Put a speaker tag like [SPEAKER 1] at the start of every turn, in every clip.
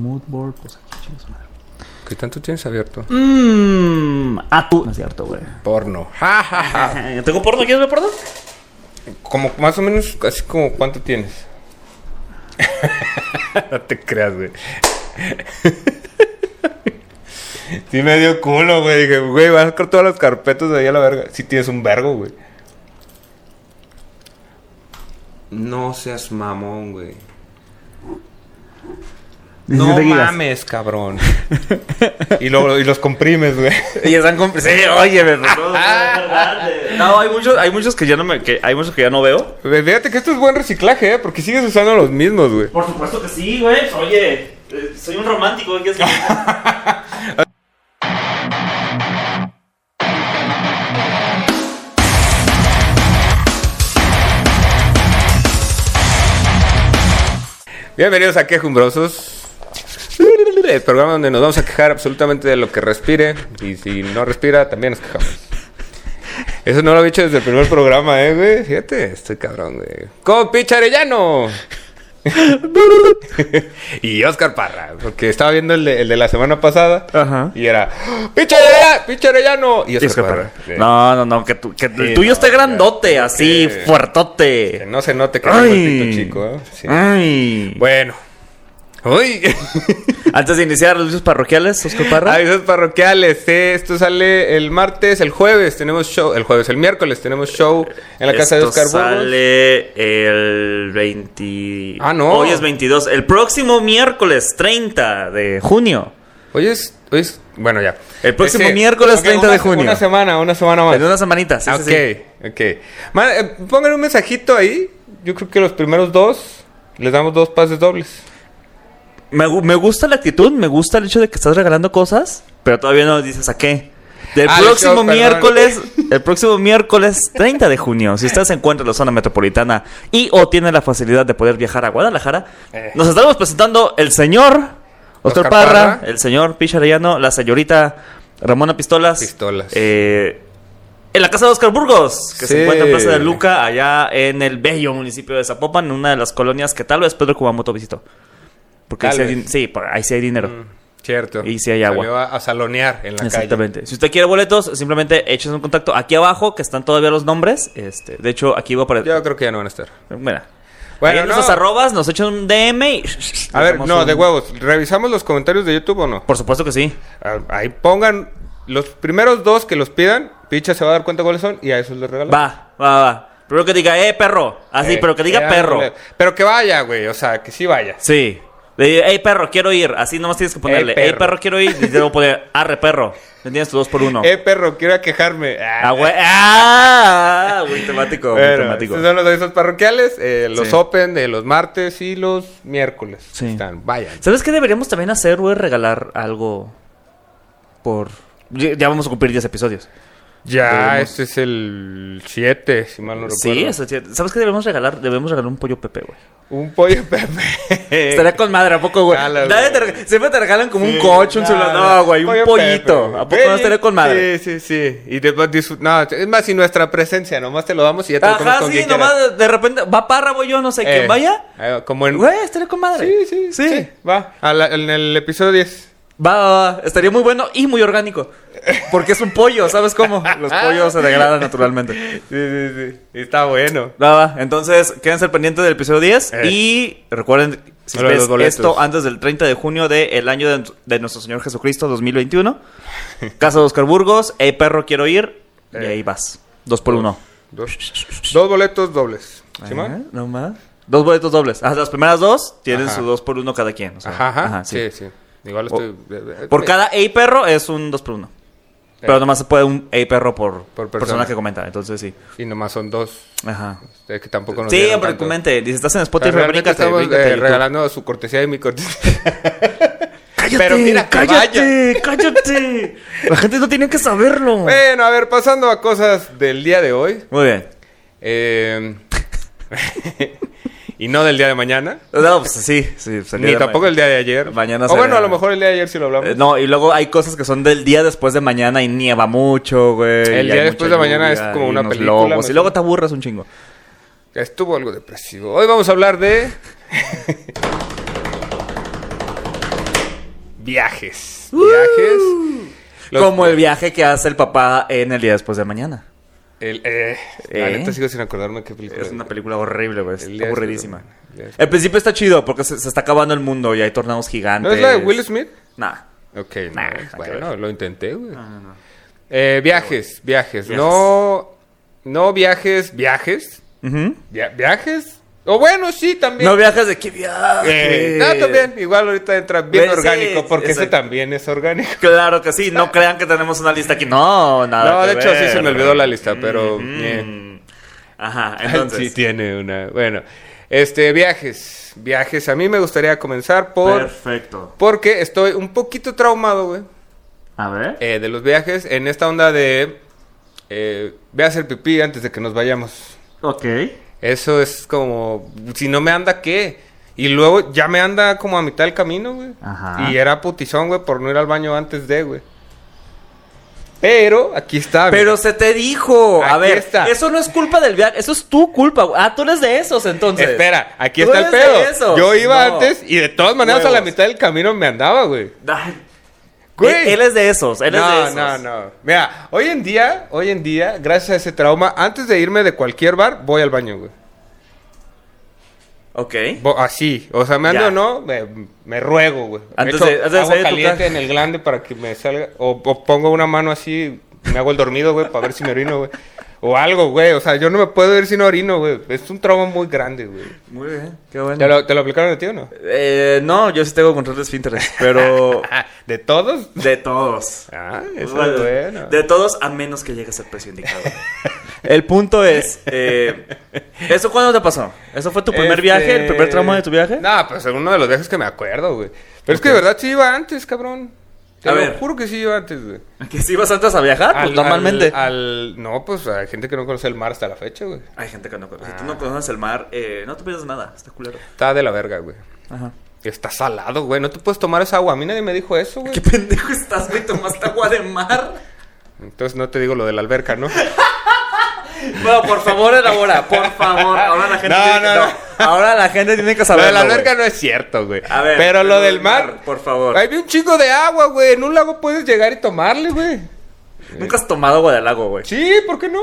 [SPEAKER 1] Clipboard, pues aquí, chingas madre.
[SPEAKER 2] ¿Qué tanto tienes abierto?
[SPEAKER 1] Mmm, a tu. No es cierto, güey.
[SPEAKER 2] Porno. Ja, ja, ja.
[SPEAKER 1] ¿Tengo porno? ¿Quieres ver porno?
[SPEAKER 2] Como más o menos, así como cuánto tienes. no te creas, güey. sí me dio culo, güey. Dije, güey, vas a sacar todas las carpetas de ahí a la verga. Sí tienes un vergo, güey. No seas mamón, güey. No
[SPEAKER 1] 17 gigas.
[SPEAKER 2] mames, cabrón. y, luego- y los comprimes, güey.
[SPEAKER 1] Y ya están comp- Sí, oye, me Ah. No, hay muchos, hay muchos que ya no me, que hay muchos que ya no veo.
[SPEAKER 2] Güey, Fíjate que esto es buen reciclaje, ¿eh? Porque sigues usando los mismos, güey.
[SPEAKER 1] Por supuesto que sí, güey. Oye, eh, soy un romántico. ¿qué es
[SPEAKER 2] Bienvenidos a Quejumbrosos. El programa donde nos vamos a quejar absolutamente de lo que respire. Y si no respira, también nos quejamos. Eso no lo he dicho desde el primer programa, ¿eh, güey? Fíjate, estoy cabrón, güey. Con Picharellano. y Oscar Parra, porque estaba viendo el de, el de la semana pasada.
[SPEAKER 1] Ajá.
[SPEAKER 2] Y era Picharellano, Picharellano. Y Oscar, Parra. Sí.
[SPEAKER 1] No, no, no, que, tu- que
[SPEAKER 2] Sí,
[SPEAKER 1] el tuyo
[SPEAKER 2] no,
[SPEAKER 1] esté
[SPEAKER 2] ya.
[SPEAKER 1] grandote, así,
[SPEAKER 2] Sí. Que
[SPEAKER 1] fuertote.
[SPEAKER 2] no se note que
[SPEAKER 1] Ay.
[SPEAKER 2] tengo el pito chico, ¿eh? Sí.
[SPEAKER 1] Ay.
[SPEAKER 2] Bueno. Uy.
[SPEAKER 1] Antes de iniciar los avisos parroquiales, Oscar Parra.
[SPEAKER 2] Avisos parroquiales, eh, esto sale el martes, el jueves tenemos show, el jueves, el miércoles tenemos show en la casa de
[SPEAKER 1] Esto
[SPEAKER 2] Oscar Burgos.
[SPEAKER 1] sale el 20...
[SPEAKER 2] Ah, no.
[SPEAKER 1] Hoy es 22. El próximo miércoles 30 de junio.
[SPEAKER 2] Hoy es, hoy es, bueno ya.
[SPEAKER 1] El próximo
[SPEAKER 2] Ese-
[SPEAKER 1] miércoles
[SPEAKER 2] ok,
[SPEAKER 1] 30
[SPEAKER 2] una-
[SPEAKER 1] de junio.
[SPEAKER 2] Una semana, una semana más.
[SPEAKER 1] En una semanita, sí,
[SPEAKER 2] Ah,
[SPEAKER 1] sí,
[SPEAKER 2] ok,
[SPEAKER 1] sí.
[SPEAKER 2] ok. Ma- eh, pongan un mensajito ahí, yo creo que los primeros dos les damos dos pases dobles.
[SPEAKER 1] Me, gu- me gusta la actitud, me gusta el hecho de que estás regalando cosas, pero todavía no dices a qué. Del
[SPEAKER 2] Ah,
[SPEAKER 1] próximo
[SPEAKER 2] yo, perdón.
[SPEAKER 1] miércoles, el próximo miércoles 30 de junio, si usted se encuentra en la zona metropolitana y o tiene la facilidad de poder viajar a Guadalajara,
[SPEAKER 2] Eh.
[SPEAKER 1] nos estaremos presentando el señor Oscar
[SPEAKER 2] Oscar
[SPEAKER 1] Parra,
[SPEAKER 2] Parra.
[SPEAKER 1] el señor Picharellano, la señorita Ramona Pistolas.
[SPEAKER 2] Pistolas.
[SPEAKER 1] eh, en la casa de Oscar Burgos, que
[SPEAKER 2] Sí.
[SPEAKER 1] se encuentra en Plaza de Luca, allá en el bello municipio de Zapopan, en una de las colonias que tal vez Pedro Kumamoto visitó. Porque ahí
[SPEAKER 2] Tal
[SPEAKER 1] sí hay
[SPEAKER 2] vez. Mm,
[SPEAKER 1] din- sí, por- ahí sí hay dinero.
[SPEAKER 2] Cierto.
[SPEAKER 1] Y si hay agua.
[SPEAKER 2] Salió a, a salonear en la calle.
[SPEAKER 1] Exactamente. Si usted quiere boletos, simplemente échese un contacto aquí abajo, que están todavía los nombres. Este, de hecho, aquí va a aparecer.
[SPEAKER 2] Yo creo que ya no van a estar.
[SPEAKER 1] Mira.
[SPEAKER 2] Bueno,
[SPEAKER 1] Ahí en nuestras
[SPEAKER 2] no.
[SPEAKER 1] arrobas nos echan un DM y.
[SPEAKER 2] A ver, no, de
[SPEAKER 1] huevo.
[SPEAKER 2] huevos, ¿revisamos los comentarios de YouTube o no?
[SPEAKER 1] Por supuesto que sí.
[SPEAKER 2] Ah, Ahí pongan los primeros dos que los pidan, Picha se va a dar cuenta cuáles son y a esos les regalamos.
[SPEAKER 1] Va, va, va. Primero que diga, eh, perro. Así,
[SPEAKER 2] Eh,
[SPEAKER 1] pero que diga
[SPEAKER 2] eh,
[SPEAKER 1] perro.
[SPEAKER 2] Pero que vaya, güey, o sea, que sí vaya.
[SPEAKER 1] Sí. Le digo, hey perro, quiero ir. Así nomás tienes que ponerle,
[SPEAKER 2] Ey,
[SPEAKER 1] hey
[SPEAKER 2] Eh, perro.
[SPEAKER 1] perro, quiero ir. Y te voy a poner, arre perro. Me Tienes tu dos por uno.
[SPEAKER 2] Eh, perro, quiero quejarme. Ah,
[SPEAKER 1] Ah, güey. Ah, muy temático, muy
[SPEAKER 2] bueno,
[SPEAKER 1] temático.
[SPEAKER 2] estos son los avisos parroquiales, eh, los
[SPEAKER 1] Sí.
[SPEAKER 2] open de los martes y los miércoles.
[SPEAKER 1] Sí.
[SPEAKER 2] Están, vayan.
[SPEAKER 1] ¿Sabes qué deberíamos también hacer, güey? Regalar algo por... Ya ya vamos a cumplir 10 episodios.
[SPEAKER 2] Ya,
[SPEAKER 1] Debemos-
[SPEAKER 2] este es el 7, si mal no recuerdo.
[SPEAKER 1] Sí, eso es cierto. ¿sabes qué debemos regalar? Debemos regalar un pollo Pepe, güey.
[SPEAKER 2] Un pollo Pepe.
[SPEAKER 1] Estaría con madre, ¿a poco, güey?
[SPEAKER 2] Eh, Jala,
[SPEAKER 1] Nadie
[SPEAKER 2] güey.
[SPEAKER 1] te rega- Siempre te regalan como un
[SPEAKER 2] Sí,
[SPEAKER 1] coche, un celular.
[SPEAKER 2] nada.
[SPEAKER 1] No, güey, un
[SPEAKER 2] Pollo
[SPEAKER 1] pollito.
[SPEAKER 2] Pepe.
[SPEAKER 1] ¿A poco no estaría con madre?
[SPEAKER 2] Sí, sí, sí. Y después disfr- No, es más, si nuestra presencia, nomás te lo damos y ya te lo comes
[SPEAKER 1] Ajá,
[SPEAKER 2] con
[SPEAKER 1] sí,
[SPEAKER 2] quien quieras.
[SPEAKER 1] nomás de- de repente va Parra, voy yo, no sé
[SPEAKER 2] Eh,
[SPEAKER 1] quién vaya.
[SPEAKER 2] eh, como en...
[SPEAKER 1] Güey, estaría con madre.
[SPEAKER 2] Sí, sí, sí, Va, a la- en el episodio 10.
[SPEAKER 1] Va, va, va. estaría muy bueno y muy orgánico. Porque es un pollo, ¿sabes cómo? Los
[SPEAKER 2] Ah.
[SPEAKER 1] pollos se degradan naturalmente.
[SPEAKER 2] Sí, sí, sí. Está bueno.
[SPEAKER 1] Va, va. Entonces, quédense al pendiente del episodio 10
[SPEAKER 2] Eh.
[SPEAKER 1] y recuerden, si
[SPEAKER 2] Lo de los
[SPEAKER 1] ves
[SPEAKER 2] boletos.
[SPEAKER 1] esto antes del 30 de junio del año de, de nuestro Señor Jesucristo 2021, Casa de Oscar Burgos, hey perro, quiero ir, y
[SPEAKER 2] Eh.
[SPEAKER 1] ahí vas. Dos por uno.
[SPEAKER 2] Dos, dos boletos dobles. ¿Sí,
[SPEAKER 1] Ajá,
[SPEAKER 2] man?
[SPEAKER 1] no más. Dos boletos dobles. Ah, las primeras dos tienen
[SPEAKER 2] Ajá.
[SPEAKER 1] su dos por uno cada quien. o sea,
[SPEAKER 2] Ajá, ajá.
[SPEAKER 1] sí.
[SPEAKER 2] sí. sí, Igual
[SPEAKER 1] O-
[SPEAKER 2] estoy... eh,
[SPEAKER 1] Por
[SPEAKER 2] eh,
[SPEAKER 1] cada hey perro es un dos por uno. Pero nomás se puede un hey perro por,
[SPEAKER 2] Por persona.
[SPEAKER 1] persona. que comenta. Entonces sí.
[SPEAKER 2] Y nomás son dos.
[SPEAKER 1] Ajá.
[SPEAKER 2] Es que tampoco nos
[SPEAKER 1] Sí,
[SPEAKER 2] dieron
[SPEAKER 1] hombre,
[SPEAKER 2] tanto.
[SPEAKER 1] comente. Si estás en
[SPEAKER 2] O sea,
[SPEAKER 1] Spotify,
[SPEAKER 2] realmente
[SPEAKER 1] bríncate,
[SPEAKER 2] estamos
[SPEAKER 1] bríncate
[SPEAKER 2] eh,
[SPEAKER 1] YouTube.
[SPEAKER 2] regalando su cortesía y mi cortesía.
[SPEAKER 1] ¡Cállate!
[SPEAKER 2] Pero mira que
[SPEAKER 1] ¡Cállate! ¡Cállate! La gente no tiene que saberlo.
[SPEAKER 2] bueno, a ver, pasando a cosas del día de hoy.
[SPEAKER 1] Muy bien.
[SPEAKER 2] eh, y no del día de mañana.
[SPEAKER 1] No, pues sí. sí pues, el día
[SPEAKER 2] Ni
[SPEAKER 1] de
[SPEAKER 2] tampoco
[SPEAKER 1] ma-
[SPEAKER 2] el día de ayer.
[SPEAKER 1] Mañana
[SPEAKER 2] o
[SPEAKER 1] será-
[SPEAKER 2] bueno, a lo mejor el día de ayer sí lo hablamos.
[SPEAKER 1] Eh, No, y luego hay cosas que son del día después de mañana y nieva mucho, güey.
[SPEAKER 2] El
[SPEAKER 1] y hay
[SPEAKER 2] día
[SPEAKER 1] mucha
[SPEAKER 2] después de mañana
[SPEAKER 1] lluvia,
[SPEAKER 2] es como
[SPEAKER 1] y
[SPEAKER 2] una
[SPEAKER 1] unos
[SPEAKER 2] película,
[SPEAKER 1] lobos,
[SPEAKER 2] no
[SPEAKER 1] y
[SPEAKER 2] sé.
[SPEAKER 1] luego te aburras un chingo.
[SPEAKER 2] Estuvo algo depresivo. Hoy vamos a hablar de. Viajes.
[SPEAKER 1] ¡Uh!
[SPEAKER 2] Viajes. Los-
[SPEAKER 1] Como el viaje que hace el papá en el día después de mañana.
[SPEAKER 2] el- eh, La
[SPEAKER 1] Eh.
[SPEAKER 2] neta sigo sin acordarme qué película.
[SPEAKER 1] Es una película horrible, güey. Es
[SPEAKER 2] Eh. El día
[SPEAKER 1] aburridísima.
[SPEAKER 2] después de- el día después.
[SPEAKER 1] El principio está chido porque se, se está acabando el mundo y hay tornados gigantes.
[SPEAKER 2] ¿No es la de Will Smith?
[SPEAKER 1] Nah.
[SPEAKER 2] Ok, no,
[SPEAKER 1] Nah, nada que
[SPEAKER 2] bueno,
[SPEAKER 1] ver.
[SPEAKER 2] lo intenté, güey. Eh, viajes, viajes.
[SPEAKER 1] Viajes.
[SPEAKER 2] No, no viajes, viajes.
[SPEAKER 1] Ujú.
[SPEAKER 2] Via- ¿Viajes? O bueno, sí, también.
[SPEAKER 1] No viajes de qué viaje.
[SPEAKER 2] Eh, no, también. Igual ahorita entra bien
[SPEAKER 1] Güey, Pues sí,
[SPEAKER 2] orgánico, porque ese
[SPEAKER 1] exacto.
[SPEAKER 2] también es orgánico.
[SPEAKER 1] Claro que sí, no crean que tenemos una lista aquí. No, nada.
[SPEAKER 2] No,
[SPEAKER 1] que
[SPEAKER 2] de hecho,
[SPEAKER 1] ver.
[SPEAKER 2] sí se me olvidó la lista, pero, eh.
[SPEAKER 1] Ajá, entonces.
[SPEAKER 2] sí tiene una. Bueno, este, viajes. Viajes. A mí me gustaría comenzar por.
[SPEAKER 1] Perfecto.
[SPEAKER 2] Porque estoy un poquito traumado, güey.
[SPEAKER 1] A ver.
[SPEAKER 2] eh, de los viajes en esta onda de eh, ve a hacer pipí antes de que nos vayamos.
[SPEAKER 1] Ok.
[SPEAKER 2] Eso es como, si no me anda, ¿qué? Y luego ya me anda como a mitad del camino, güey.
[SPEAKER 1] Ajá.
[SPEAKER 2] Y era putizón, güey, por no ir al baño antes de, güey. Pero, aquí está, mira.
[SPEAKER 1] Pero se te dijo. a
[SPEAKER 2] Aquí
[SPEAKER 1] ver,
[SPEAKER 2] está.
[SPEAKER 1] eso no es culpa del viaje, eso es tu culpa. güey. Ah, tú eres de esos entonces.
[SPEAKER 2] Espera, aquí
[SPEAKER 1] Tú
[SPEAKER 2] está el
[SPEAKER 1] eres de
[SPEAKER 2] pedo.
[SPEAKER 1] esos.
[SPEAKER 2] Yo iba
[SPEAKER 1] No.
[SPEAKER 2] antes y de todas maneras a la
[SPEAKER 1] Huevos.
[SPEAKER 2] mitad del camino me andaba, güey.
[SPEAKER 1] Ay, E-,
[SPEAKER 2] Güey.
[SPEAKER 1] Él es de esos, él es de
[SPEAKER 2] No,
[SPEAKER 1] esos.
[SPEAKER 2] no, no. Mira, hoy en día, hoy en día, gracias a ese trauma, antes de irme de cualquier bar, voy al baño, güey.
[SPEAKER 1] Ok.
[SPEAKER 2] Bo- Así, o sea, me ando
[SPEAKER 1] Ya.
[SPEAKER 2] o no, me, me ruego, güey.
[SPEAKER 1] Antes
[SPEAKER 2] Me echo
[SPEAKER 1] de- antes de
[SPEAKER 2] agua
[SPEAKER 1] salir de tu
[SPEAKER 2] caliente
[SPEAKER 1] casa.
[SPEAKER 2] en el glande para que me salga, o, o pongo una mano así, me hago el dormido, güey, para ver si me orino, güey. O algo, güey, o sea, yo no me puedo ir sin orino, güey. Es un trauma muy grande, güey.
[SPEAKER 1] Muy bien, qué bueno.
[SPEAKER 2] ¿Te lo, te lo aplicaron a ti o no?
[SPEAKER 1] Eh, no, yo sí tengo control de esfínteres, pero
[SPEAKER 2] Ah, ¿De todos?
[SPEAKER 1] de todos.
[SPEAKER 2] Ah, eso
[SPEAKER 1] Bueno,
[SPEAKER 2] es bueno.
[SPEAKER 1] De todos, a menos que llegues al precio indicado. El punto es, eh, ¿eso cuándo te pasó? ¿Eso fue tu primer
[SPEAKER 2] Este-
[SPEAKER 1] viaje, el primer tramo de tu viaje?
[SPEAKER 2] No, pues es uno de los viajes que me acuerdo, güey. Pero es que de verdad sí iba antes, cabrón. Te
[SPEAKER 1] A
[SPEAKER 2] lo
[SPEAKER 1] ver.
[SPEAKER 2] juro que sí iba antes, güey.
[SPEAKER 1] ¿Que si ibas antes a viajar? Pues
[SPEAKER 2] Al-
[SPEAKER 1] normalmente.
[SPEAKER 2] Al, al- no, pues hay gente que no conoce el mar hasta la fecha, güey.
[SPEAKER 1] Hay gente que no conoce. Si tú no conoces el mar, eh, no te pierdes nada. Está culero.
[SPEAKER 2] Está de la verga, güey.
[SPEAKER 1] Ajá.
[SPEAKER 2] Está salado, güey. No te puedes tomar esa agua. A mí nadie me dijo eso, güey.
[SPEAKER 1] ¿Qué pendejo estás, güey? ¿Tomaste agua de mar?
[SPEAKER 2] Entonces no te digo lo de la alberca, ¿no?
[SPEAKER 1] Bueno, por favor, elabora. Por favor. Ahora la gente
[SPEAKER 2] No,
[SPEAKER 1] tiene que...
[SPEAKER 2] no, no.
[SPEAKER 1] Ahora la gente tiene que
[SPEAKER 2] lo
[SPEAKER 1] saberlo,
[SPEAKER 2] de la alberca
[SPEAKER 1] güey.
[SPEAKER 2] no es cierto, güey.
[SPEAKER 1] A ver,
[SPEAKER 2] Pero lo del mar,
[SPEAKER 1] por favor.
[SPEAKER 2] Hay un chingo de agua, güey. En un lago puedes llegar y tomarle, güey.
[SPEAKER 1] Nunca has tomado agua del lago, güey.
[SPEAKER 2] Sí, ¿por qué no?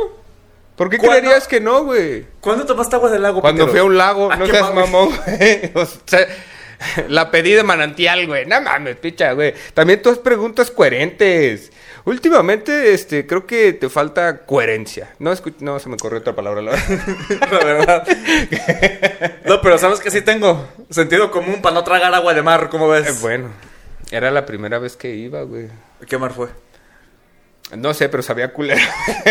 [SPEAKER 2] ¿Por qué
[SPEAKER 1] ¿Cuándo?
[SPEAKER 2] creerías que no, güey?
[SPEAKER 1] ¿Cuándo tomaste agua del lago,
[SPEAKER 2] Cuando
[SPEAKER 1] Pedro?
[SPEAKER 2] fui a un lago,
[SPEAKER 1] Ah,
[SPEAKER 2] no
[SPEAKER 1] qué
[SPEAKER 2] seas
[SPEAKER 1] mames.
[SPEAKER 2] mamón, güey. O sea, la pedí de manantial, güey. No mames, picha, güey. También tú haz preguntas coherentes. Últimamente, este, creo que te falta coherencia. No, escu- no se me corrió otra palabra, la verdad.
[SPEAKER 1] La verdad. No, pero ¿sabes que sí tengo? Sentido común para no tragar agua de mar, ¿cómo ves?
[SPEAKER 2] Eh, bueno, era la primera vez que iba, güey.
[SPEAKER 1] ¿Qué mar fue?
[SPEAKER 2] No sé, pero sabía culero.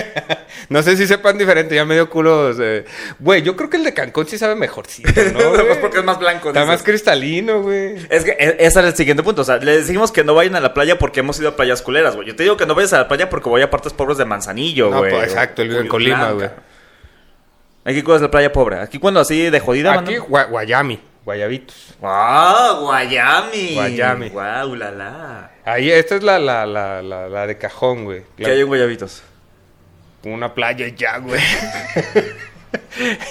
[SPEAKER 2] no sé si sepan diferente, ya medio culos. eh. Güey, yo creo que el de Cancún sí sabe mejorcito, ¿no?
[SPEAKER 1] Nada más
[SPEAKER 2] güey?
[SPEAKER 1] porque es más blanco,
[SPEAKER 2] Está
[SPEAKER 1] dices.
[SPEAKER 2] más cristalino, güey.
[SPEAKER 1] Es que e- ese era el siguiente punto. O sea, les dijimos que no vayan a la playa porque hemos ido a playas culeras, güey. Yo te digo que no vayas a la playa porque voy a partes pobres de Manzanillo,
[SPEAKER 2] No,
[SPEAKER 1] güey.
[SPEAKER 2] pues, exacto, él vive en Colima, güey.
[SPEAKER 1] Aquí cuál es la playa pobre. Aquí cuando así de jodida,
[SPEAKER 2] Aquí, Gua- Guayami, Guayabitos.
[SPEAKER 1] ¡Wow! Guayami.
[SPEAKER 2] Guayami.
[SPEAKER 1] ¡Wow! La, la.
[SPEAKER 2] Ahí, esta es la, la, la, la, la de cajón, güey.
[SPEAKER 1] ¿Qué
[SPEAKER 2] La-
[SPEAKER 1] hay en Guayabitos?
[SPEAKER 2] Una playa y ya, güey.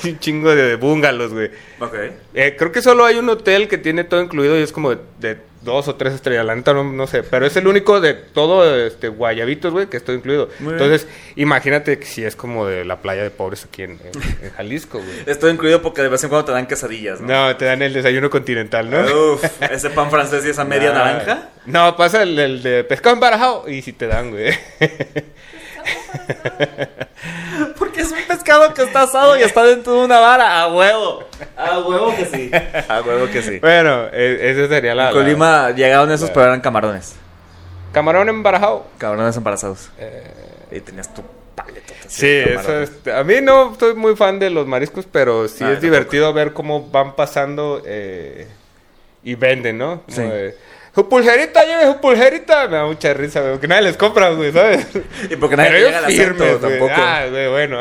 [SPEAKER 2] Hay un chingo de búngalos, güey.
[SPEAKER 1] Ok.
[SPEAKER 2] Eh, creo que solo hay un hotel que tiene todo incluido y es como de, de dos o tres estrellas. La neta, no, no sé. Pero es el único de todo este Guayabitos, güey, que es todo incluido.
[SPEAKER 1] Muy bien.
[SPEAKER 2] Entonces, imagínate que si es como de la playa de pobres aquí en, en- en Jalisco, güey.
[SPEAKER 1] Estoy incluido porque de vez en cuando te dan quesadillas, ¿no?
[SPEAKER 2] No, te dan el desayuno continental, ¿no?
[SPEAKER 1] Uf, ese pan francés y esa media
[SPEAKER 2] Ah.
[SPEAKER 1] naranja.
[SPEAKER 2] No, pasa el, el de pescado embarajado y si te dan, güey.
[SPEAKER 1] Porque es un pescado que está asado y está dentro de una vara. A huevo. A huevo que sí. A huevo que sí.
[SPEAKER 2] Bueno, e- esa sería la.
[SPEAKER 1] En
[SPEAKER 2] la-
[SPEAKER 1] Colima llegaron
[SPEAKER 2] Eh.
[SPEAKER 1] esos, pero eran camarones.
[SPEAKER 2] Camarón embarajado.
[SPEAKER 1] Camarones embarazados. Y tenías tu paleto.
[SPEAKER 2] Eh. Sí, eso es- A mí no estoy muy fan de los mariscos, pero sí
[SPEAKER 1] Ah,
[SPEAKER 2] es
[SPEAKER 1] yo
[SPEAKER 2] divertido ver cómo van pasando eh, y venden, ¿no? Como
[SPEAKER 1] Sí.
[SPEAKER 2] de, su pulserita, lleve su pulserita. Me da mucha risa, güey, que nadie les compra, güey, ¿sabes?
[SPEAKER 1] Y porque nadie
[SPEAKER 2] Pero
[SPEAKER 1] llega al
[SPEAKER 2] ellos
[SPEAKER 1] acento
[SPEAKER 2] firmes, güey.
[SPEAKER 1] tampoco.
[SPEAKER 2] Ah, güey, bueno.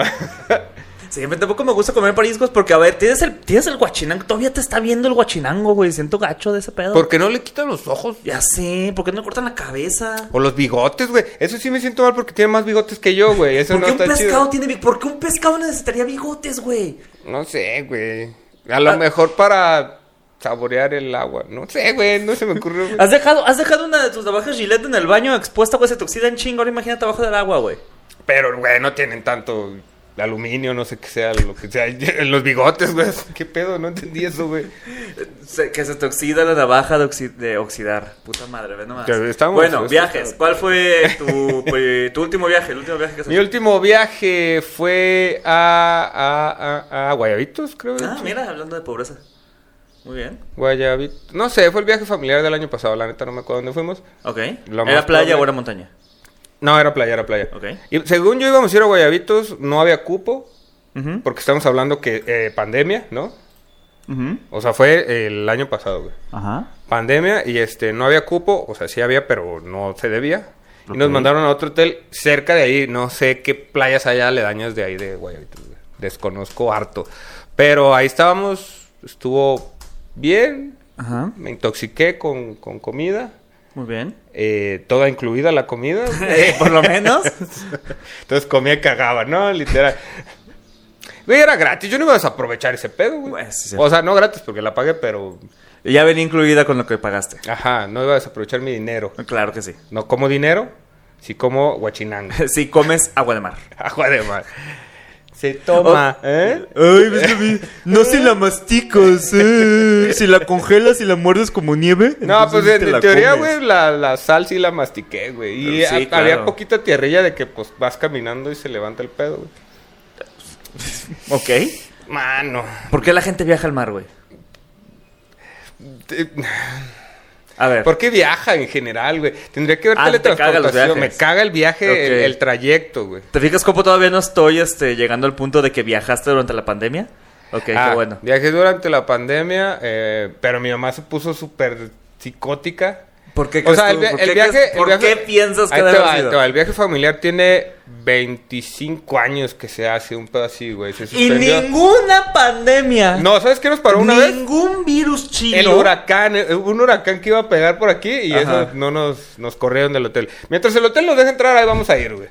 [SPEAKER 1] Sí, pero tampoco me gusta comer pariscos porque, a ver, tienes el, tienes el guachinango. Todavía te está viendo el guachinango, güey. Siento gacho de ese pedo.
[SPEAKER 2] ¿Por qué no le quitan los ojos?
[SPEAKER 1] Ya sé, ¿por qué no le cortan la cabeza?
[SPEAKER 2] O los bigotes, güey. Eso sí me siento mal porque tiene más bigotes que yo, güey. Eso
[SPEAKER 1] ¿Por
[SPEAKER 2] no
[SPEAKER 1] qué un
[SPEAKER 2] está
[SPEAKER 1] pescado
[SPEAKER 2] chido.
[SPEAKER 1] tiene bi- ¿Por qué un pescado necesitaría bigotes, güey?
[SPEAKER 2] No sé, güey. A lo
[SPEAKER 1] Ah.
[SPEAKER 2] mejor para saborear el agua. No sé, güey, no se me ocurrió. güey.
[SPEAKER 1] ¿Has dejado, ¿Has dejado una de tus navajas Gillette en el baño expuesta, güey? Se te oxidan chingo. Ahora imagínate abajo del agua, güey.
[SPEAKER 2] Pero, güey, no tienen tanto aluminio, no sé qué sea, lo que sea. En los bigotes, güey. ¿Qué pedo? No entendí eso, güey.
[SPEAKER 1] Se- que se te oxida la navaja de, oxi- de oxidar. Puta madre, ve nomás.
[SPEAKER 2] Que estamos-
[SPEAKER 1] bueno,
[SPEAKER 2] estamos-
[SPEAKER 1] viajes. ¿Cuál fue tu, eh, tu último viaje? El último viaje que has
[SPEAKER 2] Mi
[SPEAKER 1] hecho?
[SPEAKER 2] último viaje fue a, a, a, a Guayabitos, creo. de
[SPEAKER 1] Ah,
[SPEAKER 2] hecho.
[SPEAKER 1] mira, hablando de pobreza. Muy bien.
[SPEAKER 2] Guayabitos. No sé, fue el viaje familiar del año pasado, la neta, no me acuerdo dónde fuimos.
[SPEAKER 1] Ok.
[SPEAKER 2] Lo
[SPEAKER 1] ¿Era playa
[SPEAKER 2] más probable-
[SPEAKER 1] o era montaña?
[SPEAKER 2] No, era playa, era playa.
[SPEAKER 1] Ok.
[SPEAKER 2] Y según yo íbamos a ir a Guayabitos, no había cupo,
[SPEAKER 1] Ujú,
[SPEAKER 2] porque estamos hablando que eh, pandemia, ¿no?
[SPEAKER 1] ujú.
[SPEAKER 2] O sea, fue el año pasado, güey.
[SPEAKER 1] Ajá.
[SPEAKER 2] Pandemia y este no había cupo, o sea, sí había, pero no se debía. Y nos
[SPEAKER 1] Ok.
[SPEAKER 2] mandaron a otro hotel cerca de ahí, no sé qué playas hay aledañas de ahí de Guayabitos, güey. desconozco harto. Pero ahí estábamos, estuvo bien,
[SPEAKER 1] Ajá.
[SPEAKER 2] me intoxiqué con, con comida,
[SPEAKER 1] Muy bien.
[SPEAKER 2] eh, toda incluida la comida.
[SPEAKER 1] Eh, por lo menos.
[SPEAKER 2] Entonces comía y cagaba, ¿no? Literal. Güey, era gratis, yo no iba a desaprovechar ese pedo, güey.
[SPEAKER 1] Pues, sí.
[SPEAKER 2] O sea, no gratis porque la pagué, pero...
[SPEAKER 1] ya venía incluida con lo que pagaste.
[SPEAKER 2] Ajá, no iba a desaprovechar mi dinero.
[SPEAKER 1] Claro que sí.
[SPEAKER 2] No como dinero, sí como guachinango.
[SPEAKER 1] Si comes agua de mar.
[SPEAKER 2] Agua de mar. Se toma,
[SPEAKER 1] Oh,
[SPEAKER 2] ¿eh?
[SPEAKER 1] Ay, no si la masticas, eh. si la congelas y la muerdes como nieve.
[SPEAKER 2] No, pues en, en teoría, güey, la, la sal sí la mastiqué, güey. Y
[SPEAKER 1] Sí,
[SPEAKER 2] a-
[SPEAKER 1] claro.
[SPEAKER 2] había poquita tierrilla de que, pues, vas caminando y se levanta el pedo, güey.
[SPEAKER 1] Ok.
[SPEAKER 2] Mano.
[SPEAKER 1] ¿Por qué la gente viaja al mar, güey?
[SPEAKER 2] Te-
[SPEAKER 1] A ver.
[SPEAKER 2] ¿Por qué viaja en general, güey? Tendría que ver
[SPEAKER 1] Ah, te caga
[SPEAKER 2] teletransportación.
[SPEAKER 1] los viajes.
[SPEAKER 2] Me caga el viaje, el-
[SPEAKER 1] Ok.
[SPEAKER 2] el, trayecto, güey.
[SPEAKER 1] ¿Te fijas cómo todavía no estoy este, llegando al punto de que viajaste durante la pandemia? Ok,
[SPEAKER 2] Ah,
[SPEAKER 1] qué bueno.
[SPEAKER 2] Viajé durante la pandemia, eh, pero mi mamá se puso súper psicótica.
[SPEAKER 1] ¿Por qué
[SPEAKER 2] O
[SPEAKER 1] crees
[SPEAKER 2] sea, el,
[SPEAKER 1] tú?
[SPEAKER 2] vi-
[SPEAKER 1] ¿Por
[SPEAKER 2] el
[SPEAKER 1] qué
[SPEAKER 2] viaje...
[SPEAKER 1] crees-
[SPEAKER 2] el
[SPEAKER 1] ¿Por
[SPEAKER 2] viaje-
[SPEAKER 1] qué piensas que
[SPEAKER 2] Ahí te
[SPEAKER 1] debe
[SPEAKER 2] va,
[SPEAKER 1] haber
[SPEAKER 2] ahí te
[SPEAKER 1] sido?
[SPEAKER 2] va. El viaje familiar tiene 25 años que se hace un pedo así, güey. Se
[SPEAKER 1] Y
[SPEAKER 2] suspendió.
[SPEAKER 1] ninguna pandemia.
[SPEAKER 2] No, ¿sabes qué nos paró una vez?
[SPEAKER 1] ningún virus chino.
[SPEAKER 2] El huracán, eh, un huracán que iba a pegar por aquí y
[SPEAKER 1] Ajá.
[SPEAKER 2] eso no nos, nos corrieron del hotel. Mientras el hotel nos deja entrar, ahí vamos a ir, güey.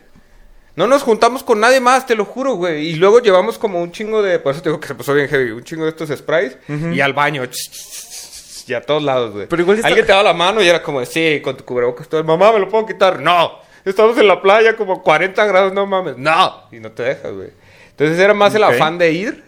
[SPEAKER 2] No nos juntamos con nadie más, te lo juro, güey. Y luego llevamos como un chingo de. Por eso te digo que se puso bien heavy. Un chingo de estos sprays y al baño. Y a todos lados, güey.
[SPEAKER 1] Pero igual está-
[SPEAKER 2] Alguien te daba la mano y era como, sí, con tu cubrebocas. Todo, Mamá, ¿me lo puedo quitar? No. Estamos en la playa como 40 grados, no mames. No. Y no te dejas, güey. Entonces era más el
[SPEAKER 1] Ok.
[SPEAKER 2] afán de ir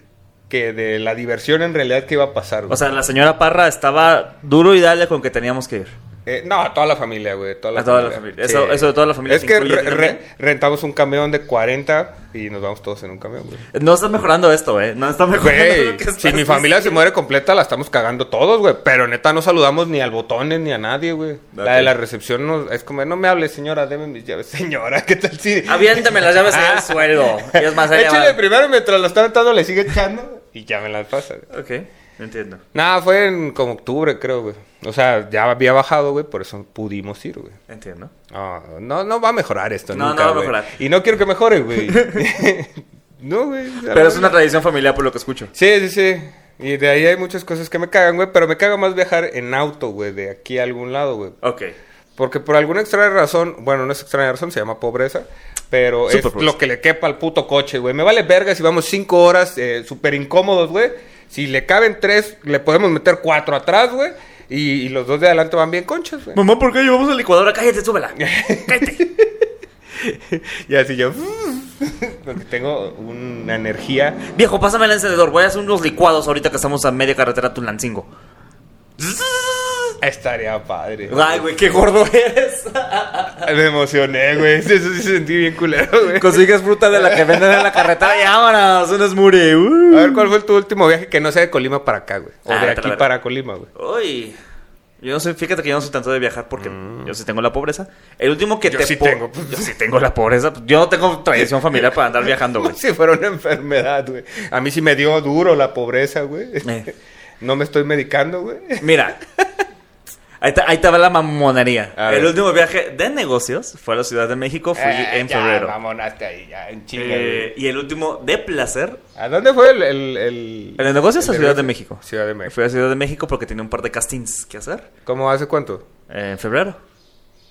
[SPEAKER 2] que de la diversión en realidad que iba a pasar, güey.
[SPEAKER 1] O sea, la señora Parra estaba duro y dale con que teníamos que ir.
[SPEAKER 2] Eh, no, a toda la familia, güey. Toda la
[SPEAKER 1] A toda la familia. Eso- eso de toda la familia
[SPEAKER 2] Es
[SPEAKER 1] se
[SPEAKER 2] que
[SPEAKER 1] incluye
[SPEAKER 2] re-
[SPEAKER 1] también.
[SPEAKER 2] re- rentamos un camión de 40 y nos vamos todos en un camión, güey.
[SPEAKER 1] No está mejorando esto, ¿eh? No está mejorando
[SPEAKER 2] Güey,
[SPEAKER 1] lo que
[SPEAKER 2] si
[SPEAKER 1] estás
[SPEAKER 2] mi familia se muere completa, la estamos cagando todos, güey. Pero neta, no saludamos ni al botones ni a nadie, güey. La de
[SPEAKER 1] Ok.
[SPEAKER 2] la recepción nos- es como, no me hables, señora, deme mis llaves. Señora, ¿qué tal si...?
[SPEAKER 1] Aviéntame las llaves en el suelo. Y es más, allá
[SPEAKER 2] Ah. Échale
[SPEAKER 1] va.
[SPEAKER 2] primero mientras la está aventando, le sigue echando y ya me las pasa, güey.
[SPEAKER 1] Ok, entiendo.
[SPEAKER 2] Nada, fue en como octubre, creo, güey. O sea, ya había bajado, güey, por eso pudimos ir, güey.
[SPEAKER 1] Entiendo.
[SPEAKER 2] No, Ah, no, no va a mejorar esto.
[SPEAKER 1] No, no
[SPEAKER 2] nunca,
[SPEAKER 1] va a
[SPEAKER 2] güey.
[SPEAKER 1] mejorar.
[SPEAKER 2] Y no quiero que mejore, güey. no, güey. a la
[SPEAKER 1] Pero es
[SPEAKER 2] verga.
[SPEAKER 1] una tradición familiar por lo que escucho.
[SPEAKER 2] Sí, sí, sí. Y de ahí hay muchas cosas que me cagan, güey. Pero me caga más viajar en auto, güey, de aquí a algún lado, güey.
[SPEAKER 1] Ok.
[SPEAKER 2] Porque por alguna extraña razón, bueno, no es extraña razón, se llama pobreza, pero es
[SPEAKER 1] Súper pobreza.
[SPEAKER 2] lo que le quepa al puto coche, güey. Me vale verga si vamos cinco horas eh, súper incómodos, güey. Si le caben tres, le podemos meter cuatro atrás, güey. Y, y los dos de adelante van bien conchas, güey.
[SPEAKER 1] Mamá, ¿por qué llevamos la licuadora? Cállate, súbela. Cállate.
[SPEAKER 2] Y así yo. "Mm". Porque tengo una energía.
[SPEAKER 1] Viejo, pásame el encendedor. Voy a hacer unos licuados ahorita que estamos a media carretera a Tulancingo.
[SPEAKER 2] Estaría padre.
[SPEAKER 1] Ay, güey, qué gordo eres.
[SPEAKER 2] Me emocioné, güey. Eso sí sentí bien culero, güey.
[SPEAKER 1] Consigues fruta de la que venden en la carretera y vámonos. Un smoothie.
[SPEAKER 2] A
[SPEAKER 1] Uh.
[SPEAKER 2] ver, ¿cuál fue tu último viaje que no sea de Colima para acá, güey? O
[SPEAKER 1] Ah,
[SPEAKER 2] de
[SPEAKER 1] vete a la
[SPEAKER 2] aquí
[SPEAKER 1] verga.
[SPEAKER 2] para Colima, güey.
[SPEAKER 1] Uy. Yo no sé, fíjate que yo no soy tanto de viajar porque yo sí tengo la pobreza. El último que
[SPEAKER 2] Mm. Yo
[SPEAKER 1] te
[SPEAKER 2] sí
[SPEAKER 1] po-
[SPEAKER 2] tengo, pues.
[SPEAKER 1] yo sí tengo la pobreza. pues, Yo no tengo tradición familiar para andar viajando, güey.
[SPEAKER 2] Si fuera una enfermedad, güey. A mí sí me dio duro la pobreza, güey.
[SPEAKER 1] Eh.
[SPEAKER 2] No me estoy medicando, güey.
[SPEAKER 1] Mira. Ahí te, ahí te va la mamonería.
[SPEAKER 2] A
[SPEAKER 1] El
[SPEAKER 2] ver.
[SPEAKER 1] último viaje de negocios fue a la Ciudad de México, fui
[SPEAKER 2] Eh,
[SPEAKER 1] en
[SPEAKER 2] ya,
[SPEAKER 1] febrero.
[SPEAKER 2] mamonaste ahí, ya, en chinga,
[SPEAKER 1] Eh, y el último de placer
[SPEAKER 2] güey. ¿A dónde fue el. el, el,
[SPEAKER 1] ¿El de negocios o
[SPEAKER 2] el
[SPEAKER 1] Ciudad de
[SPEAKER 2] negocio?
[SPEAKER 1] México?
[SPEAKER 2] Ciudad de México.
[SPEAKER 1] fui a Ciudad de México porque tenía un par de castings que hacer
[SPEAKER 2] ¿Cómo hace cuánto?
[SPEAKER 1] eh, en febrero.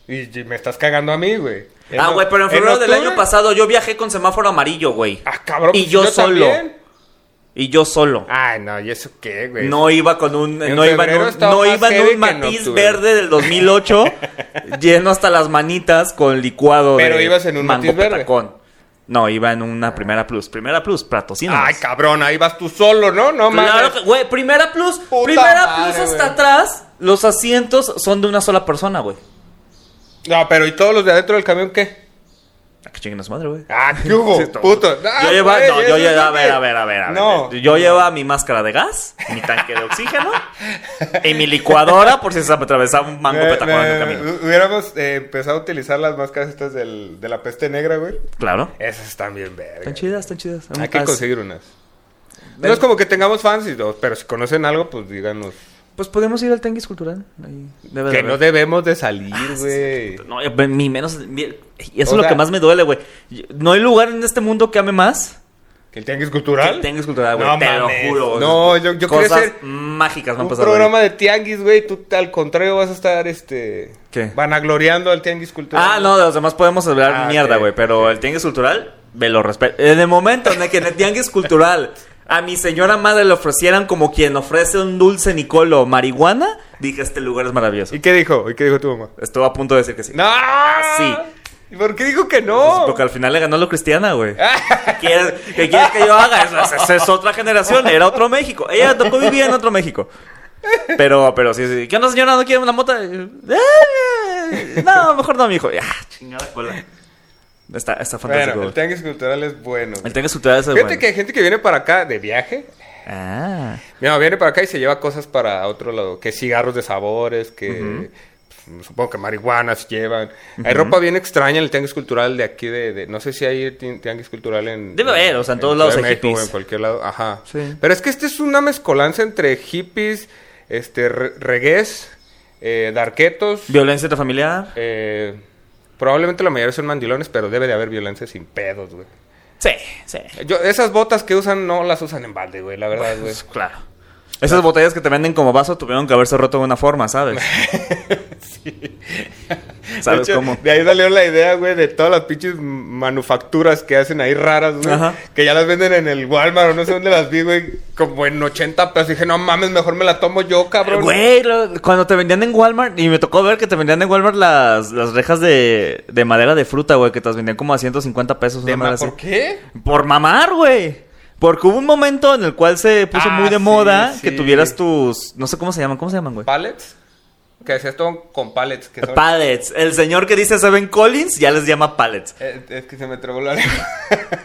[SPEAKER 2] Y, y me estás cagando a mí, güey. En
[SPEAKER 1] ah,
[SPEAKER 2] o-
[SPEAKER 1] güey, pero en febrero del
[SPEAKER 2] octubre-
[SPEAKER 1] año pasado yo viajé con semáforo amarillo, güey.
[SPEAKER 2] Ah, cabrón.
[SPEAKER 1] Y
[SPEAKER 2] pues
[SPEAKER 1] yo solo.
[SPEAKER 2] también.
[SPEAKER 1] Y yo solo.
[SPEAKER 2] Ay, no, ¿y eso qué, Ah, güey?
[SPEAKER 1] No iba con un.
[SPEAKER 2] En
[SPEAKER 1] No iba en
[SPEAKER 2] febrero
[SPEAKER 1] un,
[SPEAKER 2] estaba
[SPEAKER 1] no
[SPEAKER 2] más
[SPEAKER 1] iba en
[SPEAKER 2] heavy
[SPEAKER 1] un
[SPEAKER 2] que en
[SPEAKER 1] matiz
[SPEAKER 2] octubre.
[SPEAKER 1] verde del 2008, lleno hasta las manitas con licuado
[SPEAKER 2] Pero
[SPEAKER 1] de
[SPEAKER 2] ibas en un
[SPEAKER 1] mango
[SPEAKER 2] matiz verde.
[SPEAKER 1] patacón. No, iba en una Primera Plus. Primera Plus, platocino.
[SPEAKER 2] Ay, cabrón, ahí vas tú solo, ¿no? No
[SPEAKER 1] Claro
[SPEAKER 2] mames.
[SPEAKER 1] que, güey, Primera Plus.
[SPEAKER 2] Puta
[SPEAKER 1] primera
[SPEAKER 2] madre,
[SPEAKER 1] Plus hasta
[SPEAKER 2] güey.
[SPEAKER 1] atrás. Los asientos son de una sola persona, güey.
[SPEAKER 2] No, pero ¿y todos los de adentro del camión qué?
[SPEAKER 1] Ah, que chinguen a su madre, güey.
[SPEAKER 2] Ah, ¿qué hubo?
[SPEAKER 1] Sí, todo.
[SPEAKER 2] Puto. Ah,
[SPEAKER 1] yo lleva,
[SPEAKER 2] güey,
[SPEAKER 1] no,
[SPEAKER 2] eso
[SPEAKER 1] yo lleva,
[SPEAKER 2] es
[SPEAKER 1] a ver,
[SPEAKER 2] que-
[SPEAKER 1] a ver, a ver, a ver.
[SPEAKER 2] No.
[SPEAKER 1] Yo llevaba mi máscara de gas, mi tanque de oxígeno y mi licuadora por si se me atravesaba un mango
[SPEAKER 2] Me-
[SPEAKER 1] petacón en el
[SPEAKER 2] me-
[SPEAKER 1] camino.
[SPEAKER 2] hu- Hubiéramos eh, empezado a utilizar las máscaras estas del, de la peste negra, güey.
[SPEAKER 1] Claro.
[SPEAKER 2] Esas están bien verga.
[SPEAKER 1] Están chidas, están chidas.
[SPEAKER 2] uh. Hay que
[SPEAKER 1] As-
[SPEAKER 2] conseguir unas. No es como que tengamos fans, y todo, pero si conocen algo, pues díganos.
[SPEAKER 1] Pues podemos ir al Tianguis Cultural. Ahí debe de
[SPEAKER 2] Que
[SPEAKER 1] haber.
[SPEAKER 2] no debemos de
[SPEAKER 1] Ah,
[SPEAKER 2] salir, güey.
[SPEAKER 1] No, eh, mi menos. mi- eso es
[SPEAKER 2] O
[SPEAKER 1] lo
[SPEAKER 2] sea-
[SPEAKER 1] que más me duele, güey. Yo- No hay lugar en este mundo que ame más
[SPEAKER 2] ¿Que ¿El tianguis cultural?
[SPEAKER 1] que Tianguis Cultural, güey.
[SPEAKER 2] No
[SPEAKER 1] te
[SPEAKER 2] mames.
[SPEAKER 1] lo juro.
[SPEAKER 2] No, yo- yo quería
[SPEAKER 1] Cosas
[SPEAKER 2] hacer
[SPEAKER 1] mágicas me han
[SPEAKER 2] Un
[SPEAKER 1] pasado.
[SPEAKER 2] programa de tianguis, güey. Tú al contrario vas a estar, este...
[SPEAKER 1] ¿Qué?
[SPEAKER 2] Vanagloriando al tianguis cultural.
[SPEAKER 1] Ah, no, de los demás podemos hablar
[SPEAKER 2] Ah,
[SPEAKER 1] mierda,
[SPEAKER 2] ok,
[SPEAKER 1] güey. Pero el tianguis cultural, me lo respeto. En el momento en el que en el tianguis cultural a mi señora madre le ofrecieran como quien ofrece un dulce Nicolo marihuana, dije, este lugar es maravilloso.
[SPEAKER 2] ¿Y qué dijo? ¿Y qué dijo tu mamá?
[SPEAKER 1] Estuve a punto de decir que sí.
[SPEAKER 2] ¡No!
[SPEAKER 1] Ah, sí.
[SPEAKER 2] ¿Y por qué dijo que
[SPEAKER 1] Pues
[SPEAKER 2] no?
[SPEAKER 1] porque al final le ganó lo cristiana, güey. ¿Qué quieres, qué quieres que yo haga? Eso, es- eso es otra generación, era otro México. Ella tocó vivir en otro México. Pero, pero sí, sí. ¿Qué onda, señora? ¿No quiere una mota? Eh, No, mejor no, mi hijo. Ya, chingada cola. Está, está fantástico.
[SPEAKER 2] Bueno, el
[SPEAKER 1] güey.
[SPEAKER 2] tianguis cultural es bueno. güey.
[SPEAKER 1] el tenis cultural es el
[SPEAKER 2] Fíjate
[SPEAKER 1] bueno.
[SPEAKER 2] que hay gente que viene para acá de viaje.
[SPEAKER 1] Ah.
[SPEAKER 2] Mira, viene para acá y se lleva cosas para otro lado. Que cigarros de sabores, que... pues, Supongo que marihuanas llevan. Hay ropa bien extraña en el tianguis cultural de aquí de... de- no sé si hay ti- tianguis cultural en...
[SPEAKER 1] Debe haber, o sea, en todos
[SPEAKER 2] Ciudad
[SPEAKER 1] lados
[SPEAKER 2] de
[SPEAKER 1] hay
[SPEAKER 2] México,
[SPEAKER 1] hippies.
[SPEAKER 2] En cualquier lado, ajá.
[SPEAKER 1] Sí.
[SPEAKER 2] Pero es que este es una mezcolanza entre hippies, este, re- regués, eh, darquetos.
[SPEAKER 1] Violencia intrafamiliar.
[SPEAKER 2] eh, probablemente la mayoría son mandilones, pero debe de haber violencia sin pedos, güey.
[SPEAKER 1] Sí, sí.
[SPEAKER 2] Yo, esas botas que usan no las usan en balde, güey, la verdad, güey.
[SPEAKER 1] Pues, claro. Esas botellas que te venden como vaso tuvieron que haberse roto de una forma, ¿sabes? ¿Sabes
[SPEAKER 2] De hecho,
[SPEAKER 1] cómo?
[SPEAKER 2] De ahí salió la idea, güey, de todas las pinches manufacturas que hacen ahí raras, güey.
[SPEAKER 1] Ajá.
[SPEAKER 2] Que ya las venden en el Walmart o no sé dónde las vi, güey. Como en 80 pesos. Dije, no mames, mejor me la tomo yo, cabrón.
[SPEAKER 1] Güey, lo- cuando te vendían en Walmart, y me tocó ver que te vendían en Walmart las, las rejas de, de madera de fruta, güey, que te las vendían como a 150 pesos.
[SPEAKER 2] De
[SPEAKER 1] una
[SPEAKER 2] ma-
[SPEAKER 1] madre
[SPEAKER 2] ¿Por
[SPEAKER 1] así.
[SPEAKER 2] qué?
[SPEAKER 1] Por mamar, güey. Porque hubo un momento en el cual se puso
[SPEAKER 2] Ah,
[SPEAKER 1] muy de
[SPEAKER 2] sí,
[SPEAKER 1] moda
[SPEAKER 2] sí.
[SPEAKER 1] que tuvieras tus. No sé cómo se llaman, ¿cómo se llaman, güey?
[SPEAKER 2] ¿Pallets? Que hacías todo con pallets. Que son...
[SPEAKER 1] Pallets. El señor que dice Seven Collins ya les llama pallets.
[SPEAKER 2] Eh, es que se me trabó la lengua.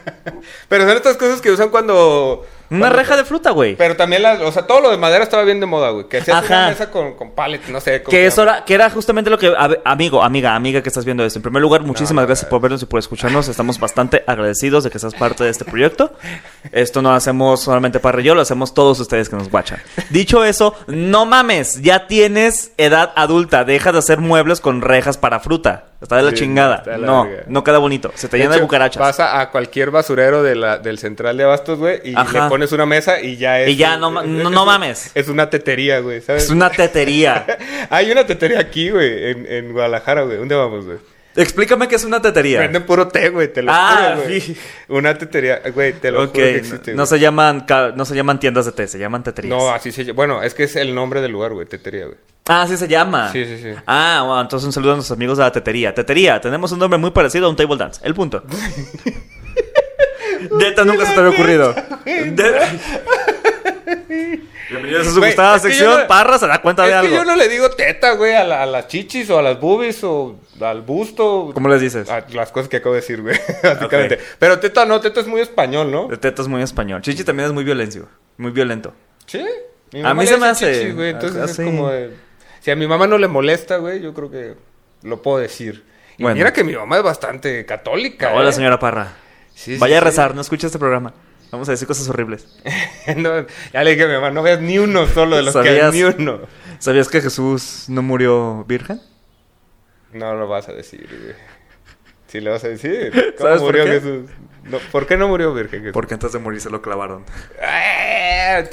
[SPEAKER 2] Pero son estas cosas que usan cuando...
[SPEAKER 1] Una
[SPEAKER 2] cuando-
[SPEAKER 1] reja de fruta, güey.
[SPEAKER 2] Pero también las... O sea, todo lo de madera estaba bien de moda, güey. Que hacías
[SPEAKER 1] Ajá.
[SPEAKER 2] una mesa con, con pallets, no sé. ¿cómo se
[SPEAKER 1] Que eso
[SPEAKER 2] llama?
[SPEAKER 1] era, que era justamente lo que. a ver, amigo, amiga, amiga que estás viendo esto. En primer lugar, muchísimas gracias por vernos y por escucharnos. Estamos bastante agradecidos de que seas parte de este proyecto. Esto no lo hacemos solamente para yo, lo hacemos todos ustedes que nos guachan. Dicho eso, no mames, ya tienes edad adulta. Deja de hacer muebles con rejas para fruta. Está de la
[SPEAKER 2] Sí,
[SPEAKER 1] chingada.
[SPEAKER 2] está de la
[SPEAKER 1] No,
[SPEAKER 2] verga.
[SPEAKER 1] no queda bonito. Se te
[SPEAKER 2] De
[SPEAKER 1] llena de
[SPEAKER 2] hecho,
[SPEAKER 1] cucarachas.
[SPEAKER 2] Vas a, a cualquier basurero de la, del central de Abastos, güey, y
[SPEAKER 1] Ajá.
[SPEAKER 2] le pones una mesa y ya es.
[SPEAKER 1] Y ya, no ma-
[SPEAKER 2] es-
[SPEAKER 1] no-
[SPEAKER 2] es-
[SPEAKER 1] no
[SPEAKER 2] es-
[SPEAKER 1] mames.
[SPEAKER 2] Es una tetería, güey, ¿sabes?
[SPEAKER 1] Es una tetería.
[SPEAKER 2] Hay una tetería aquí, güey, en, en Guadalajara, güey. ¿Dónde vamos, güey?
[SPEAKER 1] Explícame qué es una tetería.
[SPEAKER 2] Venden puro té, güey, te lo
[SPEAKER 1] Ah,
[SPEAKER 2] juro, güey.
[SPEAKER 1] sí.
[SPEAKER 2] Una tetería, güey, te lo
[SPEAKER 1] Ok,
[SPEAKER 2] juro que existe.
[SPEAKER 1] no, no
[SPEAKER 2] güey.
[SPEAKER 1] se llaman, ca- no se llaman tiendas de té, se llaman teterías.
[SPEAKER 2] No, así se llama. Bueno, es que es el nombre del lugar, güey, tetería, güey.
[SPEAKER 1] Ah, sí se llama.
[SPEAKER 2] Sí, sí, sí.
[SPEAKER 1] Ah, bueno, entonces un saludo a nuestros amigos de la tetería. Tetería, tenemos un nombre muy parecido a un table dance. El punto. Neta, nunca se te había ocurrido. De- Bienvenidos a su
[SPEAKER 2] Güey,
[SPEAKER 1] gustada
[SPEAKER 2] es que yo
[SPEAKER 1] sección.
[SPEAKER 2] no-
[SPEAKER 1] Parra se da cuenta
[SPEAKER 2] Es
[SPEAKER 1] de algo.
[SPEAKER 2] que yo no le digo teta, güey, a, la- a las chichis o a las boobies o al busto.
[SPEAKER 1] ¿Cómo les dices?
[SPEAKER 2] A las cosas que acabo de decir, güey, básicamente. Pero teta no, teta es muy español, ¿no?
[SPEAKER 1] De teto es muy español. Chichi también es muy violento. Muy violento.
[SPEAKER 2] Sí. Mi
[SPEAKER 1] A
[SPEAKER 2] mamá
[SPEAKER 1] mí
[SPEAKER 2] le
[SPEAKER 1] se me
[SPEAKER 2] dice
[SPEAKER 1] hace-
[SPEAKER 2] chichis, güey, entonces
[SPEAKER 1] ah,
[SPEAKER 2] es
[SPEAKER 1] sí.
[SPEAKER 2] como de- Si a mi mamá no le molesta, güey, yo creo que lo puedo decir. Y
[SPEAKER 1] Bueno.
[SPEAKER 2] mira que mi mamá es bastante católica.
[SPEAKER 1] Hola,
[SPEAKER 2] ¿eh?
[SPEAKER 1] señora Parra.
[SPEAKER 2] Sí, sí,
[SPEAKER 1] Vaya a
[SPEAKER 2] sí.
[SPEAKER 1] rezar, no escucha este programa. Vamos a decir cosas horribles.
[SPEAKER 2] No, ya le dije a mi mamá, no veas ni uno solo de los que hay,
[SPEAKER 1] ¿Sabías?
[SPEAKER 2] ni uno.
[SPEAKER 1] ¿Sabías que Jesús no murió virgen?
[SPEAKER 2] No lo vas a decir, güey. Sí le vas a decir. ¿Cómo
[SPEAKER 1] ¿Sabes por
[SPEAKER 2] murió
[SPEAKER 1] qué?
[SPEAKER 2] Jesús? No, ¿Por qué no murió Virgen Jesús?
[SPEAKER 1] Porque antes de morir se lo clavaron.
[SPEAKER 2] Ah,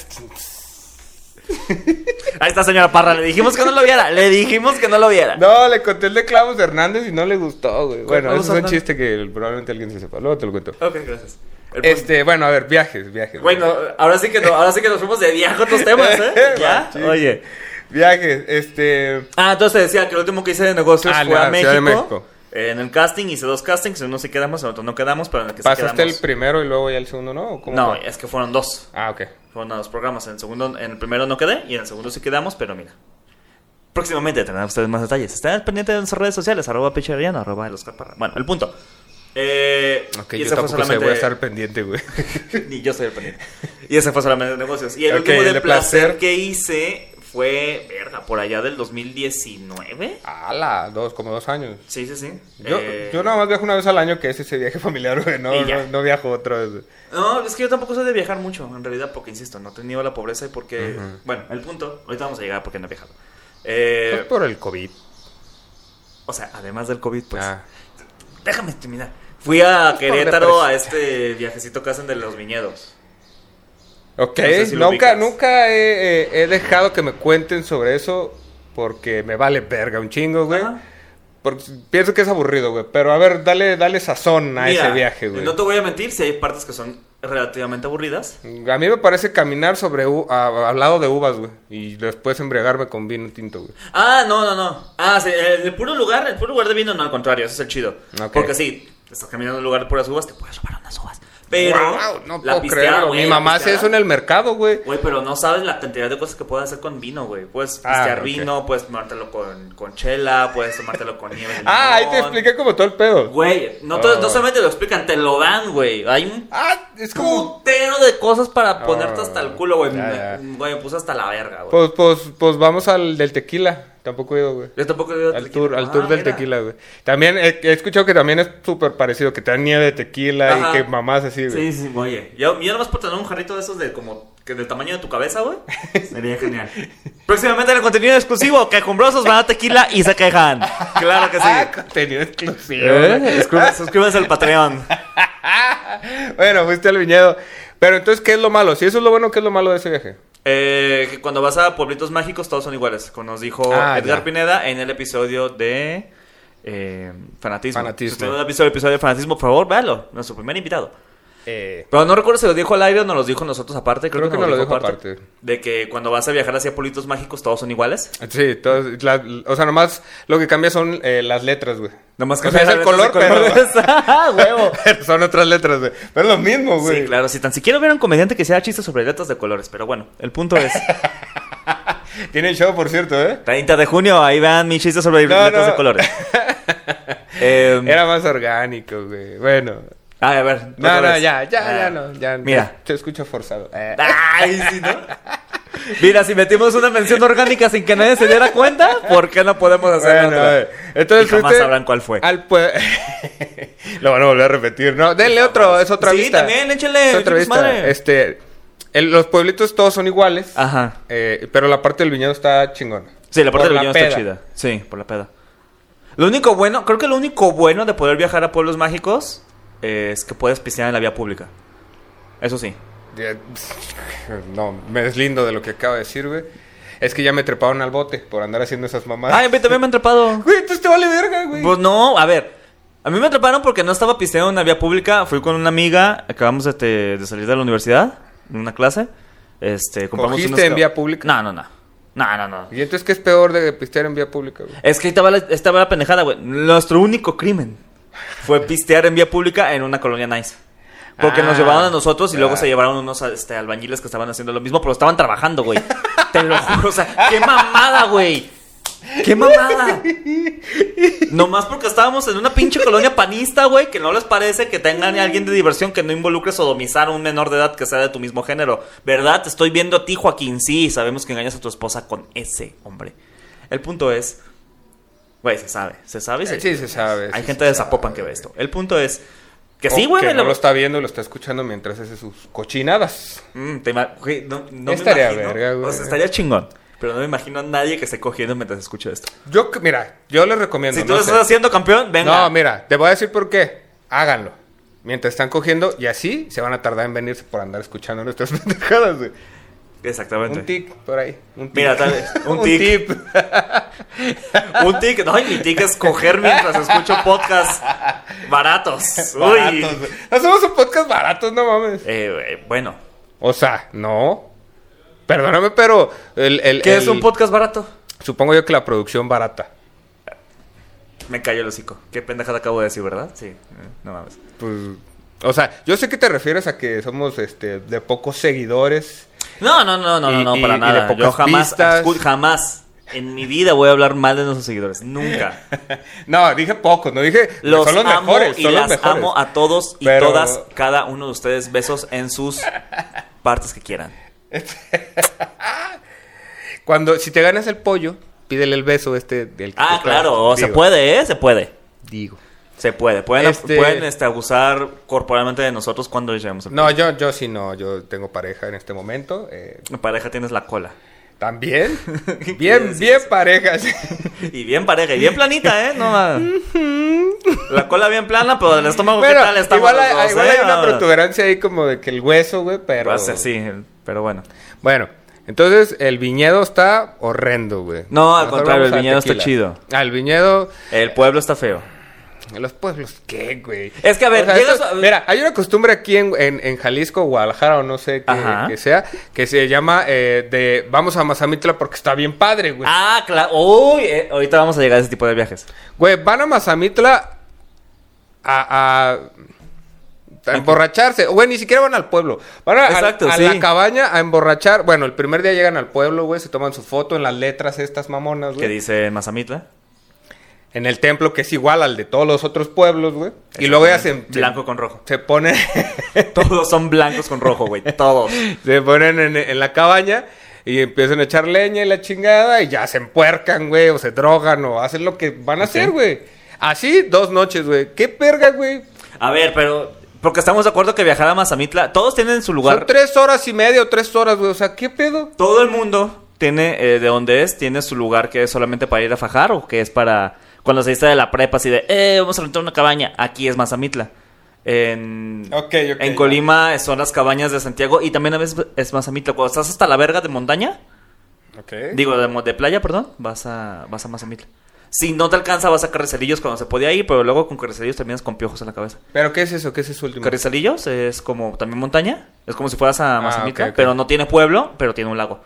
[SPEAKER 1] Ahí está, señora Parra. Le dijimos que no lo viera. Le dijimos que no lo viera.
[SPEAKER 2] No, le conté el de Clavos Hernández y no le gustó, güey. Bueno,
[SPEAKER 1] Clavos
[SPEAKER 2] eso es un
[SPEAKER 1] Hernández?
[SPEAKER 2] chiste que probablemente alguien se sepa. Luego te lo cuento.
[SPEAKER 1] Ok, gracias. El punto-
[SPEAKER 2] Este, bueno, a ver, viajes, viajes.
[SPEAKER 1] Bueno, ahora sí que no- ahora sí que nos fuimos de viaje a otros temas, ¿eh? ¿Ya?
[SPEAKER 2] Machín.
[SPEAKER 1] Oye.
[SPEAKER 2] Viajes, este.
[SPEAKER 1] Ah, entonces te decía que lo último que hice de negocios
[SPEAKER 2] Ah,
[SPEAKER 1] fue
[SPEAKER 2] la
[SPEAKER 1] a México.
[SPEAKER 2] Ciudad de México.
[SPEAKER 1] Eh, en el casting hice dos castings, en uno sí quedamos, en otro no quedamos, pero en el que sí
[SPEAKER 2] ¿Pasaste el
[SPEAKER 1] quedamos.
[SPEAKER 2] primero y luego ya el segundo, no? ¿O cómo
[SPEAKER 1] no,
[SPEAKER 2] fue?
[SPEAKER 1] es que fueron dos.
[SPEAKER 2] Ah, ok.
[SPEAKER 1] Fueron a dos programas. En el segundo, en el primero no quedé y en el segundo sí quedamos, pero mira. Próximamente tendrán ustedes más detalles. Estén pendientes de nuestras redes sociales, arroba pichariano, arroba el Oscar Parra. Bueno, el punto. Eh,
[SPEAKER 2] Ok,
[SPEAKER 1] y
[SPEAKER 2] yo
[SPEAKER 1] ese fue
[SPEAKER 2] tampoco sé, voy a
[SPEAKER 1] solamente-
[SPEAKER 2] estar pendiente, güey.
[SPEAKER 1] Ni yo soy el pendiente. Y ese fue solamente de negocios. Y el
[SPEAKER 2] Ok,
[SPEAKER 1] último de,
[SPEAKER 2] el de
[SPEAKER 1] placer,
[SPEAKER 2] placer.
[SPEAKER 1] que hice fue, verga, por allá del 2019.
[SPEAKER 2] ¡Hala! Dos, como dos años.
[SPEAKER 1] Sí, sí, sí.
[SPEAKER 2] Yo,
[SPEAKER 1] Eh,
[SPEAKER 2] yo nada más viajo una vez al año, que es ese viaje familiar, güey. No,
[SPEAKER 1] Y ya.
[SPEAKER 2] no, no viajo otra vez. güey.
[SPEAKER 1] No, es que yo tampoco soy de viajar mucho, en realidad, porque insisto, no he tenido la pobreza y porque.
[SPEAKER 2] Ujú.
[SPEAKER 1] Bueno, el punto, ahorita vamos a llegar porque no he viajado.
[SPEAKER 2] Pues
[SPEAKER 1] Eh,
[SPEAKER 2] por el COVID.
[SPEAKER 1] o sea, además del COVID, pues.
[SPEAKER 2] Ah.
[SPEAKER 1] Déjame terminar. Fui a
[SPEAKER 2] por
[SPEAKER 1] Querétaro
[SPEAKER 2] depresión.
[SPEAKER 1] a este viajecito que hacen de los viñedos.
[SPEAKER 2] Ok,
[SPEAKER 1] No sé si lo
[SPEAKER 2] nunca,
[SPEAKER 1] ubicas.
[SPEAKER 2] nunca he, eh, he dejado que me cuenten sobre eso porque me vale verga un chingo, güey.
[SPEAKER 1] Ajá.
[SPEAKER 2] Porque pienso que es aburrido, güey. Pero a ver, dale, dale sazón a
[SPEAKER 1] Mira,
[SPEAKER 2] ese viaje, güey.
[SPEAKER 1] No te voy a mentir, si hay partes que son relativamente aburridas.
[SPEAKER 2] A mí me parece caminar sobre u- a- al lado de uvas, güey. Y después embriagarme con vino tinto, güey.
[SPEAKER 1] Ah, no, no, no. Ah, sí, el, el puro lugar, el puro lugar de vino, no, al contrario, eso es el chido.
[SPEAKER 2] Ok.
[SPEAKER 1] Porque sí, estás caminando en un lugar de puras uvas, te puedes robar unas uvas. Pero
[SPEAKER 2] Guau, no puedo
[SPEAKER 1] pisteada,
[SPEAKER 2] creerlo.
[SPEAKER 1] güey,
[SPEAKER 2] Mi
[SPEAKER 1] la
[SPEAKER 2] mamá hace
[SPEAKER 1] pisteada.
[SPEAKER 2] eso en el mercado, güey.
[SPEAKER 1] Güey, pero no sabes la cantidad de cosas que puedes hacer con vino, güey. Puedes
[SPEAKER 2] Ah,
[SPEAKER 1] pistear
[SPEAKER 2] ok.
[SPEAKER 1] vino, puedes tomártelo con, con chela, puedes tomártelo con nieve. de
[SPEAKER 2] Ah, ahí te
[SPEAKER 1] limón.
[SPEAKER 2] expliqué como todo el pedo.
[SPEAKER 1] Güey, no, te-
[SPEAKER 2] Ah.
[SPEAKER 1] no solamente te lo explican, te lo dan, güey. Hay un
[SPEAKER 2] Ah, es como.
[SPEAKER 1] putero de cosas para
[SPEAKER 2] Ah,
[SPEAKER 1] ponerte hasta el culo, güey.
[SPEAKER 2] ya,
[SPEAKER 1] Me-
[SPEAKER 2] ya.
[SPEAKER 1] Güey, me puse hasta la verga, güey.
[SPEAKER 2] Pues, pues, pues vamos al del tequila. Tampoco he ido, güey.
[SPEAKER 1] Yo tampoco he ido a
[SPEAKER 2] Al
[SPEAKER 1] tequila.
[SPEAKER 2] tour, al
[SPEAKER 1] Ah,
[SPEAKER 2] tour del
[SPEAKER 1] mira.
[SPEAKER 2] tequila, güey. También he, he escuchado que también es súper parecido, que te dan nieve de tequila
[SPEAKER 1] Ajá.
[SPEAKER 2] y que mamás así, güey.
[SPEAKER 1] Sí, sí, oye. Yo, yo nomás por tener un jarrito de esos de como que del tamaño de tu cabeza, güey. Sería genial. Próximamente en el contenido exclusivo, que cumbrosos van a tequila y se quejan. Claro que
[SPEAKER 2] Ah,
[SPEAKER 1] sí.
[SPEAKER 2] contenido exclusivo.
[SPEAKER 1] Eh, suscríbanse- Suscríbanse al Patreon.
[SPEAKER 2] Bueno, fuiste al viñedo. Pero entonces, ¿qué es lo malo? Si eso es lo bueno, ¿qué es lo malo de ese viaje?
[SPEAKER 1] Eh, que cuando vas a pueblitos mágicos todos son iguales, como nos dijo
[SPEAKER 2] Ah,
[SPEAKER 1] Edgar
[SPEAKER 2] ya.
[SPEAKER 1] Pineda en el episodio de eh, fanatismo.
[SPEAKER 2] Fanatismo.
[SPEAKER 1] Si usted no ha visto el episodio de fanatismo, por favor, véalo, nuestro primer invitado.
[SPEAKER 2] Eh,
[SPEAKER 1] Pero no recuerdo si lo dijo al aire o nos lo dijo a nosotros aparte. Creo,
[SPEAKER 2] Creo
[SPEAKER 1] que,
[SPEAKER 2] que
[SPEAKER 1] nos
[SPEAKER 2] nos lo
[SPEAKER 1] dijo
[SPEAKER 2] dijo
[SPEAKER 1] aparte.
[SPEAKER 2] aparte.
[SPEAKER 1] De que cuando vas a viajar hacia pueblitos mágicos todos son iguales.
[SPEAKER 2] sí, todo- la- o sea, nomás lo que cambia son eh, las letras, güey.
[SPEAKER 1] Nomás
[SPEAKER 2] O sea, es el color, pero,
[SPEAKER 1] ¡Ah, huevo!
[SPEAKER 2] pero son otras letras, güey. Pero es lo mismo, güey.
[SPEAKER 1] Sí, claro, si tan siquiera hubiera un comediante que hiciera chistes sobre letras de colores, pero bueno, el punto es,
[SPEAKER 2] Tienen show, por cierto, ¿eh?
[SPEAKER 1] 30 de junio, ahí vean mis chistes sobre
[SPEAKER 2] No,
[SPEAKER 1] letras
[SPEAKER 2] no.
[SPEAKER 1] de colores. Em,
[SPEAKER 2] Era más orgánico, güey. Bueno.
[SPEAKER 1] Ay, a ver.
[SPEAKER 2] No,
[SPEAKER 1] otra
[SPEAKER 2] no,
[SPEAKER 1] vez.
[SPEAKER 2] ya, ya,
[SPEAKER 1] Ah.
[SPEAKER 2] ya, no. Ya,
[SPEAKER 1] Mira.
[SPEAKER 2] Te escucho forzado. Eh.
[SPEAKER 1] Ay, sí, ¿no? Mira, si metimos una mención orgánica sin que nadie se diera cuenta, ¿por qué no podemos hacerlo?
[SPEAKER 2] Bueno, a ver. Entonces,
[SPEAKER 1] Y jamás
[SPEAKER 2] fuiste
[SPEAKER 1] sabrán cuál fue.
[SPEAKER 2] Al pue- Lo van a volver a repetir, ¿no? Denle otro, es otra
[SPEAKER 1] Sí,
[SPEAKER 2] vista.
[SPEAKER 1] también, échale,
[SPEAKER 2] Es otra
[SPEAKER 1] chingue su
[SPEAKER 2] vista.
[SPEAKER 1] madre.
[SPEAKER 2] Este, el- los pueblitos todos son iguales.
[SPEAKER 1] Ajá.
[SPEAKER 2] eh, pero la parte del viñedo está chingona.
[SPEAKER 1] Sí, la parte
[SPEAKER 2] Por
[SPEAKER 1] del viñedo está
[SPEAKER 2] peda.
[SPEAKER 1] chida. Sí, por la peda. Lo único bueno, creo que lo único bueno de poder viajar a pueblos mágicos eh, es que puedes pistear en la vía pública. Eso sí.
[SPEAKER 2] Ya, No, me deslindo de lo que acaba de decir, güey. Es que ya me treparon al bote por andar haciendo esas mamadas.
[SPEAKER 1] Ay, a mí también me han atrapado.
[SPEAKER 2] Ah. Güey, entonces te vale verga, güey.
[SPEAKER 1] Pues no, a ver. A mí me atraparon porque no estaba pisteando en una vía pública. Fui con una amiga, acabamos este, de salir de la universidad, en una clase. Este, compramos
[SPEAKER 2] ¿Cogiste
[SPEAKER 1] unos
[SPEAKER 2] en
[SPEAKER 1] ca-
[SPEAKER 2] vía pública?
[SPEAKER 1] No, no, no. No, no, no.
[SPEAKER 2] ¿Y entonces qué es peor de pistear en vía pública, güey?
[SPEAKER 1] Es que ahí estaba la, estaba la pendejada, güey. Nuestro único crimen fue pistear en vía pública en una colonia nice. Porque
[SPEAKER 2] Ah,
[SPEAKER 1] nos llevaron a nosotros y luego
[SPEAKER 2] ah.
[SPEAKER 1] se llevaron unos este, albañiles que estaban haciendo lo mismo, pero estaban trabajando, güey. Te lo juro, o sea, qué mamada, güey. ¡Qué mamada! Nomás porque estábamos en una pinche colonia panista, güey, que no les parece que tengan a alguien de diversión que no involucre sodomizar a un menor de edad que sea de tu mismo género. ¿Verdad? Te estoy viendo a ti, Joaquín. Sí, sabemos que engañas a tu esposa con ese hombre. El punto es. Güey, se sabe, se sabe. y
[SPEAKER 2] Eh, sí, se sabe,
[SPEAKER 1] Hay
[SPEAKER 2] sí
[SPEAKER 1] gente
[SPEAKER 2] se
[SPEAKER 1] de Zapopan que ve esto. El punto es. Que sí,
[SPEAKER 2] O
[SPEAKER 1] güey,
[SPEAKER 2] Que
[SPEAKER 1] me
[SPEAKER 2] no
[SPEAKER 1] lo-
[SPEAKER 2] lo está viendo, lo está escuchando mientras hace sus cochinadas.
[SPEAKER 1] Mm, te ima- güey, no, no me
[SPEAKER 2] Estaría
[SPEAKER 1] imagino.
[SPEAKER 2] verga, güey.
[SPEAKER 1] O sea, estaría chingón. Pero no me imagino a nadie que esté cogiendo mientras escucho esto.
[SPEAKER 2] Yo, que- mira, yo les recomiendo.
[SPEAKER 1] Si tú
[SPEAKER 2] no
[SPEAKER 1] lo
[SPEAKER 2] sé.
[SPEAKER 1] estás haciendo campeón, venga.
[SPEAKER 2] No, mira, te voy a decir por qué. Háganlo. Mientras están cogiendo y así se van a tardar en venirse por andar escuchando nuestras pendejadas, güey.
[SPEAKER 1] Exactamente.
[SPEAKER 2] Un tic por ahí. Un tic.
[SPEAKER 1] Mira, tal vez, un
[SPEAKER 2] un
[SPEAKER 1] tic.
[SPEAKER 2] tip.
[SPEAKER 1] Un tic, no, y mi tic es coger mientras escucho podcast. Baratos. Uy.
[SPEAKER 2] Baratos, güey. Hacemos un podcast baratos, no mames.
[SPEAKER 1] Eh, güey, bueno.
[SPEAKER 2] O sea, no. Perdóname, pero el, el-
[SPEAKER 1] ¿Qué es
[SPEAKER 2] el-
[SPEAKER 1] un podcast barato?
[SPEAKER 2] Supongo yo que la producción barata.
[SPEAKER 1] Me cayó el hocico. Qué pendejada acabo de decir, ¿verdad? Sí. eh, No mames.
[SPEAKER 2] Pues, o sea, yo sé que te refieres a que somos este de pocos seguidores.
[SPEAKER 1] No, no, no, no, no,
[SPEAKER 2] Y-
[SPEAKER 1] no,
[SPEAKER 2] y-
[SPEAKER 1] para
[SPEAKER 2] y de
[SPEAKER 1] nada.
[SPEAKER 2] pocas
[SPEAKER 1] Yo jamás,
[SPEAKER 2] vistas.
[SPEAKER 1] escu- jamás en mi vida voy a hablar mal de nuestros seguidores. Nunca.
[SPEAKER 2] No, dije pocos, no dije
[SPEAKER 1] Los,
[SPEAKER 2] son los
[SPEAKER 1] amo
[SPEAKER 2] mejores,
[SPEAKER 1] y
[SPEAKER 2] son los
[SPEAKER 1] las
[SPEAKER 2] mejores.
[SPEAKER 1] amo a todos y
[SPEAKER 2] Pero-
[SPEAKER 1] todas, cada uno de ustedes. Besos en sus partes que quieran.
[SPEAKER 2] Cuando si te ganas el pollo, pídele el beso este del que
[SPEAKER 1] Ah,
[SPEAKER 2] tú
[SPEAKER 1] claro,
[SPEAKER 2] estás-
[SPEAKER 1] se
[SPEAKER 2] digo,
[SPEAKER 1] puede, ¿eh? Se puede.
[SPEAKER 2] Digo.
[SPEAKER 1] Se puede. Pueden,
[SPEAKER 2] Este-
[SPEAKER 1] pueden este, abusar corporalmente de nosotros cuando les llevemos el
[SPEAKER 2] No, yo yo sí no, yo tengo pareja en este momento. eh,
[SPEAKER 1] Mi pareja tienes la cola.
[SPEAKER 2] También.
[SPEAKER 1] quieres
[SPEAKER 2] Bien, bien parejas.
[SPEAKER 1] Y bien pareja, y bien planita, ¿eh? No, ma- la cola bien plana, pero el estómago, ¿qué
[SPEAKER 2] Bueno,
[SPEAKER 1] tal? Estamos
[SPEAKER 2] igual, hay,
[SPEAKER 1] los dos,
[SPEAKER 2] igual hay
[SPEAKER 1] ¿eh?
[SPEAKER 2] una
[SPEAKER 1] No,
[SPEAKER 2] protuberancia ahí como de que el hueso, güey, pero...
[SPEAKER 1] va a ser, sí, pero bueno.
[SPEAKER 2] Bueno, entonces el viñedo está horrendo, güey.
[SPEAKER 1] No, al
[SPEAKER 2] Mejor
[SPEAKER 1] contrario,
[SPEAKER 2] vamos
[SPEAKER 1] el
[SPEAKER 2] a
[SPEAKER 1] viñedo está
[SPEAKER 2] tequila.
[SPEAKER 1] chido.
[SPEAKER 2] Ah, el viñedo...
[SPEAKER 1] El pueblo está feo.
[SPEAKER 2] Los pueblos, ¿qué, güey?
[SPEAKER 1] Es que, a ver, llegas a-
[SPEAKER 2] Mira, hay una costumbre aquí en, en, en Jalisco, Guadalajara o no sé qué
[SPEAKER 1] Ajá.
[SPEAKER 2] que sea, que se llama eh, de vamos a Mazamitla porque está bien padre, güey.
[SPEAKER 1] Ah, claro. Uy, eh, ahorita vamos a llegar a ese tipo de viajes.
[SPEAKER 2] Güey, van a Mazamitla a, a- a emborracharse. Güey, ni siquiera van al pueblo. Van a, a-
[SPEAKER 1] Exacto,
[SPEAKER 2] a
[SPEAKER 1] sí.
[SPEAKER 2] la cabaña a emborrachar. Bueno, el primer día llegan al pueblo, güey, se toman su foto en las letras estas mamonas,
[SPEAKER 1] Que
[SPEAKER 2] güey.
[SPEAKER 1] dice Mazamitla.
[SPEAKER 2] En el templo que es igual al de todos los otros pueblos, güey. Y luego ya se... se-
[SPEAKER 1] Blanco con rojo.
[SPEAKER 2] Se ponen,
[SPEAKER 1] Todos son blancos con rojo, güey. Todos.
[SPEAKER 2] se ponen en, en la cabaña y empiezan a echar leña y la chingada y ya se empuercan, güey, o se drogan o hacen lo que van a hacer, güey. Así dos noches, güey. ¿Qué perga, güey?
[SPEAKER 1] A ver, pero. Porque estamos de acuerdo que viajar a Mazamitla. Todos tienen su lugar.
[SPEAKER 2] Son tres horas y media o tres horas, güey. O sea, ¿qué pedo?
[SPEAKER 1] Todo el mundo tiene, eh, de donde es, tiene su lugar que es solamente para ir a fajar o que es para. Cuando se dice de la prepa, así de, eh, vamos a rentar una cabaña. Aquí es Mazamitla. En,
[SPEAKER 2] Ok, ok,
[SPEAKER 1] en
[SPEAKER 2] ya.
[SPEAKER 1] Colima son las cabañas de Santiago y también a veces es Mazamitla. Cuando estás hasta la verga de montaña,
[SPEAKER 2] Ok.
[SPEAKER 1] digo, de, mo- de playa, perdón, vas a, vas a Mazamitla. Si no te alcanza, vas a Carrizalillos cuando se podía ir, pero luego con Carrizalillos terminas con piojos en la cabeza.
[SPEAKER 2] ¿Pero qué es eso? ¿Qué es eso último?
[SPEAKER 1] Carrizalillos es como también montaña, es como si fueras a
[SPEAKER 2] Ah,
[SPEAKER 1] Mazamitla,
[SPEAKER 2] ok, ok.
[SPEAKER 1] pero no tiene pueblo, pero tiene un lago.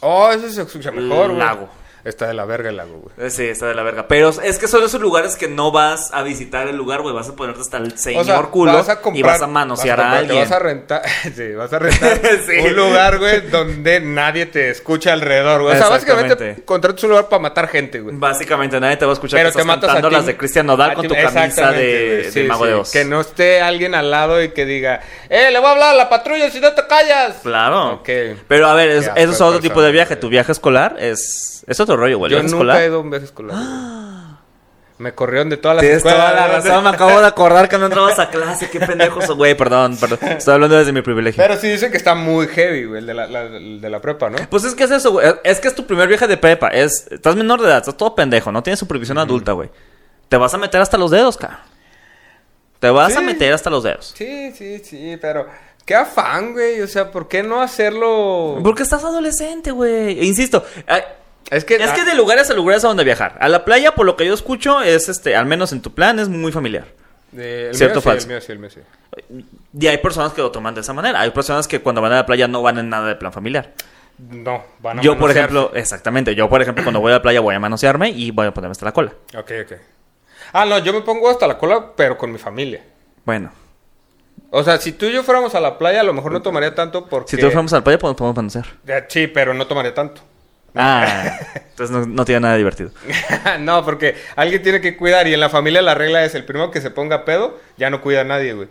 [SPEAKER 2] Oh, eso se escucha mejor, güey.
[SPEAKER 1] Lago.
[SPEAKER 2] Está de la verga el lago, güey.
[SPEAKER 1] Eh, Sí, está de la verga. Pero es que son esos lugares que no vas a visitar el lugar, güey. Vas a ponerte hasta el señor
[SPEAKER 2] O sea,
[SPEAKER 1] culo
[SPEAKER 2] vas a comprar-
[SPEAKER 1] y vas a manosear
[SPEAKER 2] vas
[SPEAKER 1] a,
[SPEAKER 2] comprar- te
[SPEAKER 1] alguien.
[SPEAKER 2] Vas a rentar, sí, vas a rentar
[SPEAKER 1] Sí.
[SPEAKER 2] un lugar, güey, donde nadie te escucha alrededor, güey. O sea, básicamente
[SPEAKER 1] Exactamente.
[SPEAKER 2] contratas un lugar para matar gente, güey.
[SPEAKER 1] Básicamente nadie te va a escuchar
[SPEAKER 2] Pero
[SPEAKER 1] que
[SPEAKER 2] te
[SPEAKER 1] estás
[SPEAKER 2] matas a
[SPEAKER 1] cantando
[SPEAKER 2] ti.
[SPEAKER 1] las de Cristian Nodal
[SPEAKER 2] a
[SPEAKER 1] con
[SPEAKER 2] ti-
[SPEAKER 1] tu camisa
[SPEAKER 2] exactamente,
[SPEAKER 1] de,
[SPEAKER 2] güey.
[SPEAKER 1] de
[SPEAKER 2] Sí,
[SPEAKER 1] Mago
[SPEAKER 2] sí.
[SPEAKER 1] de Oz.
[SPEAKER 2] Que no esté alguien al lado y que diga, eh, le voy a hablar a la patrulla si no te callas.
[SPEAKER 1] Claro.
[SPEAKER 2] Ok.
[SPEAKER 1] Pero a ver, es-
[SPEAKER 2] Ya,
[SPEAKER 1] eso es
[SPEAKER 2] per-
[SPEAKER 1] otro tipo de
[SPEAKER 2] persona,
[SPEAKER 1] viaje.
[SPEAKER 2] sí.
[SPEAKER 1] Tu viaje escolar es, es otro rollo, güey.
[SPEAKER 2] Yo
[SPEAKER 1] El
[SPEAKER 2] nunca
[SPEAKER 1] viaje escolar.
[SPEAKER 2] he ido a un viaje escolar. güey. Me corrieron de todas las
[SPEAKER 1] Tienes
[SPEAKER 2] escuelas.
[SPEAKER 1] toda la
[SPEAKER 2] güey.
[SPEAKER 1] razón. Me acabo de acordar que no entrabas a clase. Qué pendejo soy, güey. Perdón, perdón. Estoy hablando desde mi privilegio.
[SPEAKER 2] Pero sí dicen que está muy heavy, güey, el de la, la- el de la prepa, ¿no?
[SPEAKER 1] Pues es que es eso, güey. Es que es tu primer viaje de prepa. Es, estás menor de edad, estás todo pendejo. No tienes supervisión adulta, güey. Te vas a meter hasta los dedos, cara. Te vas a
[SPEAKER 2] Sí.
[SPEAKER 1] meter hasta los dedos.
[SPEAKER 2] Sí, sí, sí, pero qué afán, güey. O sea, ¿por qué no hacerlo?
[SPEAKER 1] Porque estás adolescente, güey. E Insisto. ay,
[SPEAKER 2] Es que, ah.
[SPEAKER 1] Es que de lugares a lugares a donde viajar. A la playa, por lo que yo escucho, es este, al menos en tu plan, es muy familiar.
[SPEAKER 2] de- el
[SPEAKER 1] ¿Cierto
[SPEAKER 2] mío
[SPEAKER 1] o
[SPEAKER 2] sí,
[SPEAKER 1] falso?
[SPEAKER 2] el mío sí, el mío sí.
[SPEAKER 1] Y hay personas que lo toman de esa manera. Hay personas que cuando van a la playa no van en nada de plan familiar.
[SPEAKER 2] No, van a
[SPEAKER 1] yo, por
[SPEAKER 2] manosear.
[SPEAKER 1] ejemplo, exactamente. Yo, por ejemplo, cuando voy a la playa voy a manosearme y voy a ponerme hasta la cola.
[SPEAKER 2] Ok, ok. Ah, no, yo me pongo hasta la cola, pero con mi familia.
[SPEAKER 1] Bueno.
[SPEAKER 2] O sea, si tú y yo fuéramos a la playa, a lo mejor no tomaría tanto porque...
[SPEAKER 1] Mm. Si tú fuéramos a la playa, pues nos podemos manosear.
[SPEAKER 2] Eh, Sí, pero no tomaría tanto.
[SPEAKER 1] Ah, entonces no, no tiene nada divertido.
[SPEAKER 2] no, porque alguien tiene que cuidar y en la familia la regla es el primero que se ponga pedo, ya no cuida a nadie, güey.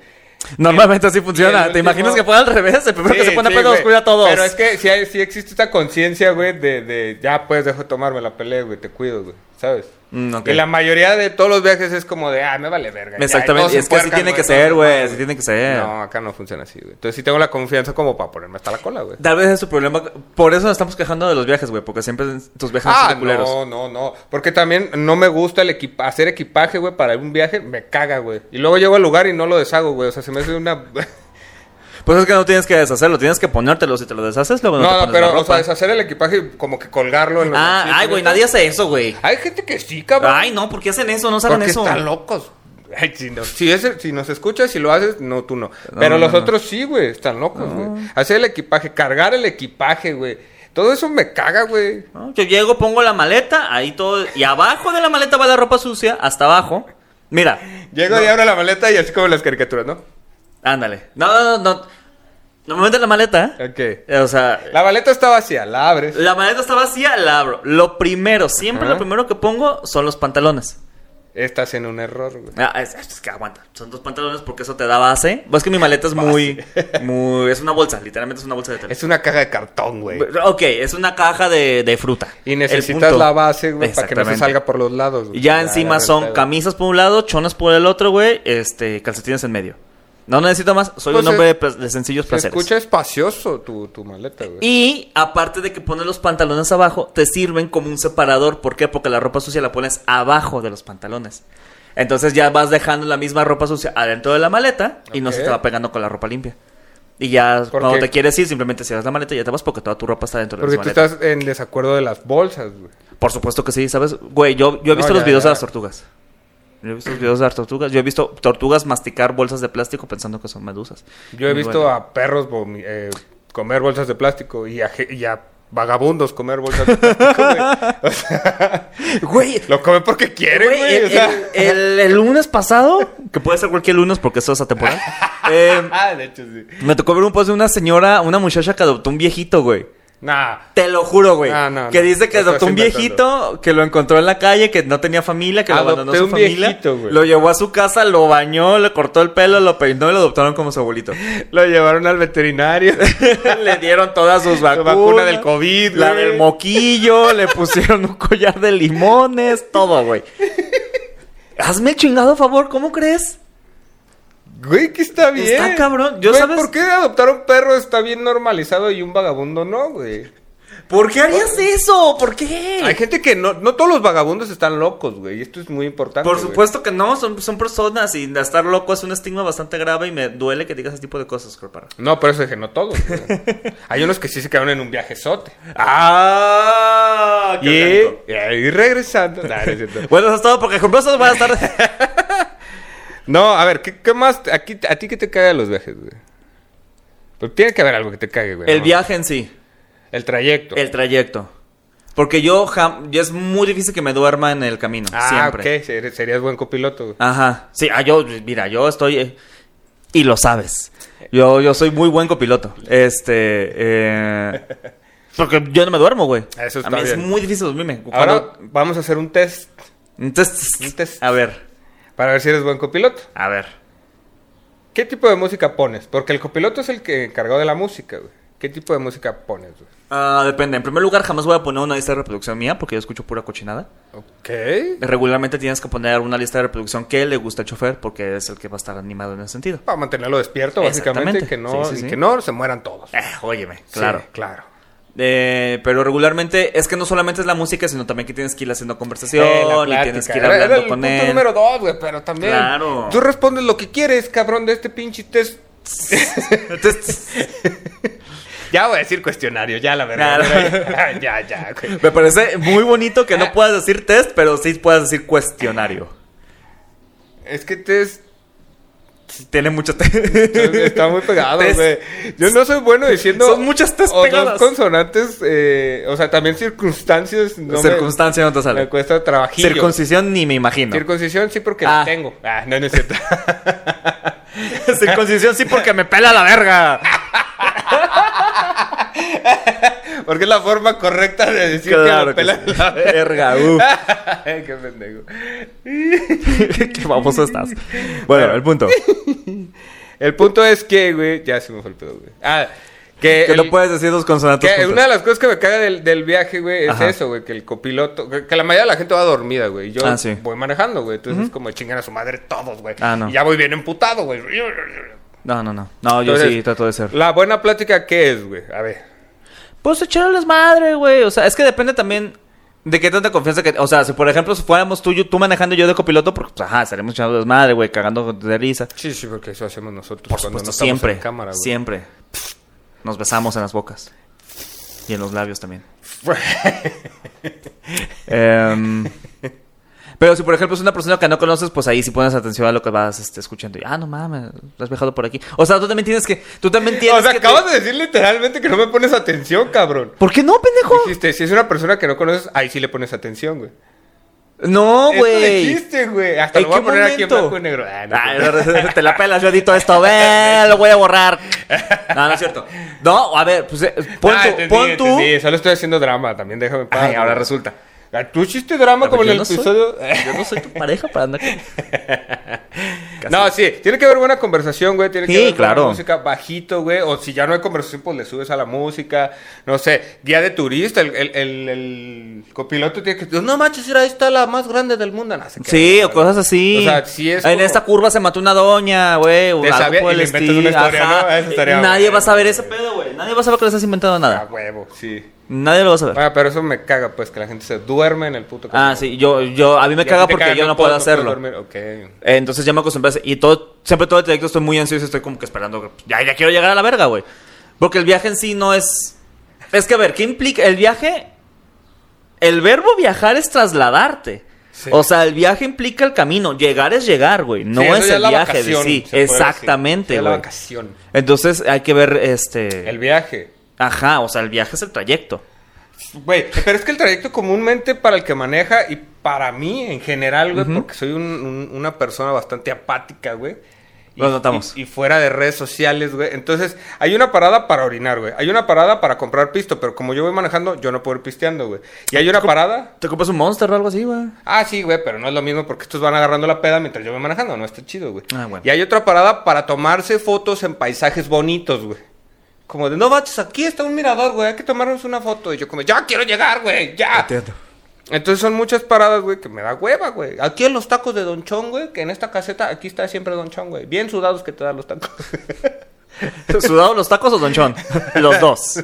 [SPEAKER 1] Normalmente así funciona.
[SPEAKER 2] el
[SPEAKER 1] ¿Te imaginas que
[SPEAKER 2] último-
[SPEAKER 1] fuera al revés? El primero que
[SPEAKER 2] Sí,
[SPEAKER 1] se pone
[SPEAKER 2] sí,
[SPEAKER 1] pedo
[SPEAKER 2] güey.
[SPEAKER 1] los cuida a todos.
[SPEAKER 2] Pero es que si, hay, si existe esta conciencia, güey, de, de ya pues dejo de tomarme la pelea, güey, te cuido, güey, ¿sabes?
[SPEAKER 1] Mm, ok.
[SPEAKER 2] Y la mayoría de todos los viajes es como de, ah, me vale verga. ya,
[SPEAKER 1] Exactamente.
[SPEAKER 2] todos
[SPEAKER 1] y
[SPEAKER 2] se
[SPEAKER 1] es que así
[SPEAKER 2] puercan,
[SPEAKER 1] tiene que
[SPEAKER 2] todos
[SPEAKER 1] ser,
[SPEAKER 2] se
[SPEAKER 1] güey.
[SPEAKER 2] maman,
[SPEAKER 1] Así tiene que ser.
[SPEAKER 2] No, acá no funciona así, güey. Entonces sí tengo la confianza como para ponerme hasta la cola, güey.
[SPEAKER 1] Tal vez es su problema. Por eso nos estamos quejando de los viajes, güey. Porque siempre tus viajes
[SPEAKER 2] Ah,
[SPEAKER 1] son culeros.
[SPEAKER 2] no, no, no. Porque también no me gusta el equipa- hacer equipaje, güey, para un viaje. Me caga, güey. Y luego llego al lugar y no lo deshago, güey. O sea, se me hace una...
[SPEAKER 1] Pues es que no tienes que deshacerlo. Tienes que ponértelo. Si te lo deshaces, luego no, te
[SPEAKER 2] No, no,
[SPEAKER 1] pones la
[SPEAKER 2] pero, o
[SPEAKER 1] ropa.
[SPEAKER 2] sea, deshacer el equipaje y como que colgarlo en los
[SPEAKER 1] Ah,
[SPEAKER 2] bolsillos,
[SPEAKER 1] ay, güey. Nadie hace eso, güey.
[SPEAKER 2] Hay gente que sí, cabrón.
[SPEAKER 1] Ay, no. ¿Por qué hacen eso? No saben
[SPEAKER 2] Porque
[SPEAKER 1] eso.
[SPEAKER 2] están locos. Ay, si, no- si, es- si nos escuchas, si lo haces, no, tú no. Pero
[SPEAKER 1] no,
[SPEAKER 2] los
[SPEAKER 1] no.
[SPEAKER 2] otros sí, güey, están locos, güey. Hacer el equipaje, cargar el equipaje, güey. Todo eso me caga, güey.
[SPEAKER 1] ¿no? Yo llego, pongo la maleta, ahí todo. Y abajo de la maleta va la ropa sucia, hasta abajo. Mira,
[SPEAKER 2] Llego y abro la maleta y así como las caricaturas, ¿no?
[SPEAKER 1] ándale. No, no, no. no. Normalmente la maleta, ¿eh?
[SPEAKER 2] Ok.
[SPEAKER 1] O sea,
[SPEAKER 2] La maleta está vacía, la abres.
[SPEAKER 1] la maleta está vacía, la abro. Lo primero, siempre
[SPEAKER 2] Ajá.
[SPEAKER 1] lo primero que pongo son los pantalones.
[SPEAKER 2] Estás en un error, güey.
[SPEAKER 1] Ah, es, es que aguanta. Son dos pantalones porque eso te da base. Pues es que mi maleta es muy, muy. Es una bolsa, literalmente es una bolsa de tela.
[SPEAKER 2] Es una caja de cartón, güey.
[SPEAKER 1] Ok, es una caja de, de fruta.
[SPEAKER 2] Y
[SPEAKER 1] El
[SPEAKER 2] necesitas
[SPEAKER 1] punto.
[SPEAKER 2] la base, güey, para que no se
[SPEAKER 1] Exactamente.
[SPEAKER 2] salga por los lados.
[SPEAKER 1] Y
[SPEAKER 2] güey.
[SPEAKER 1] Ya encima
[SPEAKER 2] la
[SPEAKER 1] son
[SPEAKER 2] verdad.
[SPEAKER 1] camisas por un lado, chones por el otro, güey, este, calcetines en medio. No necesito más, soy
[SPEAKER 2] Pues
[SPEAKER 1] un hombre
[SPEAKER 2] es-
[SPEAKER 1] de, pla- de sencillos
[SPEAKER 2] Se
[SPEAKER 1] placeres.
[SPEAKER 2] escucha espacioso tu, tu maleta, güey.
[SPEAKER 1] Y aparte de que pones los pantalones abajo, te sirven como un separador. ¿Por qué? Porque la ropa sucia la pones abajo de los pantalones. Entonces ya vas dejando la misma ropa sucia adentro de la maleta y no se
[SPEAKER 2] Ok.
[SPEAKER 1] te va pegando con la ropa limpia. Y ya
[SPEAKER 2] ¿Por
[SPEAKER 1] cuando
[SPEAKER 2] qué?
[SPEAKER 1] te quieres ir, simplemente cierras la maleta y ya te vas porque toda tu ropa está dentro de
[SPEAKER 2] Porque
[SPEAKER 1] la
[SPEAKER 2] tú
[SPEAKER 1] maleta.
[SPEAKER 2] estás en desacuerdo de las bolsas, güey.
[SPEAKER 1] Por supuesto que sí, ¿sabes? Güey, yo, yo he
[SPEAKER 2] No,
[SPEAKER 1] visto
[SPEAKER 2] ya,
[SPEAKER 1] los videos
[SPEAKER 2] ya.
[SPEAKER 1] de las tortugas. Yo he visto los videos de las tortugas. Yo he visto tortugas masticar bolsas de plástico pensando que son medusas.
[SPEAKER 2] Yo he
[SPEAKER 1] Y
[SPEAKER 2] visto
[SPEAKER 1] bueno.
[SPEAKER 2] a perros vomi- eh, comer bolsas de plástico y a, ge- y a vagabundos comer bolsas de plástico, güey. O sea,
[SPEAKER 1] Güey,
[SPEAKER 2] lo comen porque quieren,
[SPEAKER 1] güey,
[SPEAKER 2] güey.
[SPEAKER 1] el,
[SPEAKER 2] o sea.
[SPEAKER 1] el- el- el lunes pasado, que puede ser cualquier lunes porque eso es atemporal, eh,
[SPEAKER 2] Ah, de hecho, sí.
[SPEAKER 1] me tocó ver un post de una señora, una muchacha que adoptó un viejito, güey.
[SPEAKER 2] Nah.
[SPEAKER 1] Te lo juro, güey.
[SPEAKER 2] No, Ah, no,
[SPEAKER 1] que
[SPEAKER 2] no.
[SPEAKER 1] dice que
[SPEAKER 2] Estás
[SPEAKER 1] adoptó un
[SPEAKER 2] inventando.
[SPEAKER 1] viejito, que lo encontró en la calle, que no tenía familia, que
[SPEAKER 2] Adopté
[SPEAKER 1] lo abandonó su
[SPEAKER 2] un
[SPEAKER 1] familia.
[SPEAKER 2] viejito, güey.
[SPEAKER 1] lo llevó a su casa, lo bañó, le cortó el pelo, lo peinó y lo adoptaron como su abuelito.
[SPEAKER 2] Lo llevaron al veterinario.
[SPEAKER 1] le dieron todas sus
[SPEAKER 2] La
[SPEAKER 1] vacunas.
[SPEAKER 2] vacuna del COVID,
[SPEAKER 1] La
[SPEAKER 2] güey.
[SPEAKER 1] del moquillo, le pusieron un collar de limones, todo, güey. Hazme el chingado favor, ¿cómo crees?
[SPEAKER 2] Güey, que está bien.
[SPEAKER 1] Está cabrón. Yo,
[SPEAKER 2] Güey,
[SPEAKER 1] ¿sabes?
[SPEAKER 2] ¿Por qué adoptar un perro está bien normalizado y un vagabundo no, güey?
[SPEAKER 1] ¿Por qué harías eso? ¿Por qué?
[SPEAKER 2] Hay gente que no. No todos los vagabundos están locos, güey. y Esto es muy importante.
[SPEAKER 1] Por
[SPEAKER 2] güey.
[SPEAKER 1] supuesto que no, son, son personas y estar loco es un estigma bastante grave y me duele que digas ese tipo de cosas, Corpara.
[SPEAKER 2] No, pero eso dije, no todos. güey. Hay unos que sí se quedaron en un viajezote.
[SPEAKER 1] ¡Ah!
[SPEAKER 2] Y, y ahí regresando. Nah, no, es cierto.
[SPEAKER 1] Bueno, eso es todo porque con eso van a estar...
[SPEAKER 2] No, a ver, ¿qué, qué más? Aquí, ¿A ti qué te caga de los viajes, güey? Pues tiene que haber algo que te cague, güey.
[SPEAKER 1] el
[SPEAKER 2] ¿no?
[SPEAKER 1] viaje en sí.
[SPEAKER 2] El trayecto.
[SPEAKER 1] El trayecto. Porque yo, jam- yo es muy difícil que me duerma en el camino.
[SPEAKER 2] ah,
[SPEAKER 1] siempre.
[SPEAKER 2] ok. ser- Serías buen copiloto, güey.
[SPEAKER 1] Ajá. Sí, ah, yo, mira, yo estoy. eh, y lo sabes. Yo, yo soy muy buen copiloto. Este. eh, porque yo no me duermo, güey.
[SPEAKER 2] Eso está
[SPEAKER 1] A mí es
[SPEAKER 2] bien.
[SPEAKER 1] muy difícil dormirme.
[SPEAKER 2] Ahora
[SPEAKER 1] Cuando-
[SPEAKER 2] vamos a hacer un test
[SPEAKER 1] entonces,
[SPEAKER 2] un test.
[SPEAKER 1] A ver,
[SPEAKER 2] para ver si eres buen copiloto.
[SPEAKER 1] a ver.
[SPEAKER 2] ¿Qué tipo de música pones? Porque el copiloto es el que encargado de la música, güey. ¿Qué tipo de música pones, güey?
[SPEAKER 1] Ah, depende. En primer lugar, jamás voy a poner una lista de reproducción mía porque yo escucho pura cochinada.
[SPEAKER 2] Ok.
[SPEAKER 1] Regularmente tienes que poner una lista de reproducción que le gusta al chofer porque es el que va a estar animado en ese sentido.
[SPEAKER 2] Para mantenerlo despierto, básicamente, y que no,
[SPEAKER 1] Sí, sí,
[SPEAKER 2] y
[SPEAKER 1] sí.
[SPEAKER 2] que no se mueran todos.
[SPEAKER 1] Eh, óyeme, claro.
[SPEAKER 2] Sí, claro.
[SPEAKER 1] Eh, pero regularmente es que no solamente es la música, sino también que tienes que ir haciendo conversación
[SPEAKER 2] Eh, la
[SPEAKER 1] y
[SPEAKER 2] plática.
[SPEAKER 1] tienes que ir
[SPEAKER 2] Era- era
[SPEAKER 1] hablando
[SPEAKER 2] el
[SPEAKER 1] con
[SPEAKER 2] punto
[SPEAKER 1] él.
[SPEAKER 2] número dos, güey, pero también.
[SPEAKER 1] Claro.
[SPEAKER 2] Tú respondes lo que quieres, cabrón, de este pinche test.
[SPEAKER 1] Entonces,
[SPEAKER 2] Ya voy a decir cuestionario, ya la verdad.
[SPEAKER 1] Claro.
[SPEAKER 2] ya, ya, güey.
[SPEAKER 1] me parece muy bonito que
[SPEAKER 2] Ah.
[SPEAKER 1] no puedas decir test, pero sí puedas decir cuestionario.
[SPEAKER 2] Es que test
[SPEAKER 1] Tiene mucho test.
[SPEAKER 2] está muy pegado,
[SPEAKER 1] Test.
[SPEAKER 2] güey. Yo no soy bueno diciendo.
[SPEAKER 1] Son muchas test
[SPEAKER 2] o dos
[SPEAKER 1] pegadas.
[SPEAKER 2] consonantes, eh, o sea, también circunstancias. No me-
[SPEAKER 1] Circunstancia no te
[SPEAKER 2] Me,
[SPEAKER 1] sale.
[SPEAKER 2] cuesta trabajillo.
[SPEAKER 1] Circuncisión ni me imagino.
[SPEAKER 2] Circuncisión sí porque
[SPEAKER 1] Ah.
[SPEAKER 2] la tengo. Ah, no, no es cierto.
[SPEAKER 1] Circuncisión sí porque me pela la verga.
[SPEAKER 2] porque es la forma correcta de decir que me
[SPEAKER 1] Claro. que
[SPEAKER 2] pelan
[SPEAKER 1] sí.
[SPEAKER 2] la
[SPEAKER 1] verga. uh, uf.
[SPEAKER 2] Ay, Qué pendejo.
[SPEAKER 1] Qué baboso estás. Bueno, el punto.
[SPEAKER 2] El punto es que, güey, ya se me fue el pedo, güey. Ah, que,
[SPEAKER 1] Que
[SPEAKER 2] el-
[SPEAKER 1] no puedes decir dos consonantes.
[SPEAKER 2] que
[SPEAKER 1] juntas.
[SPEAKER 2] una de las cosas que me caga del, del viaje, güey, es
[SPEAKER 1] Ajá.
[SPEAKER 2] eso, güey, que el copiloto, que, que la mayoría de la gente va dormida, güey. y Yo
[SPEAKER 1] Ah, sí.
[SPEAKER 2] voy manejando, güey. Entonces es como chingan a su madre todos, güey.
[SPEAKER 1] Ah, no.
[SPEAKER 2] Y ya voy bien emputado, güey.
[SPEAKER 1] No, no, no. No, yo
[SPEAKER 2] Entonces,
[SPEAKER 1] sí trato de ser.
[SPEAKER 2] La buena plática, ¿qué es, güey? A ver.
[SPEAKER 1] Pues echarles madre, güey. O sea, es que depende también de qué tanta confianza que. O sea, si por ejemplo si fuéramos tú, yo- tú manejando y yo de copiloto, porque, pues, ajá, estaremos echando desmadre, güey, cagando de risa.
[SPEAKER 2] Sí, sí, porque eso hacemos nosotros
[SPEAKER 1] Por
[SPEAKER 2] cuando
[SPEAKER 1] supuesto,
[SPEAKER 2] no estamos
[SPEAKER 1] siempre.
[SPEAKER 2] en cámara, güey.
[SPEAKER 1] siempre. Nos besamos en las bocas. Y en los labios también. Em, Pero si, por ejemplo, es una persona que no conoces, pues ahí sí pones atención a lo que vas este, escuchando. Y, ah, no mames, lo has viajado por aquí. O sea, tú también tienes que. Tú también tienes
[SPEAKER 2] O sea,
[SPEAKER 1] que
[SPEAKER 2] acabas de decir literalmente que no me pones atención, cabrón.
[SPEAKER 1] ¿Por qué no, pendejo?
[SPEAKER 2] Dijiste, si es una persona que no conoces, ahí sí le pones atención, güey.
[SPEAKER 1] No,
[SPEAKER 2] Esto
[SPEAKER 1] güey.
[SPEAKER 2] dijiste, güey. Hasta
[SPEAKER 1] ¿En
[SPEAKER 2] lo voy
[SPEAKER 1] qué
[SPEAKER 2] a poner aquí en
[SPEAKER 1] momento?
[SPEAKER 2] blanco y negro. Ah, no,
[SPEAKER 1] Ay,
[SPEAKER 2] güey.
[SPEAKER 1] no, te la pelas, yo edito esto, ve, lo voy a borrar. No, no es cierto. No, a ver, pues eh, pon
[SPEAKER 2] Ah,
[SPEAKER 1] tú,
[SPEAKER 2] entendí,
[SPEAKER 1] pon tú.
[SPEAKER 2] entendí. Solo estoy haciendo drama, también déjame en paz.
[SPEAKER 1] Ay, ahora
[SPEAKER 2] güey.
[SPEAKER 1] resulta.
[SPEAKER 2] Ah, Tú hiciste drama
[SPEAKER 1] A ver,
[SPEAKER 2] como en
[SPEAKER 1] yo
[SPEAKER 2] el
[SPEAKER 1] no soy-
[SPEAKER 2] episodio.
[SPEAKER 1] Yo no soy tu pareja para andar con-
[SPEAKER 2] No, sí, tiene que haber buena conversación, güey. Tiene que
[SPEAKER 1] Sí,
[SPEAKER 2] haber buena
[SPEAKER 1] claro.
[SPEAKER 2] música bajito, güey. O si ya no hay conversación, pues le subes a la música. No sé, guía de turista. El, el- el- el copiloto tiene que. No manches, mira, ahí está la más grande del mundo. No, se queda,
[SPEAKER 1] Sí, o
[SPEAKER 2] güey.
[SPEAKER 1] cosas así.
[SPEAKER 2] O sea, sí es.
[SPEAKER 1] En
[SPEAKER 2] como-
[SPEAKER 1] esta curva se mató una doña, güey. o
[SPEAKER 2] Te
[SPEAKER 1] algo
[SPEAKER 2] sabía-
[SPEAKER 1] por
[SPEAKER 2] y
[SPEAKER 1] el
[SPEAKER 2] le inventas una
[SPEAKER 1] estilo,
[SPEAKER 2] historia,
[SPEAKER 1] ajá.
[SPEAKER 2] ¿no? Eso estaría
[SPEAKER 1] Nadie
[SPEAKER 2] bueno.
[SPEAKER 1] va a saber ese pedo, güey. Nadie va a saber que les has inventado
[SPEAKER 2] Ah,
[SPEAKER 1] nada.
[SPEAKER 2] huevo, sí.
[SPEAKER 1] Nadie lo va a saber.
[SPEAKER 2] Ah, pero eso me caga, pues, que la gente se duerme en el puto.
[SPEAKER 1] Ah, sí, yo, yo, a mí me
[SPEAKER 2] Y a ti
[SPEAKER 1] caga
[SPEAKER 2] te
[SPEAKER 1] porque
[SPEAKER 2] caga,
[SPEAKER 1] yo no puedo, hacerlo.
[SPEAKER 2] dormir. Ok.
[SPEAKER 1] Entonces ya me acostumbré a hacer- Y todo, siempre todo el trayecto estoy muy ansioso, estoy como que esperando. que- Ya, ya quiero llegar a la verga, güey. Porque el viaje en sí no es. Es que a ver, ¿qué implica? El viaje. El verbo viajar es trasladarte.
[SPEAKER 2] Sí.
[SPEAKER 1] O sea, el viaje implica el camino. Llegar es llegar, güey. No
[SPEAKER 2] Sí, eso
[SPEAKER 1] es
[SPEAKER 2] ya
[SPEAKER 1] el
[SPEAKER 2] la
[SPEAKER 1] viaje de
[SPEAKER 2] vacación,
[SPEAKER 1] sí.
[SPEAKER 2] se puede decir.
[SPEAKER 1] Exactamente,
[SPEAKER 2] Ya La
[SPEAKER 1] güey.
[SPEAKER 2] vacación.
[SPEAKER 1] Entonces hay que ver este.
[SPEAKER 2] El viaje.
[SPEAKER 1] Ajá, o sea, el viaje es el trayecto.
[SPEAKER 2] Güey, pero es que el trayecto comúnmente para el que maneja y para mí en general, güey, porque soy un- un- una persona bastante apática, güey. Y-
[SPEAKER 1] Lo notamos.
[SPEAKER 2] Y, y fuera de redes sociales, güey. Entonces, hay una parada para orinar, güey. Hay una parada para comprar pisto, pero como yo voy manejando, yo no puedo ir pisteando, güey. Y hay una parada.
[SPEAKER 1] ¿Te compras un monster o algo así, güey?
[SPEAKER 2] Ah, sí, güey, pero no es lo mismo porque estos van agarrando la peda mientras yo voy manejando. No está chido, güey.
[SPEAKER 1] Ah, bueno.
[SPEAKER 2] Y hay otra parada para tomarse fotos en paisajes bonitos, güey. Como de, no baches, aquí está un mirador, güey, hay que tomarnos una foto. Y yo como, ya quiero llegar, güey, ya. Entonces son muchas paradas, güey, que me da hueva, güey. Aquí en los tacos de Don Chon, güey, que en esta caseta, aquí está siempre Don Chon, güey. Bien sudados que te dan los tacos.
[SPEAKER 1] Eh. ¿Sudado los tacos o donchón? los dos.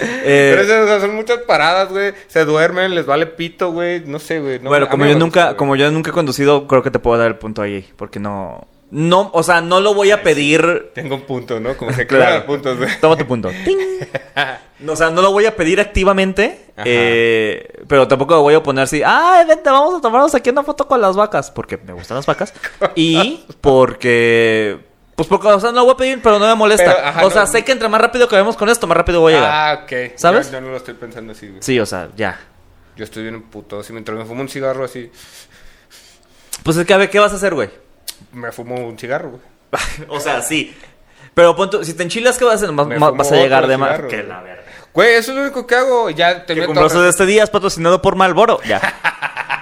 [SPEAKER 1] Eh,
[SPEAKER 2] Pero esas, o sea, son muchas paradas, güey. Se duermen, les vale pito, güey. No sé, güey. no
[SPEAKER 1] bueno,
[SPEAKER 2] me- a
[SPEAKER 1] como
[SPEAKER 2] mí
[SPEAKER 1] yo
[SPEAKER 2] no me
[SPEAKER 1] nunca,
[SPEAKER 2] gusta, güey.
[SPEAKER 1] como yo nunca he conducido, creo que te puedo dar el punto ahí, porque no, no, o sea, no lo voy a pedir.
[SPEAKER 2] Tengo un punto, ¿no? Como que claro, puntos, güey.
[SPEAKER 1] Toma tu punto. Ting. No, O sea, no lo voy a pedir activamente,
[SPEAKER 2] Ajá.
[SPEAKER 1] eh, pero tampoco me voy a oponer así, ay, vente, vamos a tomarnos aquí una foto con las vacas, porque me gustan las vacas y porque, pues porque, o sea, no lo voy a pedir, pero no me molesta.
[SPEAKER 2] Pero, ajá,
[SPEAKER 1] o sea,
[SPEAKER 2] no-
[SPEAKER 1] sé que entre más rápido que vemos con esto, más rápido voy a llegar.
[SPEAKER 2] Ah, ok.
[SPEAKER 1] ¿Sabes?
[SPEAKER 2] Yo, yo no lo estoy pensando así, güey.
[SPEAKER 1] Sí, o sea, ya.
[SPEAKER 2] Yo estoy bien puto. Si mientras me fumo un cigarro así,
[SPEAKER 1] Pues es que a ver, ¿qué vas a hacer, güey?
[SPEAKER 2] me fumo un cigarro, güey.
[SPEAKER 1] o sea, sí. Pero pon tú- si te enchilas, ¿qué vas a hacer? Más-
[SPEAKER 2] Me
[SPEAKER 1] más-
[SPEAKER 2] fumo
[SPEAKER 1] vas a llegar
[SPEAKER 2] otro
[SPEAKER 1] de más.
[SPEAKER 2] cigarro,
[SPEAKER 1] Que
[SPEAKER 2] güey.
[SPEAKER 1] la verga.
[SPEAKER 2] Güey, eso es lo único que hago. Ya te
[SPEAKER 1] Que
[SPEAKER 2] meto.
[SPEAKER 1] cumploso de este día es patrocinado por Malboro. Ya.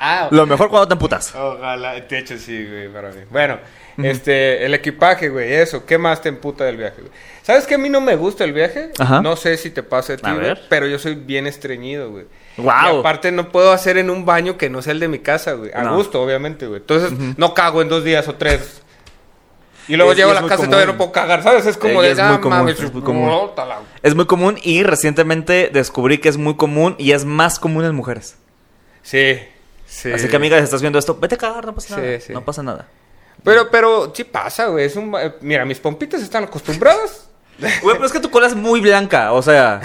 [SPEAKER 2] Ah,
[SPEAKER 1] Lo mejor cuando te emputas.
[SPEAKER 2] Ojalá. De hecho, sí, güey, para mí. Bueno, este, el equipaje, güey, eso. ¿Qué más te emputa del viaje, güey? ¿Sabes que a mí no me gusta el viaje?
[SPEAKER 1] Ajá.
[SPEAKER 2] No sé si te pasa a ti,
[SPEAKER 1] A
[SPEAKER 2] güey,
[SPEAKER 1] ver.
[SPEAKER 2] pero yo soy bien estreñido, güey.
[SPEAKER 1] Guau.
[SPEAKER 2] Y aparte no puedo hacer en un baño que no sea el de mi casa, güey. A
[SPEAKER 1] No.
[SPEAKER 2] gusto, obviamente, güey. Entonces, no cago en dos días o tres. Y luego
[SPEAKER 1] Es-
[SPEAKER 2] llego
[SPEAKER 1] y
[SPEAKER 2] a
[SPEAKER 1] es
[SPEAKER 2] la
[SPEAKER 1] muy
[SPEAKER 2] casa y
[SPEAKER 1] común.
[SPEAKER 2] todavía no puedo cagar, ¿sabes? Es como
[SPEAKER 1] Eh, y
[SPEAKER 2] de,
[SPEAKER 1] es
[SPEAKER 2] ah,
[SPEAKER 1] muy común,
[SPEAKER 2] mames,
[SPEAKER 1] es muy común.
[SPEAKER 2] bótala, güey".
[SPEAKER 1] Es muy común y recientemente descubrí que es muy común y es más común en mujeres.
[SPEAKER 2] Sí, sí.
[SPEAKER 1] Así que, amigas, estás viendo esto, vete a cagar, no pasa
[SPEAKER 2] Sí,
[SPEAKER 1] nada.
[SPEAKER 2] sí.
[SPEAKER 1] No pasa nada.
[SPEAKER 2] Pero, pero, sí pasa, güey. Es un... ba- eh, Mira, mis pompitas están acostumbradas.
[SPEAKER 1] Güey, pero es que tu cola es muy blanca, o sea.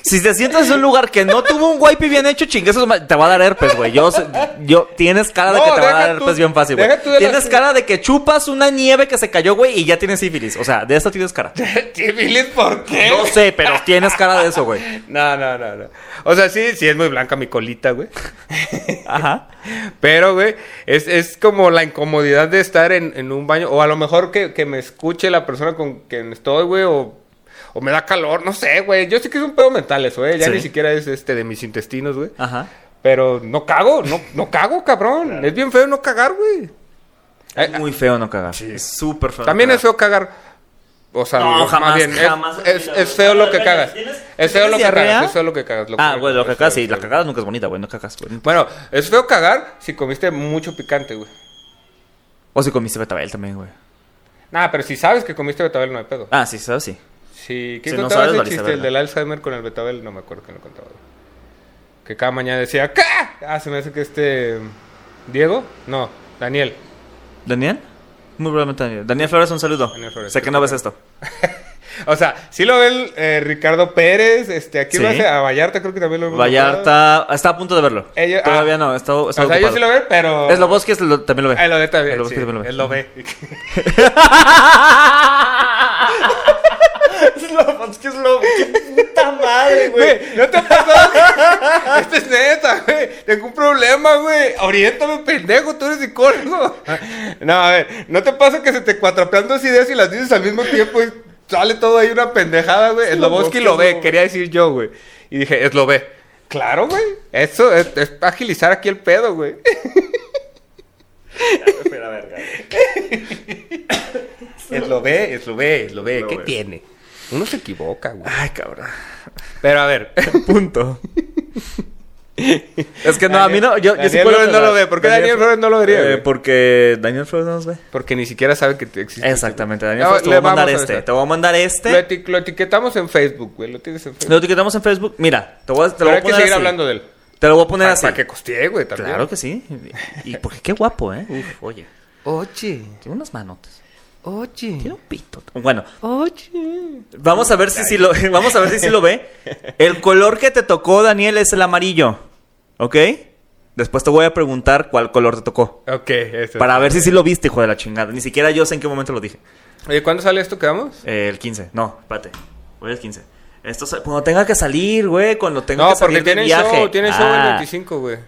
[SPEAKER 1] Si te sientas en un lugar que no tuvo un wipe bien hecho, chingue, eso es ma- te va a dar herpes, güey. Yo, sé- yo, tienes cara de
[SPEAKER 2] No,
[SPEAKER 1] que te va a
[SPEAKER 2] deja
[SPEAKER 1] dar
[SPEAKER 2] tú-
[SPEAKER 1] herpes bien fácil, güey.
[SPEAKER 2] deja tú de
[SPEAKER 1] Tienes
[SPEAKER 2] las-
[SPEAKER 1] cara de que chupas una nieve que se cayó, güey, y ya tienes sífilis. O sea, de eso tienes cara.
[SPEAKER 2] ¿Civiles por qué?
[SPEAKER 1] No sé, pero tienes cara de eso, güey.
[SPEAKER 2] No, no, no, no. O sea, sí, sí es muy blanca mi colita, güey.
[SPEAKER 1] Ajá.
[SPEAKER 2] Pero, güey, es, es como la incomodidad de estar en, en un baño. O a lo mejor que, que me escuche la persona con quien estoy, güey, o, o me da calor, no sé, güey. Yo sé que es un pedo mental eso, eh. Ya
[SPEAKER 1] Sí. Ah.
[SPEAKER 2] ni siquiera es este de mis intestinos, güey.
[SPEAKER 1] Ajá.
[SPEAKER 2] Pero no cago, no, no cago, cabrón. Es bien feo no cagar, güey. Ay,
[SPEAKER 1] Es muy feo no cagar.
[SPEAKER 2] Eh, Sí.
[SPEAKER 1] Es súper feo. no
[SPEAKER 2] También
[SPEAKER 1] cagar.
[SPEAKER 2] es feo cagar. O sea,
[SPEAKER 1] Ah, No,
[SPEAKER 2] más
[SPEAKER 1] jamás,
[SPEAKER 2] bien, es-
[SPEAKER 1] jamás.
[SPEAKER 2] Es, es feo lo que cagas.
[SPEAKER 1] ¿Tienes-
[SPEAKER 2] Es feo
[SPEAKER 1] tienes
[SPEAKER 2] lo que cagas.
[SPEAKER 1] diarrea?
[SPEAKER 2] Es feo lo que cagas.
[SPEAKER 1] Ah, güey, lo
[SPEAKER 2] es
[SPEAKER 1] que cagas,
[SPEAKER 2] feo,
[SPEAKER 1] sí.
[SPEAKER 2] es
[SPEAKER 1] La
[SPEAKER 2] feo.
[SPEAKER 1] cagada nunca es bonita, güey. No cagas, güey.
[SPEAKER 2] Bueno, es feo cagar si comiste mucho picante, güey.
[SPEAKER 1] O si comiste betabel también, güey.
[SPEAKER 2] Nah, pero si sabes que comiste betabel, no hay pedo.
[SPEAKER 1] Ah, sí, sabes, sí.
[SPEAKER 2] Sí, ¿qué
[SPEAKER 1] Si no
[SPEAKER 2] contaba
[SPEAKER 1] sabes,
[SPEAKER 2] ese
[SPEAKER 1] valiste
[SPEAKER 2] chiste? El
[SPEAKER 1] verga.
[SPEAKER 2] del Alzheimer con el betabel, no me acuerdo quién lo contaba. güey. Que cada mañana decía, ¿qué? Ah, se me hace que este. ¿Diego? No, Daniel.
[SPEAKER 1] ¿Daniel? Muy probablemente Daniel. Daniel Flores, un saludo.
[SPEAKER 2] Daniel Flores,
[SPEAKER 1] sé que no ves esto.
[SPEAKER 2] O sea, sí lo ve el, eh, Ricardo Pérez. Este, aquí lo
[SPEAKER 1] Sí.
[SPEAKER 2] hace a Vallarta, creo que también lo ve.
[SPEAKER 1] Vallarta está a punto de verlo.
[SPEAKER 2] Ellos-
[SPEAKER 1] Todavía
[SPEAKER 2] ah.
[SPEAKER 1] no, está,
[SPEAKER 2] O
[SPEAKER 1] está
[SPEAKER 2] sea,
[SPEAKER 1] ocupado.
[SPEAKER 2] yo sí lo veo, pero.
[SPEAKER 1] Es lo Bosques lo- también lo ve.
[SPEAKER 2] Ah, lo ve también.
[SPEAKER 1] El
[SPEAKER 2] sí,
[SPEAKER 1] Lobosque también lo ve.
[SPEAKER 2] Él lo ve.
[SPEAKER 1] Lobosques lo puta madre,
[SPEAKER 2] Güey, ¿no te ha pasado? Esto es neta, güey. Tengo un problema, güey. Oriéntame, pendejo. Tú eres psicólogo. No, a ver. ¿No te pasa que se te cuatrapean dos ideas y las dices al mismo tiempo y sale todo ahí una pendejada, güey? Sloboski lo ve. Quería decir yo, güey. Y dije, es lo ve. Claro, güey. Eso es, es agilizar aquí el pedo, güey. Es lo ve, es lo ve, es lo ve.
[SPEAKER 1] Lo
[SPEAKER 2] ¿Qué
[SPEAKER 1] ve.
[SPEAKER 2] tiene? Uno se equivoca, güey.
[SPEAKER 1] Ay, cabrón.
[SPEAKER 2] Pero a ver.
[SPEAKER 1] Punto. es que no, a mí no. Yo, yo sí
[SPEAKER 2] Daniel
[SPEAKER 1] puedo
[SPEAKER 2] Flores no
[SPEAKER 1] hablar.
[SPEAKER 2] lo ve. ¿Por qué Daniel Flores no lo vería,
[SPEAKER 1] Eh,
[SPEAKER 2] güey?
[SPEAKER 1] porque Daniel Flores no nos ve.
[SPEAKER 2] Porque ni siquiera sabe que te existe.
[SPEAKER 1] Exactamente, Daniel
[SPEAKER 2] No,
[SPEAKER 1] Flores. Te
[SPEAKER 2] le
[SPEAKER 1] voy a mandar
[SPEAKER 2] vamos a
[SPEAKER 1] este.
[SPEAKER 2] avisar.
[SPEAKER 1] Te voy a mandar este.
[SPEAKER 2] Lo, eti- lo etiquetamos en Facebook, güey. Lo tienes en Facebook.
[SPEAKER 1] Lo etiquetamos en Facebook. Mira, te, voy a, te lo
[SPEAKER 2] Pero
[SPEAKER 1] voy
[SPEAKER 2] hay
[SPEAKER 1] a
[SPEAKER 2] que
[SPEAKER 1] poner
[SPEAKER 2] seguir
[SPEAKER 1] así.
[SPEAKER 2] hablando de él.
[SPEAKER 1] Te lo voy a poner
[SPEAKER 2] Para,
[SPEAKER 1] así.
[SPEAKER 2] para que costee, güey, también.
[SPEAKER 1] Claro que sí. Y porque qué guapo, ¿eh? Uf, oye.
[SPEAKER 2] Oye,
[SPEAKER 1] Tiene unas manotas. Tiene
[SPEAKER 2] oye,
[SPEAKER 1] un pito. Bueno,
[SPEAKER 2] oye.
[SPEAKER 1] vamos a ver si, sí lo, vamos a ver si sí lo ve. El color que te tocó, Daniel, es el amarillo. ¿Ok? Después te voy a preguntar cuál color te tocó.
[SPEAKER 2] Ok, eso.
[SPEAKER 1] Para ver si sí lo viste, hijo de la chingada. Ni siquiera yo sé en qué momento lo dije.
[SPEAKER 2] Oye, ¿cuándo sale esto que vamos?
[SPEAKER 1] Eh, el 15. No, espérate. Hoy es 15. Esto sa- cuando tenga que salir, güey. Cuando tenga
[SPEAKER 2] No,
[SPEAKER 1] que salir
[SPEAKER 2] porque
[SPEAKER 1] de
[SPEAKER 2] tienen
[SPEAKER 1] viaje.
[SPEAKER 2] show, tienen show el
[SPEAKER 1] Ah.
[SPEAKER 2] 25, güey.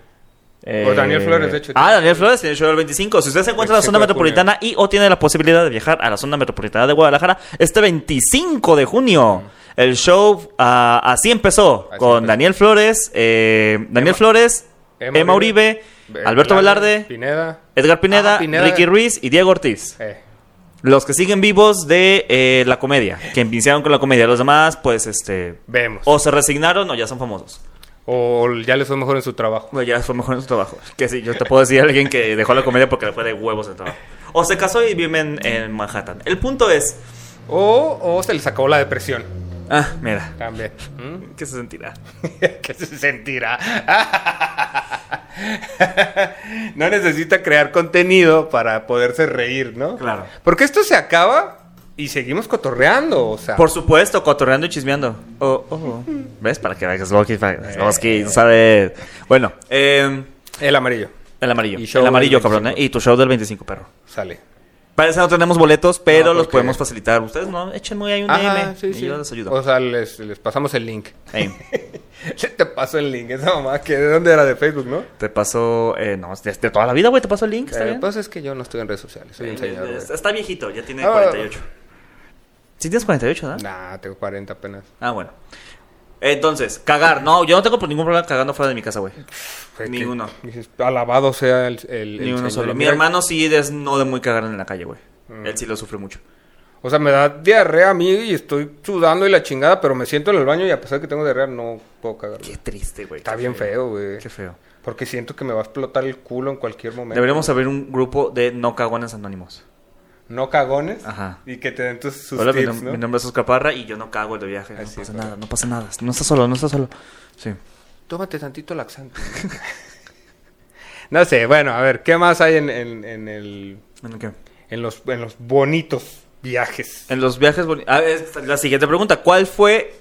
[SPEAKER 1] Eh,
[SPEAKER 2] Daniel Flores, de hecho.
[SPEAKER 1] Ah, Daniel Flores tiene show el 25. Si usted se encuentra en la
[SPEAKER 2] 25
[SPEAKER 1] zona
[SPEAKER 2] de
[SPEAKER 1] metropolitana y o tiene la posibilidad de viajar a la zona metropolitana de Guadalajara, este 25 de junio, el show ah, así empezó
[SPEAKER 2] Así
[SPEAKER 1] con
[SPEAKER 2] empezó.
[SPEAKER 1] Daniel Flores, eh, Daniel Flores, Emma, Uribe, Alberto Velarde,
[SPEAKER 2] Pineda.
[SPEAKER 1] Edgar Pineda,
[SPEAKER 2] eh, Ah, Pineda.
[SPEAKER 1] Ricky Ruiz y Diego Ortiz.
[SPEAKER 2] Eh.
[SPEAKER 1] Los que siguen vivos de eh, la comedia, que iniciaron con la comedia. Los demás, pues, este,
[SPEAKER 2] Vemos.
[SPEAKER 1] o se resignaron o ya son famosos.
[SPEAKER 2] O ya les fue mejor en su trabajo.
[SPEAKER 1] Bueno, ya fue mejor en su trabajo. Que sí, yo te puedo decir a alguien que dejó la comedia porque le fue de huevos el trabajo. O se casó y vive en, en Manhattan. El punto es.
[SPEAKER 2] O, o se les acabó la depresión.
[SPEAKER 1] Ah, mira.
[SPEAKER 2] También. ¿Mm?
[SPEAKER 1] ¿Qué se sentirá?
[SPEAKER 2] que se sentirá. no necesita crear contenido para poderse reír, ¿no?
[SPEAKER 1] Claro.
[SPEAKER 2] Porque esto se acaba y seguimos cotorreando, o sea.
[SPEAKER 1] Por supuesto, cotorreando y chismeando. Oh, oh. ¿Ves? Para que veas Loki.
[SPEAKER 2] Eh.
[SPEAKER 1] Loki sabe. Bueno, eh,
[SPEAKER 2] El amarillo
[SPEAKER 1] el amarillo.
[SPEAKER 2] Y show
[SPEAKER 1] El amarillo,
[SPEAKER 2] del 25.
[SPEAKER 1] cabrón. ¿eh? Y tu show del 25, perro.
[SPEAKER 2] sale.
[SPEAKER 1] Para eso no tenemos boletos, pero
[SPEAKER 2] No,
[SPEAKER 1] los
[SPEAKER 2] porque-
[SPEAKER 1] podemos facilitar. Ustedes no, échenme ahí un DM. y yo les ayudo.
[SPEAKER 2] O sea, les, les pasamos el link.
[SPEAKER 1] Ey,
[SPEAKER 2] Te paso el link, esa mamá que de dónde era de Facebook, ¿no?
[SPEAKER 1] te paso. eh, no, de, de toda la vida, güey. Te paso el link. ¿está
[SPEAKER 2] Lo que
[SPEAKER 1] bien?
[SPEAKER 2] pasa pues es que yo no estoy en redes sociales, soy un señor. güey.
[SPEAKER 1] Eh, Está viejito, ya tiene
[SPEAKER 2] Ah,
[SPEAKER 1] 48. Sí tienes 48, ¿verdad?
[SPEAKER 2] Nah, tengo 40 apenas.
[SPEAKER 1] Ah, bueno. Entonces, cagar. No, yo no tengo ningún problema cagando fuera de mi casa, güey.
[SPEAKER 2] Fue que-
[SPEAKER 1] Ninguno.
[SPEAKER 2] dices, Alabado sea el, el- el
[SPEAKER 1] Ni uno
[SPEAKER 2] Señor.
[SPEAKER 1] solo. Mi
[SPEAKER 2] Mira,
[SPEAKER 1] hermano sí es no de muy cagar en la calle, güey.
[SPEAKER 2] Mm.
[SPEAKER 1] Él sí lo sufre mucho.
[SPEAKER 2] O sea, me da diarrea a mí y estoy sudando y la chingada, pero me siento en el baño y a pesar de que tengo diarrea no puedo cagar. güey.
[SPEAKER 1] Qué triste, güey.
[SPEAKER 2] Está
[SPEAKER 1] Qué
[SPEAKER 2] bien feo, güey.
[SPEAKER 1] Qué feo.
[SPEAKER 2] Porque siento que me va a explotar el culo en cualquier momento.
[SPEAKER 1] Deberíamos abrir un grupo de no cagones anónimos.
[SPEAKER 2] No cagones.
[SPEAKER 1] Ajá.
[SPEAKER 2] Y que te den tus sus
[SPEAKER 1] Hola, mi,
[SPEAKER 2] tips,
[SPEAKER 1] nom-
[SPEAKER 2] ¿no?
[SPEAKER 1] mi nombre es Oscar Parra y yo no cago el de viaje.
[SPEAKER 2] Así
[SPEAKER 1] no pasa
[SPEAKER 2] es,
[SPEAKER 1] nada, no pasa nada. No estás solo, no estás solo. Sí.
[SPEAKER 2] Tómate tantito laxante. no sé, bueno, a ver, ¿qué más hay en, en, en el,
[SPEAKER 1] Bueno, ¿qué?
[SPEAKER 2] en, los, en los bonitos viajes?
[SPEAKER 1] En los viajes boni- Ah, es la siguiente pregunta. ¿Cuál fue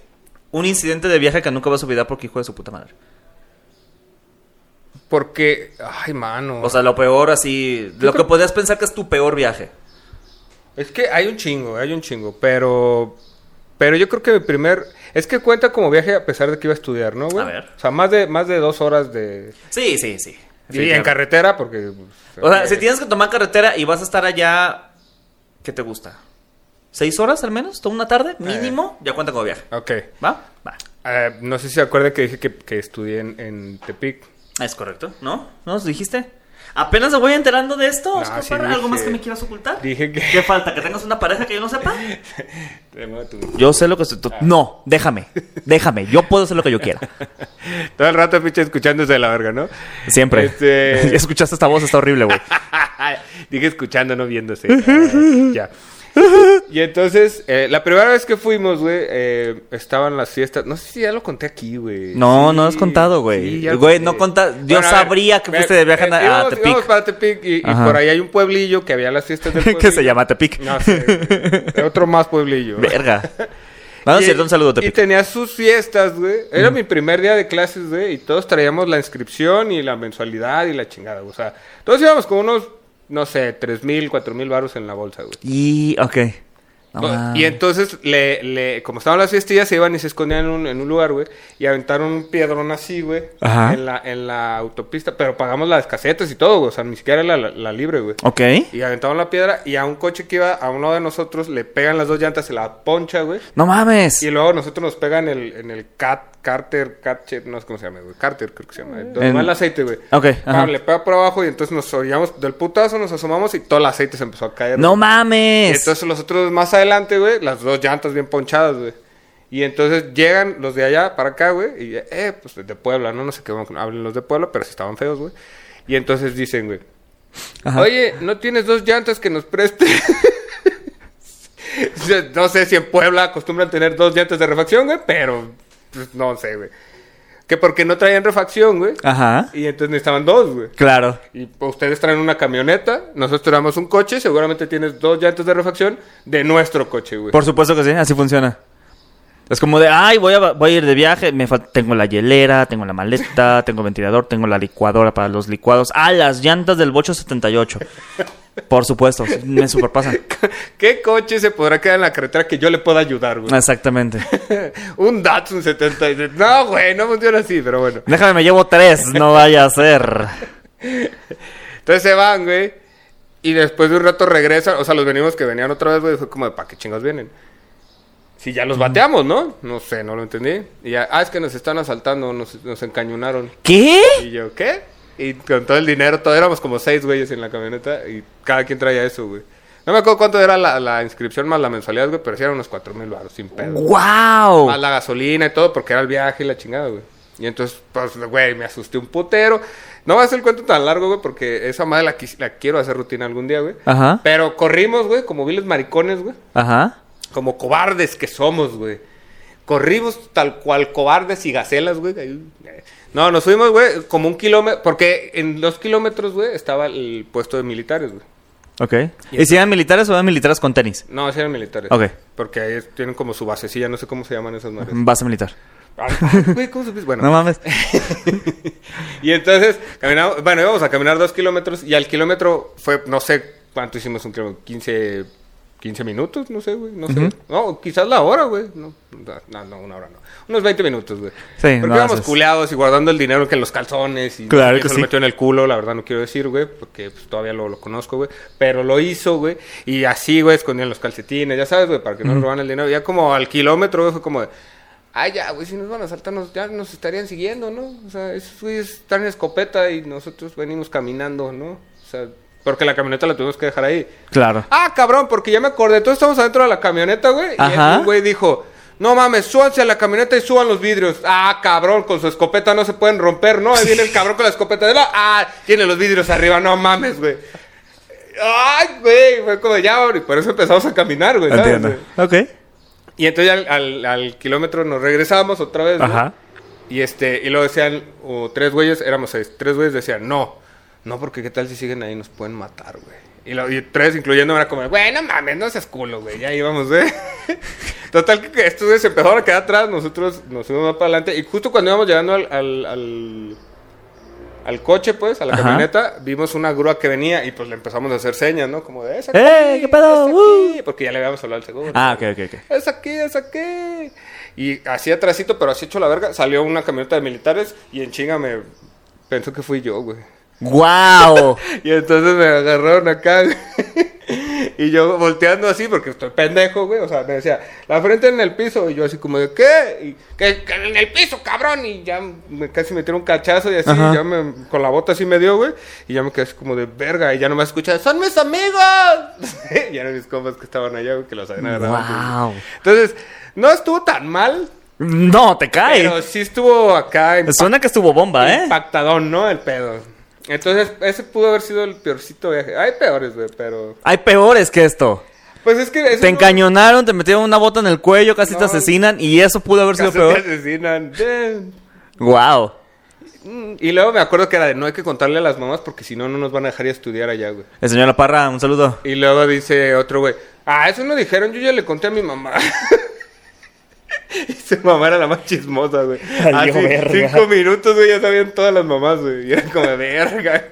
[SPEAKER 1] un incidente de viaje que nunca vas a olvidar porque hijo de su puta madre?
[SPEAKER 2] Porque, ay, mano.
[SPEAKER 1] O sea, lo peor así... Lo que podrías pensar que es tu peor viaje.
[SPEAKER 2] Es que hay un chingo, hay un chingo, pero... Pero yo creo que mi primer... Es que cuenta como viaje a pesar de que iba a estudiar, ¿no, güey?
[SPEAKER 1] A ver.
[SPEAKER 2] O sea, más de, más de dos horas de...
[SPEAKER 1] Sí, sí, sí.
[SPEAKER 2] y en
[SPEAKER 1] claro.
[SPEAKER 2] carretera, porque... pues,
[SPEAKER 1] O sea,
[SPEAKER 2] eh,
[SPEAKER 1] si tienes que tomar carretera y vas a estar allá... ¿Qué te gusta? ¿Seis horas al menos? ¿Toda una
[SPEAKER 2] Eh.
[SPEAKER 1] tarde? Mínimo. Ya cuenta como viaje.
[SPEAKER 2] Ok.
[SPEAKER 1] ¿Va? Va.
[SPEAKER 2] Eh, no sé si se acuerdan que dije que, que estudié en, en Tepic.
[SPEAKER 1] Es correcto. ¿No? ¿No nos dijiste? ¿Apenas me voy enterando de esto?
[SPEAKER 2] No,
[SPEAKER 1] Oscar
[SPEAKER 2] sí
[SPEAKER 1] Parra? ¿Algo
[SPEAKER 2] dije-
[SPEAKER 1] más que me quieras ocultar?
[SPEAKER 2] Dije que...
[SPEAKER 1] ¿Qué falta? ¿Que tengas una pareja que yo no sepa?
[SPEAKER 2] De nuevo tú.
[SPEAKER 1] Yo sé lo que
[SPEAKER 2] Ah.
[SPEAKER 1] estoy... No, déjame. Déjame. Yo puedo hacer lo que yo quiera.
[SPEAKER 2] Todo el rato, pinche, escuchándose de la verga, ¿no?
[SPEAKER 1] Siempre.
[SPEAKER 2] Este-
[SPEAKER 1] Escuchaste esta voz, está horrible, güey.
[SPEAKER 2] Dije escuchando, no viéndose. Ah, Eh, ya. Y entonces, eh, la primera vez que fuimos, güey, eh, estaban las fiestas. No sé si ya lo conté aquí, güey.
[SPEAKER 1] No,
[SPEAKER 2] Sí,
[SPEAKER 1] no has contado, güey.
[SPEAKER 2] sí, ya lo
[SPEAKER 1] Güey,
[SPEAKER 2] conté.
[SPEAKER 1] no conta- yo
[SPEAKER 2] a ver, eh,
[SPEAKER 1] sabría que fuiste de viaje a- a
[SPEAKER 2] íbamos-
[SPEAKER 1] Tepic.
[SPEAKER 2] íbamos para Tepic y, y
[SPEAKER 1] Ajá.
[SPEAKER 2] por ahí hay un pueblillo que había las fiestas del pueblillo.
[SPEAKER 1] que se llama Tepic.
[SPEAKER 2] No sé. güey. Otro más pueblillo.
[SPEAKER 1] Verga. No, no es
[SPEAKER 2] Y-
[SPEAKER 1] cierto, un saludo, Mm.
[SPEAKER 2] Y
[SPEAKER 1] Tepic.
[SPEAKER 2] tenía sus fiestas, güey. Era mi primer día de clases, güey. Y todos traíamos la inscripción y la mensualidad y la chingada, güey. O sea, todos íbamos con unos, no sé, tres mil, cuatro mil baros en la bolsa, güey.
[SPEAKER 1] Y, ok. No
[SPEAKER 2] No,
[SPEAKER 1] mames.
[SPEAKER 2] y entonces, le, le- como estaban las fiestillas, se iban y se escondían en un, en un lugar, güey. Y aventaron un piedrón así, güey.
[SPEAKER 1] Ajá.
[SPEAKER 2] En la, en la autopista. Pero pagamos las casetas y todo, güey. O sea, ni siquiera era la, la- la libre, güey.
[SPEAKER 1] Ok.
[SPEAKER 2] Y aventaron la piedra y a un coche que iba a uno de nosotros le pegan las dos llantas, se la poncha, güey.
[SPEAKER 1] No mames.
[SPEAKER 2] Y luego nosotros nos pegan el, en el cat, Carter, Catcher, no sé cómo se llama, güey. Carter creo que se llama. Donde
[SPEAKER 1] En-
[SPEAKER 2] va el aceite, güey.
[SPEAKER 1] Ok, ajá.
[SPEAKER 2] Ah, le pega por abajo y entonces nos orillamos del putazo, nos asomamos y todo el aceite se empezó a caer.
[SPEAKER 1] No
[SPEAKER 2] güey. Y
[SPEAKER 1] mames.
[SPEAKER 2] entonces los otros más adelante, güey, las dos llantas bien ponchadas, güey. Y entonces llegan los de allá para acá, güey, y eh, pues de Puebla, no, no sé qué bueno, hablen los de Puebla, pero sí estaban feos, güey. Y entonces dicen, güey,
[SPEAKER 1] Ajá.
[SPEAKER 2] oye, ¿no tienes dos llantas que nos prestes? no sé si en Puebla acostumbran tener dos llantas de refacción, güey, pero pues, no sé, güey. Que porque no traían refacción, güey.
[SPEAKER 1] Ajá.
[SPEAKER 2] Y entonces necesitaban dos, güey.
[SPEAKER 1] Claro.
[SPEAKER 2] Y pues, ustedes traen una camioneta, nosotros traemos un coche, seguramente tienes dos llantas de refacción de nuestro coche, güey.
[SPEAKER 1] Por supuesto que sí, así funciona. Es como de, ay, voy a, voy a ir de viaje, me fal- tengo la hielera, tengo la maleta, tengo ventilador, tengo la licuadora para los licuados. Ah, las llantas del Bocho 78. Por supuesto, me superpasan.
[SPEAKER 2] ¿Qué coche se podrá quedar en la carretera que yo le pueda ayudar,
[SPEAKER 1] Ah.
[SPEAKER 2] güey?
[SPEAKER 1] Exactamente.
[SPEAKER 2] un Datsun 73. No, güey, no funciona así, pero bueno.
[SPEAKER 1] Déjame, me llevo tres, no vaya a ser.
[SPEAKER 2] Entonces se van, güey. Y después de un rato regresan. O sea, los venimos que venían otra vez, güey. Fue como de, ¿para qué chingados vienen? Si ya los bateamos, ¿no? No sé, no lo entendí. Y ya, ah, es que nos están asaltando, nos, nos encañonaron.
[SPEAKER 1] ¿Qué?
[SPEAKER 2] Y yo, ¿qué? Y con todo el dinero, todo, éramos como seis güeyes en la camioneta y cada quien traía eso, güey. No me acuerdo cuánto era la, la inscripción más la mensualidad, güey, pero sí eran unos cuatro mil baros, sin pedo.
[SPEAKER 1] ¡Wow!
[SPEAKER 2] Más la gasolina y todo, porque era el viaje y la chingada, güey. Y entonces, pues, güey, me asusté un putero. No va a ser el cuento tan largo, güey, porque esa madre la, quis- la quiero hacer rutina algún día, güey.
[SPEAKER 1] Ajá.
[SPEAKER 2] Pero corrimos, güey, como viles maricones, güey.
[SPEAKER 1] Ajá.
[SPEAKER 2] Como cobardes que somos, güey. Corrimos tal cual cobardes y gacelas, güey. Ahí, eh. No, nos fuimos, güey, como un kilómetro. Porque en dos kilómetros, güey, estaba el puesto de militares, güey.
[SPEAKER 1] Ok. ¿Y si eran militares o eran militares con tenis?
[SPEAKER 2] No, sí eran militares.
[SPEAKER 1] Ok.
[SPEAKER 2] Porque ahí es- tienen como su basecilla, no sé cómo se llaman esas madres.
[SPEAKER 1] Vas a militar.
[SPEAKER 2] Ay, Güey, ¿cómo supiste?
[SPEAKER 1] Pues,
[SPEAKER 2] Bueno.
[SPEAKER 1] No mames.
[SPEAKER 2] Y entonces, caminamos, bueno, íbamos a caminar dos kilómetros y al kilómetro fue, no sé cuánto hicimos, un kilómetro, 15, 15 minutos, no sé, güey, no sé. No, quizás la hora, güey. No, no, no, una hora no. Unos 20 minutos, güey.
[SPEAKER 1] Sí,
[SPEAKER 2] Porque
[SPEAKER 1] no
[SPEAKER 2] íbamos
[SPEAKER 1] haces.
[SPEAKER 2] culeados y guardando el dinero que en los calzones y
[SPEAKER 1] Claro
[SPEAKER 2] y
[SPEAKER 1] que
[SPEAKER 2] se
[SPEAKER 1] sí.
[SPEAKER 2] lo metió en el culo, la verdad no quiero decir, güey, porque pues, todavía lo, lo conozco, güey. Pero lo hizo, güey. Y así, güey, escondían los calcetines, ya sabes, güey, para que no nos roban el dinero. Ya como al kilómetro, güey, fue como de, Ay, ya, güey, si nos van a saltar, nos, ya nos estarían siguiendo, ¿no? O sea, esos güeyes están en escopeta y nosotros venimos caminando, ¿no? O sea, porque la camioneta la tuvimos que dejar ahí.
[SPEAKER 1] Claro.
[SPEAKER 2] Ah, cabrón, porque ya me acordé. Todos estamos adentro de la camioneta, güey.
[SPEAKER 1] Ajá.
[SPEAKER 2] Y un güey dijo, no mames, súbanse a la camioneta y suban los vidrios. Ah, cabrón, con su escopeta no se pueden romper, ¿no? Ahí viene el cabrón con la escopeta de la... Ah, tiene los vidrios arriba, no mames, güey. Ay, güey, fue como ya, güey, y por eso empezamos a caminar, güey. ¿sabes,
[SPEAKER 1] Entiendo.
[SPEAKER 2] güey?
[SPEAKER 1] Ok.
[SPEAKER 2] Y entonces al, al- al kilómetro nos regresamos otra vez, güey.
[SPEAKER 1] Ajá.
[SPEAKER 2] Y este, y luego decían, o tres güeyes, éramos seis, tres güeyes decían, no, no, porque qué tal si siguen ahí, nos pueden matar, güey. Y, lo- y tres, incluyendo, era como, güey, no mames, no seas culo, güey, ya íbamos, güey. Total, que, que estos güeyes se empezaron a quedar atrás, nosotros nos fuimos más para adelante, y justo cuando íbamos llegando al, al, al, al coche, pues, a la
[SPEAKER 1] Ajá.
[SPEAKER 2] camioneta, vimos una grúa que venía, y pues le empezamos a hacer señas, ¿no? Como de, esa
[SPEAKER 1] ¡Eh, qué pedo!
[SPEAKER 2] Porque ya le habíamos hablado al segundo.
[SPEAKER 1] Ah, ok, ok, ok.
[SPEAKER 2] Es aquí, es aquí. Y así atrasito, pero así hecho la verga, salió una camioneta de militares y en chinga me pensó que fui yo, güey.
[SPEAKER 1] ¡Wow!
[SPEAKER 2] Y entonces me agarraron acá, güey. Y yo volteando así, porque estoy pendejo, güey. O sea, me decía, la frente en el piso. Y yo así como de, ¿qué? Y, "Que- que en el piso, cabrón. Y ya me casi me metieron un cachazo y así,
[SPEAKER 1] Ajá.
[SPEAKER 2] ya me, con la bota así me dio, güey. Y ya me quedé así como de verga. Y ya no me escuchaba, ¡son mis amigos! y eran mis compas que estaban allá, güey, que los habían agarrado.
[SPEAKER 1] ¡Wow!
[SPEAKER 2] Entonces, no estuvo tan mal,
[SPEAKER 1] No, te cae.
[SPEAKER 2] pero sí estuvo acá impa-
[SPEAKER 1] Suena que estuvo bomba, ¿eh?
[SPEAKER 2] impactadón, ¿no? El pedo. Entonces, ese pudo haber sido el peorcito viaje. Hay peores, güey, pero...
[SPEAKER 1] Hay peores que esto.
[SPEAKER 2] Pues es que. eso
[SPEAKER 1] Te
[SPEAKER 2] no-
[SPEAKER 1] encañonaron, te metieron una bota en el cuello, casi te
[SPEAKER 2] No.
[SPEAKER 1] asesinan y eso pudo haber sido
[SPEAKER 2] Casi
[SPEAKER 1] peor.
[SPEAKER 2] te asesinan. Damn.
[SPEAKER 1] Wow.
[SPEAKER 2] Mm, Y luego me acuerdo que era de no hay que contarle a las mamás porque si no, no nos van a dejar ir a estudiar allá, güey.
[SPEAKER 1] El señor La Parra, un saludo.
[SPEAKER 2] Y luego dice otro güey, ah, eso no dijeron, yo ya le conté a mi mamá. y su mamá era la más chismosa, güey.
[SPEAKER 3] Valió
[SPEAKER 2] Así,
[SPEAKER 3] verga.
[SPEAKER 2] cinco minutos, güey, ya sabían todas las mamás, güey. Y era como verga.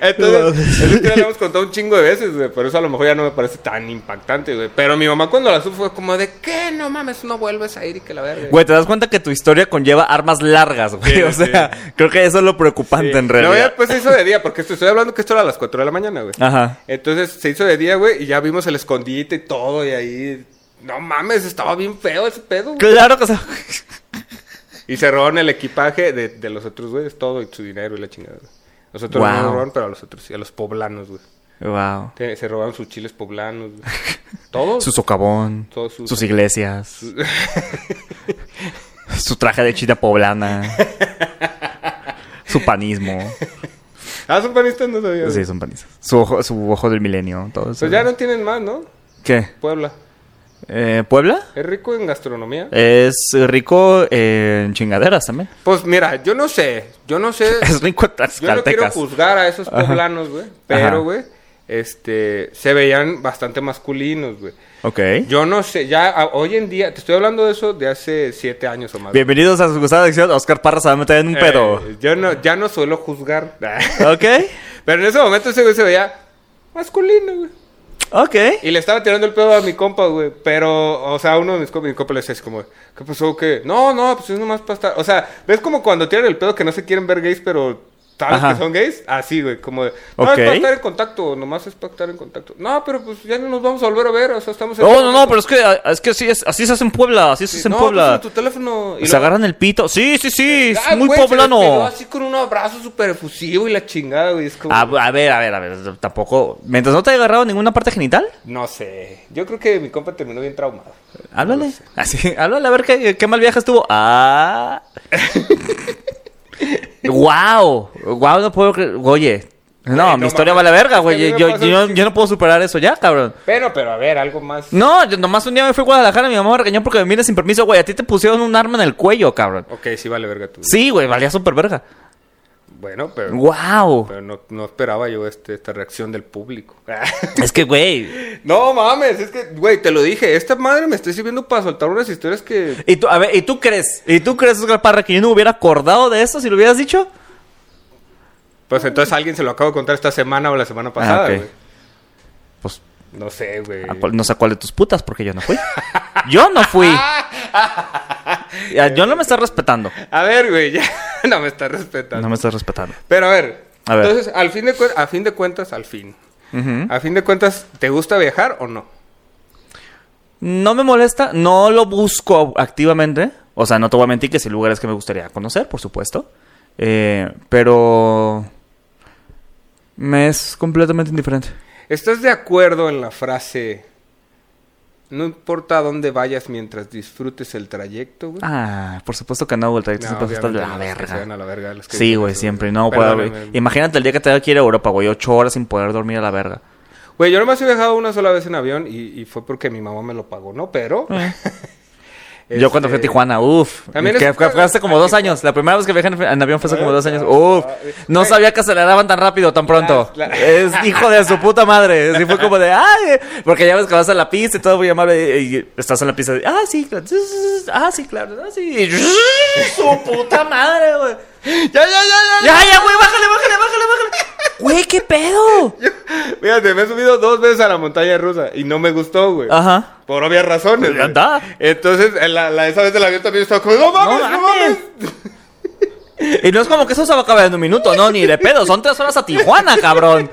[SPEAKER 2] Entonces, eso ya lo hemos contado un chingo de veces, güey. Pero eso a lo mejor ya no me parece tan impactante, güey. Pero mi mamá cuando la supo fue como de, ¿qué? No mames, no vuelves a ir y que la verga.
[SPEAKER 1] Güey, te das cuenta que tu historia conlleva armas largas, güey.
[SPEAKER 2] Sí,
[SPEAKER 1] o
[SPEAKER 2] sí.
[SPEAKER 1] sea, creo que eso es lo preocupante en
[SPEAKER 2] No, ya
[SPEAKER 1] realidad.
[SPEAKER 2] pues se hizo de día, porque esto- estoy hablando que esto era a las 4 de la mañana, güey.
[SPEAKER 1] Ajá.
[SPEAKER 2] Entonces se hizo de día, güey, y ya vimos el escondite y todo, y ahí. No mames, estaba bien feo ese pedo. güey.
[SPEAKER 1] Claro que sí.
[SPEAKER 2] Y se robaron el equipaje de, de los otros güeyes, todo, y su dinero y la chingada. güey. Nosotros no
[SPEAKER 1] Wow.
[SPEAKER 2] nos robaron, pero a los otros sí, a los poblanos, güey.
[SPEAKER 1] Wow.
[SPEAKER 2] Te- Se robaron sus chiles poblanos, güey. Todo.
[SPEAKER 1] Su socavón,
[SPEAKER 2] Todo su-
[SPEAKER 1] sus iglesias, su traje de chita poblana, su panismo.
[SPEAKER 2] Ah, son panistas, no sabía. güey.
[SPEAKER 1] Sí, son panistas. Su ojo, su ojo del milenio, todo eso.
[SPEAKER 2] Pues ya no tienen más, ¿no?
[SPEAKER 1] ¿Qué?
[SPEAKER 2] Puebla.
[SPEAKER 1] Eh, ¿Puebla?
[SPEAKER 2] Es rico en gastronomía.
[SPEAKER 1] Eh. Es rico en chingaderas también.
[SPEAKER 2] Pues mira, yo no sé. Yo no sé.
[SPEAKER 1] Es rico en
[SPEAKER 2] Yo no quiero
[SPEAKER 1] Tlaxcaltecas.
[SPEAKER 2] juzgar a esos poblanos, güey.
[SPEAKER 1] Ajá.
[SPEAKER 2] Pero, güey, este, se veían bastante masculinos, güey.
[SPEAKER 1] Ok.
[SPEAKER 2] Yo no sé, ya a- hoy en día, te estoy hablando de eso de hace siete años o más.
[SPEAKER 1] Bienvenidos a su gustada sección. Oscar Parra se va a meter en un
[SPEAKER 2] Eh,
[SPEAKER 1] pedo.
[SPEAKER 2] yo no, ya no suelo juzgar.
[SPEAKER 1] Ok.
[SPEAKER 2] Pero en ese momento ese güey se veía masculino, güey.
[SPEAKER 1] Ok.
[SPEAKER 2] Y le estaba tirando el pedo a mi compa, güey. Pero, o sea, uno de mis compas, mi compa le decía así como, ¿qué pasó? ¿Qué? No, no, pues es nomás para estar. O sea, ¿ves como cuando tiran el pedo que no se quieren ver gays, pero sabes
[SPEAKER 1] Ajá.
[SPEAKER 2] que son gays? Así, güey, como de, no,
[SPEAKER 1] Ok.
[SPEAKER 2] es para estar en contacto, nomás es para estar en contacto. No, pero pues ya no nos vamos a volver a ver, o sea, estamos en.
[SPEAKER 1] Oh, No, no, no, pero es que, es que así, es, así se hace en Puebla. Así se hace en
[SPEAKER 2] No,
[SPEAKER 1] Puebla.
[SPEAKER 2] pues, en tu teléfono. Y
[SPEAKER 1] Se
[SPEAKER 2] luego-
[SPEAKER 1] agarran el pito. Sí, sí, sí. Es
[SPEAKER 2] Ah,
[SPEAKER 1] muy
[SPEAKER 2] güey, se les pegó
[SPEAKER 1] poblano.
[SPEAKER 2] así con un abrazo súper efusivo y la chingada, güey. Es como...
[SPEAKER 1] A, Ah, a ver, a ver, a ver. Tampoco. Mientras no te haya agarrado ninguna parte genital,
[SPEAKER 2] No sé. Yo creo que mi compa terminó bien traumado.
[SPEAKER 1] háblale. Así, háblale a ver qué, qué mal viaje estuvo. Ah. wow. Wow, no puedo creer. Oye. No,
[SPEAKER 2] Güey,
[SPEAKER 1] mi
[SPEAKER 2] no
[SPEAKER 1] historia
[SPEAKER 2] mames.
[SPEAKER 1] vale verga,
[SPEAKER 2] Es que a mí
[SPEAKER 1] güey.
[SPEAKER 2] me
[SPEAKER 1] Yo,
[SPEAKER 2] pasa
[SPEAKER 1] yo-
[SPEAKER 2] que-
[SPEAKER 1] yo no puedo superar eso ya, cabrón.
[SPEAKER 2] Pero, pero, a ver, algo más.
[SPEAKER 1] No, yo nomás un día me fui a Guadalajara y mi mamá me regañó porque me vine sin permiso, güey. A ti te pusieron un arma en el cuello, cabrón.
[SPEAKER 2] Ok, sí vale verga tú.
[SPEAKER 1] Sí, güey, valía súper verga.
[SPEAKER 2] Bueno, pero...
[SPEAKER 1] ¡Wow!
[SPEAKER 2] Pero no, no esperaba yo este, esta reacción del público.
[SPEAKER 1] Es que, güey.
[SPEAKER 2] no mames, es que, güey, te lo dije. Esta madre me está sirviendo para soltar unas historias que...
[SPEAKER 1] ¿Y tú, a ver, ¿y tú crees? ¿Y tú crees, Oscar Parra, que yo no me hubiera acordado de eso si lo hubieras dicho?
[SPEAKER 2] Pues entonces alguien se lo acabo de contar esta semana o la semana
[SPEAKER 1] Ah,
[SPEAKER 2] pasada,
[SPEAKER 1] ok.
[SPEAKER 2] güey.
[SPEAKER 1] Pues
[SPEAKER 2] No sé, güey.
[SPEAKER 1] a cuál- no sé a cuál de tus putas, porque yo no fui. Yo no fui. Ya, Yo no me estás respetando.
[SPEAKER 2] A ver, güey, ya no me está respetando.
[SPEAKER 1] No me estás respetando.
[SPEAKER 2] Pero a ver,
[SPEAKER 1] A ver.
[SPEAKER 2] entonces, al fin de cuen- a fin de cuentas, al fin.
[SPEAKER 1] Ujú.
[SPEAKER 2] A fin de cuentas, ¿te gusta viajar o no?
[SPEAKER 1] No me molesta, no lo busco activamente. O sea, no te voy a mentir que sí hay lugares que me gustaría conocer, por supuesto. Eh, pero... Me es completamente indiferente.
[SPEAKER 2] ¿Estás de acuerdo en la frase no importa dónde vayas mientras disfrutes el trayecto, güey?
[SPEAKER 1] Ah, por supuesto que no, el trayecto
[SPEAKER 2] No,
[SPEAKER 1] siempre está de
[SPEAKER 2] obviamente
[SPEAKER 1] la
[SPEAKER 2] no, que se
[SPEAKER 1] verga.
[SPEAKER 2] vayan a la verga los que
[SPEAKER 1] Sí,
[SPEAKER 2] dicen
[SPEAKER 1] güey,
[SPEAKER 2] eso,
[SPEAKER 1] siempre. No,
[SPEAKER 2] Perdóname.
[SPEAKER 1] puedo. Imagínate el día que te que ir a Europa, güey. Ocho horas sin poder dormir a la verga.
[SPEAKER 2] Güey, yo nomás he viajado una sola vez en avión y, y fue porque mi mamá me lo pagó, ¿no? Pero...
[SPEAKER 1] Eh. Yo cuando fui a
[SPEAKER 2] este,
[SPEAKER 1] Tijuana, uff.
[SPEAKER 2] También
[SPEAKER 1] que
[SPEAKER 2] es- Ah,
[SPEAKER 1] fue, fue hace como dos años. La primera vez que viajé en, en avión fue hace como dos años. Uff. No
[SPEAKER 2] Güey.
[SPEAKER 1] sabía que aceleraban tan rápido, tan pronto.
[SPEAKER 2] Claro, claro.
[SPEAKER 1] Es hijo de su puta madre. Así fue como de, ay. Porque ya ves que vas a la pista y todo muy amable. Y, y estás en la pista. de, ah, sí, claro. Ah, sí, claro. Ah, sí. Y, su puta madre, güey.
[SPEAKER 2] ¡Ya, ya, ya, ya!
[SPEAKER 1] Ya, ya, güey, bájale, bájale, bájale, bájale. Güey, qué pedo.
[SPEAKER 2] Fíjate, me he subido dos veces a la montaña rusa y no me gustó, güey.
[SPEAKER 1] Ajá.
[SPEAKER 2] Por obvias razones.
[SPEAKER 1] Ya
[SPEAKER 2] güey.
[SPEAKER 1] está.
[SPEAKER 2] Entonces, en la, la- esa vez del avión también estaba como, ¡No mames, no, mames!
[SPEAKER 1] Y no es como que eso se va a acabar en un minuto, no, ni de pedo. Son tres horas a Tijuana, cabrón.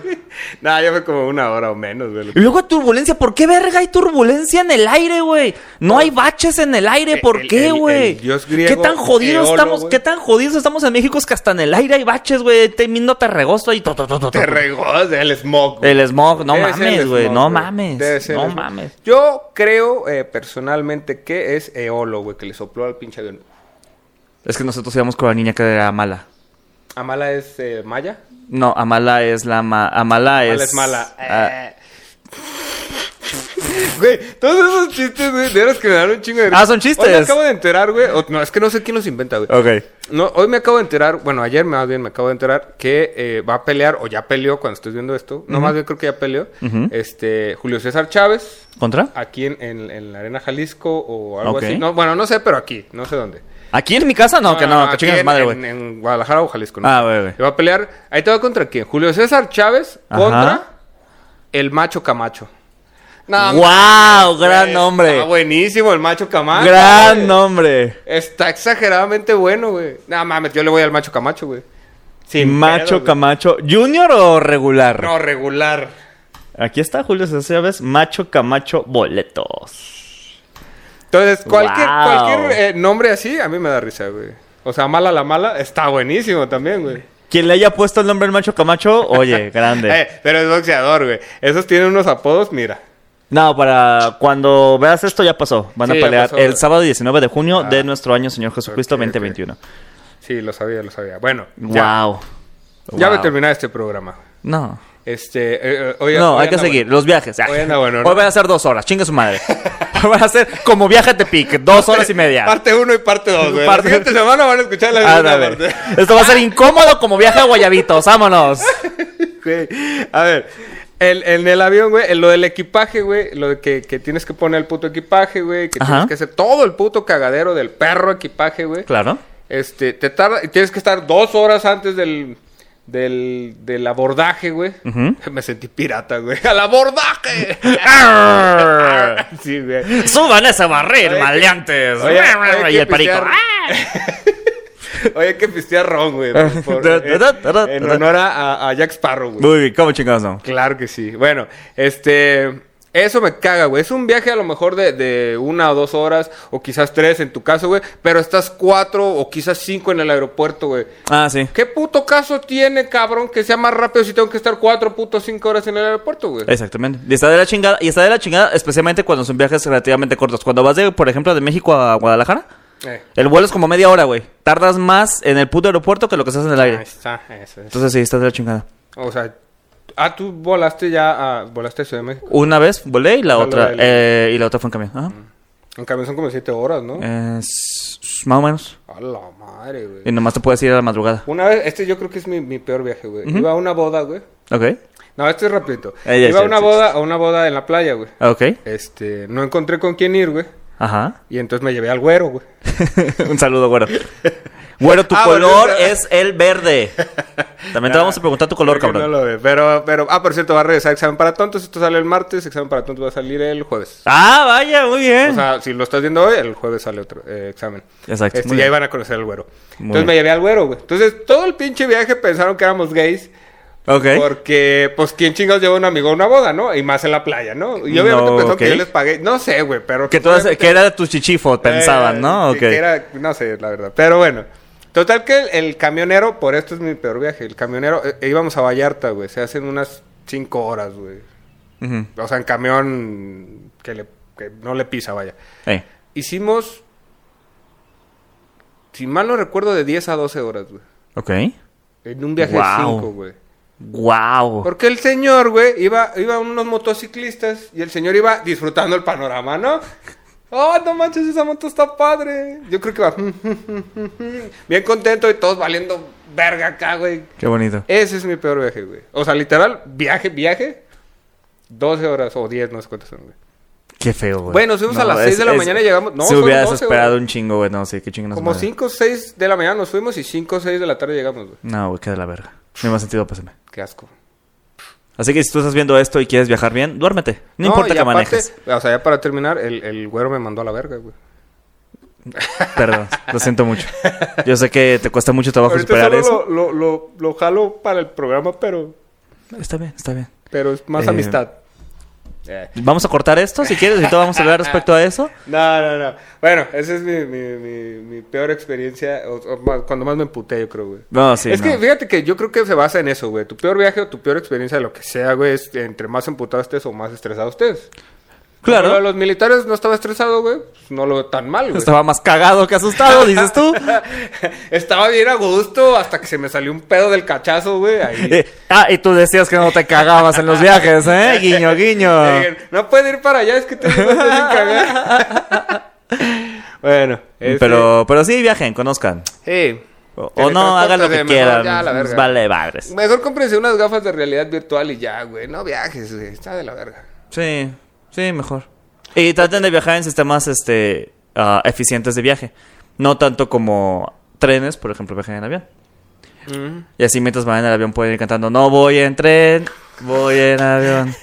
[SPEAKER 2] Nah, ya fue como una hora o menos, güey.
[SPEAKER 1] Y luego turbulencia. ¿Por qué verga hay turbulencia en el aire, güey? No hay baches en el aire. ¿Por
[SPEAKER 2] El-
[SPEAKER 1] qué,
[SPEAKER 2] el-
[SPEAKER 1] güey?
[SPEAKER 2] el dios griego
[SPEAKER 1] ¿Qué tan jodidos
[SPEAKER 2] Eolo,
[SPEAKER 1] estamos?
[SPEAKER 2] güey.
[SPEAKER 1] ¿Qué tan jodidos estamos en México? Es que hasta en el aire hay baches, güey. Temiendo terregosto y to, to, to, to, to.
[SPEAKER 2] Te regó el smog. güey.
[SPEAKER 1] El smog, Eh, no
[SPEAKER 2] Debe ser el
[SPEAKER 1] mames, güey.
[SPEAKER 2] smog,
[SPEAKER 1] No mames.
[SPEAKER 2] Debe ser
[SPEAKER 1] No
[SPEAKER 2] el smog.
[SPEAKER 1] mames.
[SPEAKER 2] Yo creo eh, personalmente que es Eolo, güey, que le sopló al pinche avión.
[SPEAKER 1] Es que nosotros íbamos con la niña que era mala.
[SPEAKER 2] Amala es eh, maya.
[SPEAKER 1] No, Amala es la ma- Amala es.
[SPEAKER 2] Amala es mala.
[SPEAKER 1] Ah,
[SPEAKER 2] Eh. Güey, todos esos chistes, güey, de veras que me dan un chingo de risa.
[SPEAKER 1] Ah, son chistes.
[SPEAKER 2] Hoy me acabo de enterar, güey. o- No, es que no sé quién los inventa, güey.
[SPEAKER 1] Ok.
[SPEAKER 2] No, hoy me acabo de enterar, bueno, ayer más bien me acabo de enterar que eh, va a pelear, o ya peleó cuando estoy viendo esto. No, más bien creo que ya peleó.
[SPEAKER 1] Ujú.
[SPEAKER 2] Este, Julio César Chávez,
[SPEAKER 1] ¿Contra?
[SPEAKER 2] aquí en, en- en la Arena Jalisco o algo
[SPEAKER 1] Ok.
[SPEAKER 2] así. No, bueno, no sé, pero aquí, no sé dónde.
[SPEAKER 1] ¿Aquí en mi casa? No, que no, que
[SPEAKER 2] aquí
[SPEAKER 1] chingas
[SPEAKER 2] en-
[SPEAKER 1] madre, güey.
[SPEAKER 2] En, en Guadalajara o Jalisco, ¿no?
[SPEAKER 1] Ah, güey, güey.
[SPEAKER 2] Y va a pelear. Ahí te va contra quién? Julio César Chávez
[SPEAKER 1] Ajá.
[SPEAKER 2] contra el Macho Camacho. No,
[SPEAKER 1] ¡Wow! Gran
[SPEAKER 2] Ah, güey, Ah,
[SPEAKER 1] nombre.
[SPEAKER 2] Está buenísimo el Macho Camacho.
[SPEAKER 1] Gran
[SPEAKER 2] güey.
[SPEAKER 1] nombre.
[SPEAKER 2] Está exageradamente bueno, güey. No mames, yo le voy al Macho Camacho, güey. Sin
[SPEAKER 1] Macho
[SPEAKER 2] pedos, güey.
[SPEAKER 1] Camacho, ¿Junior o regular?
[SPEAKER 2] No, regular.
[SPEAKER 1] Aquí está Julio César Chávez, Macho Camacho Boletos.
[SPEAKER 2] Entonces, cualquier,
[SPEAKER 1] Wow.
[SPEAKER 2] cualquier eh, nombre así, a mí me da risa, güey. O sea, mala la mala, está buenísimo también, güey.
[SPEAKER 1] Quien le haya puesto el nombre al Macho Camacho, oye, grande.
[SPEAKER 2] Eh, pero es boxeador, güey. Esos tienen unos apodos, mira.
[SPEAKER 1] No, para cuando veas esto ya pasó. Van
[SPEAKER 2] Sí,
[SPEAKER 1] a
[SPEAKER 2] ya
[SPEAKER 1] pelear
[SPEAKER 2] pasó,
[SPEAKER 1] el
[SPEAKER 2] güey.
[SPEAKER 1] sábado 19 de junio
[SPEAKER 2] Ah.
[SPEAKER 1] de nuestro año Señor Jesucristo
[SPEAKER 2] Ok, ok.
[SPEAKER 1] 2021.
[SPEAKER 2] Sí, lo sabía, lo sabía. Bueno, ya,
[SPEAKER 1] Wow. Wow.
[SPEAKER 2] ya voy a terminar este programa.
[SPEAKER 1] No.
[SPEAKER 2] Este, eh, eh, hoy-
[SPEAKER 1] No,
[SPEAKER 2] hoy
[SPEAKER 1] hay que
[SPEAKER 2] anda
[SPEAKER 1] seguir.
[SPEAKER 2] bueno.
[SPEAKER 1] Los viajes. Ah.
[SPEAKER 2] Hoy anda bueno, ¿no?
[SPEAKER 1] Hoy van a ser dos horas. Chinga su madre. Hoy van a ser como viaje de pique. Dos horas y media.
[SPEAKER 2] Parte 1 y parte 2, güey.
[SPEAKER 1] Parte-
[SPEAKER 2] La siguiente semana van a escuchar la
[SPEAKER 1] Ah,
[SPEAKER 2] segunda
[SPEAKER 1] a ver.
[SPEAKER 2] parte.
[SPEAKER 1] Esto va a ser incómodo como viaje a Guayabitos. Vámonos.
[SPEAKER 2] Güey, A ver, el- en el avión, güey, en lo del equipaje, güey, lo de que, que tienes que poner el puto equipaje, güey, que
[SPEAKER 1] Ajá.
[SPEAKER 2] tienes que hacer todo el puto cagadero del perro equipaje, güey.
[SPEAKER 1] Claro.
[SPEAKER 2] Este, te tarda, y tienes que estar dos horas antes del, del, del abordaje, güey.
[SPEAKER 1] Ujú.
[SPEAKER 2] Me sentí pirata, güey. ¡Al abordaje!
[SPEAKER 1] Arr.
[SPEAKER 2] sí, güey.
[SPEAKER 1] Suban ese barril,
[SPEAKER 2] Oye,
[SPEAKER 1] maleantes.
[SPEAKER 2] oye, oye,
[SPEAKER 1] y el
[SPEAKER 2] que
[SPEAKER 1] perico. Ah.
[SPEAKER 2] pistear- Oye, hay que pistear ron, güey. por- eh,
[SPEAKER 1] Da, da, da, da,
[SPEAKER 2] en
[SPEAKER 1] da.
[SPEAKER 2] honor a, a Jack Sparrow, güey.
[SPEAKER 1] Muy bien, ¿cómo chingados no?
[SPEAKER 2] Claro que sí. Bueno, este. Eso me caga, güey. Es un viaje a lo mejor de, de una o dos horas, o quizás tres en tu caso, güey. Pero estás cuatro o quizás cinco en el aeropuerto, güey.
[SPEAKER 1] Ah, sí.
[SPEAKER 2] ¿Qué puto caso tiene, cabrón, que sea más rápido si tengo que estar cuatro puto cinco horas en el aeropuerto, güey?
[SPEAKER 1] Exactamente. Y está de la chingada. Y está de la chingada, especialmente cuando son viajes relativamente cortos. Cuando vas, de, por ejemplo, de México a Guadalajara,
[SPEAKER 2] Eh,
[SPEAKER 1] el vuelo es como media hora, güey. Tardas más en el puto aeropuerto que lo que estás en el
[SPEAKER 2] ahí
[SPEAKER 1] aire.
[SPEAKER 2] está, eso es.
[SPEAKER 1] Entonces, sí, está de la chingada.
[SPEAKER 2] O sea, ah, tú volaste ya a. Volaste a Ciudad de México.
[SPEAKER 1] Una vez volé y la
[SPEAKER 2] Solo
[SPEAKER 1] otra.
[SPEAKER 2] el-
[SPEAKER 1] eh, y la otra fue en camión. Ajá.
[SPEAKER 2] En cambio son como siete horas, ¿no?
[SPEAKER 1] Eh, s- s- más o menos.
[SPEAKER 2] A la madre, güey.
[SPEAKER 1] Y nomás te puedes ir a la madrugada.
[SPEAKER 2] Una vez, este yo creo que es mi, mi peor viaje, güey. Iba a una boda, güey.
[SPEAKER 1] Ok.
[SPEAKER 2] No, esto es rapidito.
[SPEAKER 1] Eh, ya
[SPEAKER 2] Iba
[SPEAKER 1] sé,
[SPEAKER 2] a una
[SPEAKER 1] sí,
[SPEAKER 2] boda, a una boda en la playa, güey.
[SPEAKER 1] Ok.
[SPEAKER 2] Este, no encontré con quién ir, güey.
[SPEAKER 1] Ajá.
[SPEAKER 2] Y entonces me llevé al güero, güey.
[SPEAKER 1] Un saludo, güero. Güero, tu
[SPEAKER 2] Ah, bueno,
[SPEAKER 1] color
[SPEAKER 2] o sea-
[SPEAKER 1] es el verde. También te vamos a preguntar tu color,
[SPEAKER 2] Creo que
[SPEAKER 1] cabrón.
[SPEAKER 2] No lo ve. Pero, pero, ah, por cierto, va a regresar examen para tontos. Esto sale el martes, examen para tontos va a salir el jueves.
[SPEAKER 1] Ah, vaya, muy bien.
[SPEAKER 2] O sea, si lo estás viendo hoy, el jueves sale otro eh, examen.
[SPEAKER 1] Exacto,
[SPEAKER 2] Este,
[SPEAKER 1] muy
[SPEAKER 2] y ahí
[SPEAKER 1] bien.
[SPEAKER 2] van a conocer al güero.
[SPEAKER 1] Muy
[SPEAKER 2] Entonces me
[SPEAKER 1] bien.
[SPEAKER 2] llevé al güero, güey. Entonces todo el pinche viaje pensaron que éramos gays.
[SPEAKER 1] ok.
[SPEAKER 2] Porque, pues, ¿quién chingados lleva a un amigo a una boda, no? Y más en la playa, ¿no? Y obviamente
[SPEAKER 1] No,
[SPEAKER 2] pensó
[SPEAKER 1] ok.
[SPEAKER 2] que yo les pagué. No sé, güey, pero...
[SPEAKER 1] Que, todas, que era tu chichifo, pensaban,
[SPEAKER 2] Eh,
[SPEAKER 1] ¿no?
[SPEAKER 2] que-
[SPEAKER 1] Ok.
[SPEAKER 2] que era- no sé, la verdad. Pero bueno. Total que el, el camionero, por esto es mi peor viaje, el camionero, eh, íbamos a Vallarta, güey, se hacen unas cinco horas, güey.
[SPEAKER 1] Ujú.
[SPEAKER 2] O sea, en camión que, le, que no le pisa, vaya.
[SPEAKER 1] Eh.
[SPEAKER 2] Hicimos, si mal no recuerdo, de 10 a 12 horas, güey.
[SPEAKER 1] Ok.
[SPEAKER 2] En un viaje de
[SPEAKER 1] Guau.
[SPEAKER 2] 5, güey.
[SPEAKER 1] Wow.
[SPEAKER 2] Porque el señor, güey, iba, iba unos motociclistas y el señor iba disfrutando el panorama, ¿no? ¡Oh, no manches, esa moto está padre! Yo creo que va... Bien contento y todos valiendo verga acá, güey.
[SPEAKER 1] Qué bonito.
[SPEAKER 2] Ese es mi peor viaje, güey. O sea, literal, viaje, viaje. 12 horas o 10, no sé cuántas son, güey.
[SPEAKER 1] Qué feo, güey.
[SPEAKER 2] Bueno, nos fuimos a las seis de la mañana y llegamos- no,
[SPEAKER 1] si
[SPEAKER 2] fueron
[SPEAKER 1] hubieras
[SPEAKER 2] doce,
[SPEAKER 1] esperado
[SPEAKER 2] güey.
[SPEAKER 1] un chingo, güey. No, sí, qué chingo.
[SPEAKER 2] Como 5 o 6 de la mañana nos fuimos y 5 o 6 de la tarde llegamos, güey.
[SPEAKER 1] No, güey, qué de la verga. No me ha sentido, pásame.
[SPEAKER 2] Qué asco.
[SPEAKER 1] Así que si tú estás viendo esto y quieres viajar bien, duérmete. No, importa
[SPEAKER 2] y
[SPEAKER 1] que
[SPEAKER 2] aparte,
[SPEAKER 1] manejes.
[SPEAKER 2] O sea, ya para terminar, el, el güero me mandó a la verga, güey.
[SPEAKER 1] Perdón, lo siento mucho. Yo sé que te cuesta mucho trabajo superar
[SPEAKER 2] solo
[SPEAKER 1] eso.
[SPEAKER 2] Lo, lo, lo- lo jalo para el programa, pero,
[SPEAKER 1] Está bien, está bien.
[SPEAKER 2] pero es más
[SPEAKER 1] Eh.
[SPEAKER 2] amistad.
[SPEAKER 1] Vamos a cortar esto si quieres. Ahorita vamos a hablar respecto a eso.
[SPEAKER 2] No, no, no. Bueno, esa es mi, mi, mi, mi peor experiencia. o- o más- cuando más me emputé, yo creo, güey.
[SPEAKER 1] No, sí.
[SPEAKER 2] es
[SPEAKER 1] no.
[SPEAKER 2] que fíjate que yo creo que se basa en eso, güey. Tu peor viaje o tu peor experiencia, lo que sea, güey, es entre más emputado estés o más estresado estés.
[SPEAKER 1] Claro.
[SPEAKER 2] Como lo de los militares no estaba estresado, güey. pues, no lo veo tan mal, güey.
[SPEAKER 1] Estaba más cagado que asustado, dices tú.
[SPEAKER 2] Estaba bien a gusto hasta que se me salió un pedo del cachazo, güey. Ahí.
[SPEAKER 1] Eh, ah, y tú decías que no te cagabas en los viajes, ¿eh? Guiño,
[SPEAKER 2] Me
[SPEAKER 1] guiño.
[SPEAKER 2] dijeron, no puedes ir para allá, es que te estás bien cagar. bueno, este,
[SPEAKER 1] Pero, pero sí, viajen, conozcan.
[SPEAKER 2] sí.
[SPEAKER 1] O,
[SPEAKER 2] Te
[SPEAKER 1] o no,
[SPEAKER 2] teletransportas
[SPEAKER 1] hagan lo
[SPEAKER 2] de
[SPEAKER 1] que
[SPEAKER 2] mejor,
[SPEAKER 1] quieran.
[SPEAKER 2] ya, la verga.
[SPEAKER 1] Vale, madres.
[SPEAKER 2] Mejor cómprense unas gafas de realidad virtual y ya, güey. No viajes, güey. Está de la verga.
[SPEAKER 1] Sí, sí, mejor. Y traten de viajar en sistemas este, ah, eficientes de viaje. No tanto como trenes, por ejemplo, viajen en avión.
[SPEAKER 2] Mm.
[SPEAKER 1] Y así mientras van en el avión pueden ir cantando, no voy en tren, voy en avión.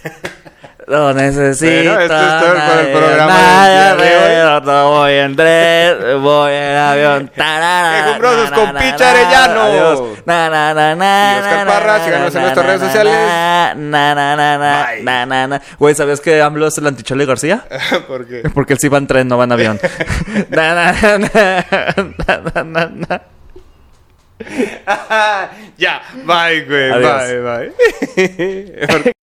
[SPEAKER 1] Lo necesito.
[SPEAKER 2] Bueno, esto es todo por el
[SPEAKER 1] nadie,
[SPEAKER 2] programa
[SPEAKER 1] nadie,
[SPEAKER 2] del día de
[SPEAKER 1] pero No voy en tren, voy en avión. Tarara,
[SPEAKER 2] Quejumbrosos con
[SPEAKER 1] tarara,
[SPEAKER 2] Picha Arellano.
[SPEAKER 1] adiós. Na, na, na, na,
[SPEAKER 2] Y Oscar
[SPEAKER 1] na,
[SPEAKER 2] Parra,
[SPEAKER 1] na,
[SPEAKER 2] síganos
[SPEAKER 1] na,
[SPEAKER 2] en nuestras
[SPEAKER 1] na,
[SPEAKER 2] redes
[SPEAKER 1] na,
[SPEAKER 2] sociales.
[SPEAKER 1] na, na, na, na, na,
[SPEAKER 2] Bye. Eh.
[SPEAKER 1] na, na, na. Güey, ¿sabías que AMLO es el antichole García?
[SPEAKER 2] Porque.
[SPEAKER 1] Porque él sí va en tren, no va en avión. Na, na, na, na, na, na, na.
[SPEAKER 2] ya, bye, güey.
[SPEAKER 1] Adiós.
[SPEAKER 2] Bye, bye. Porque-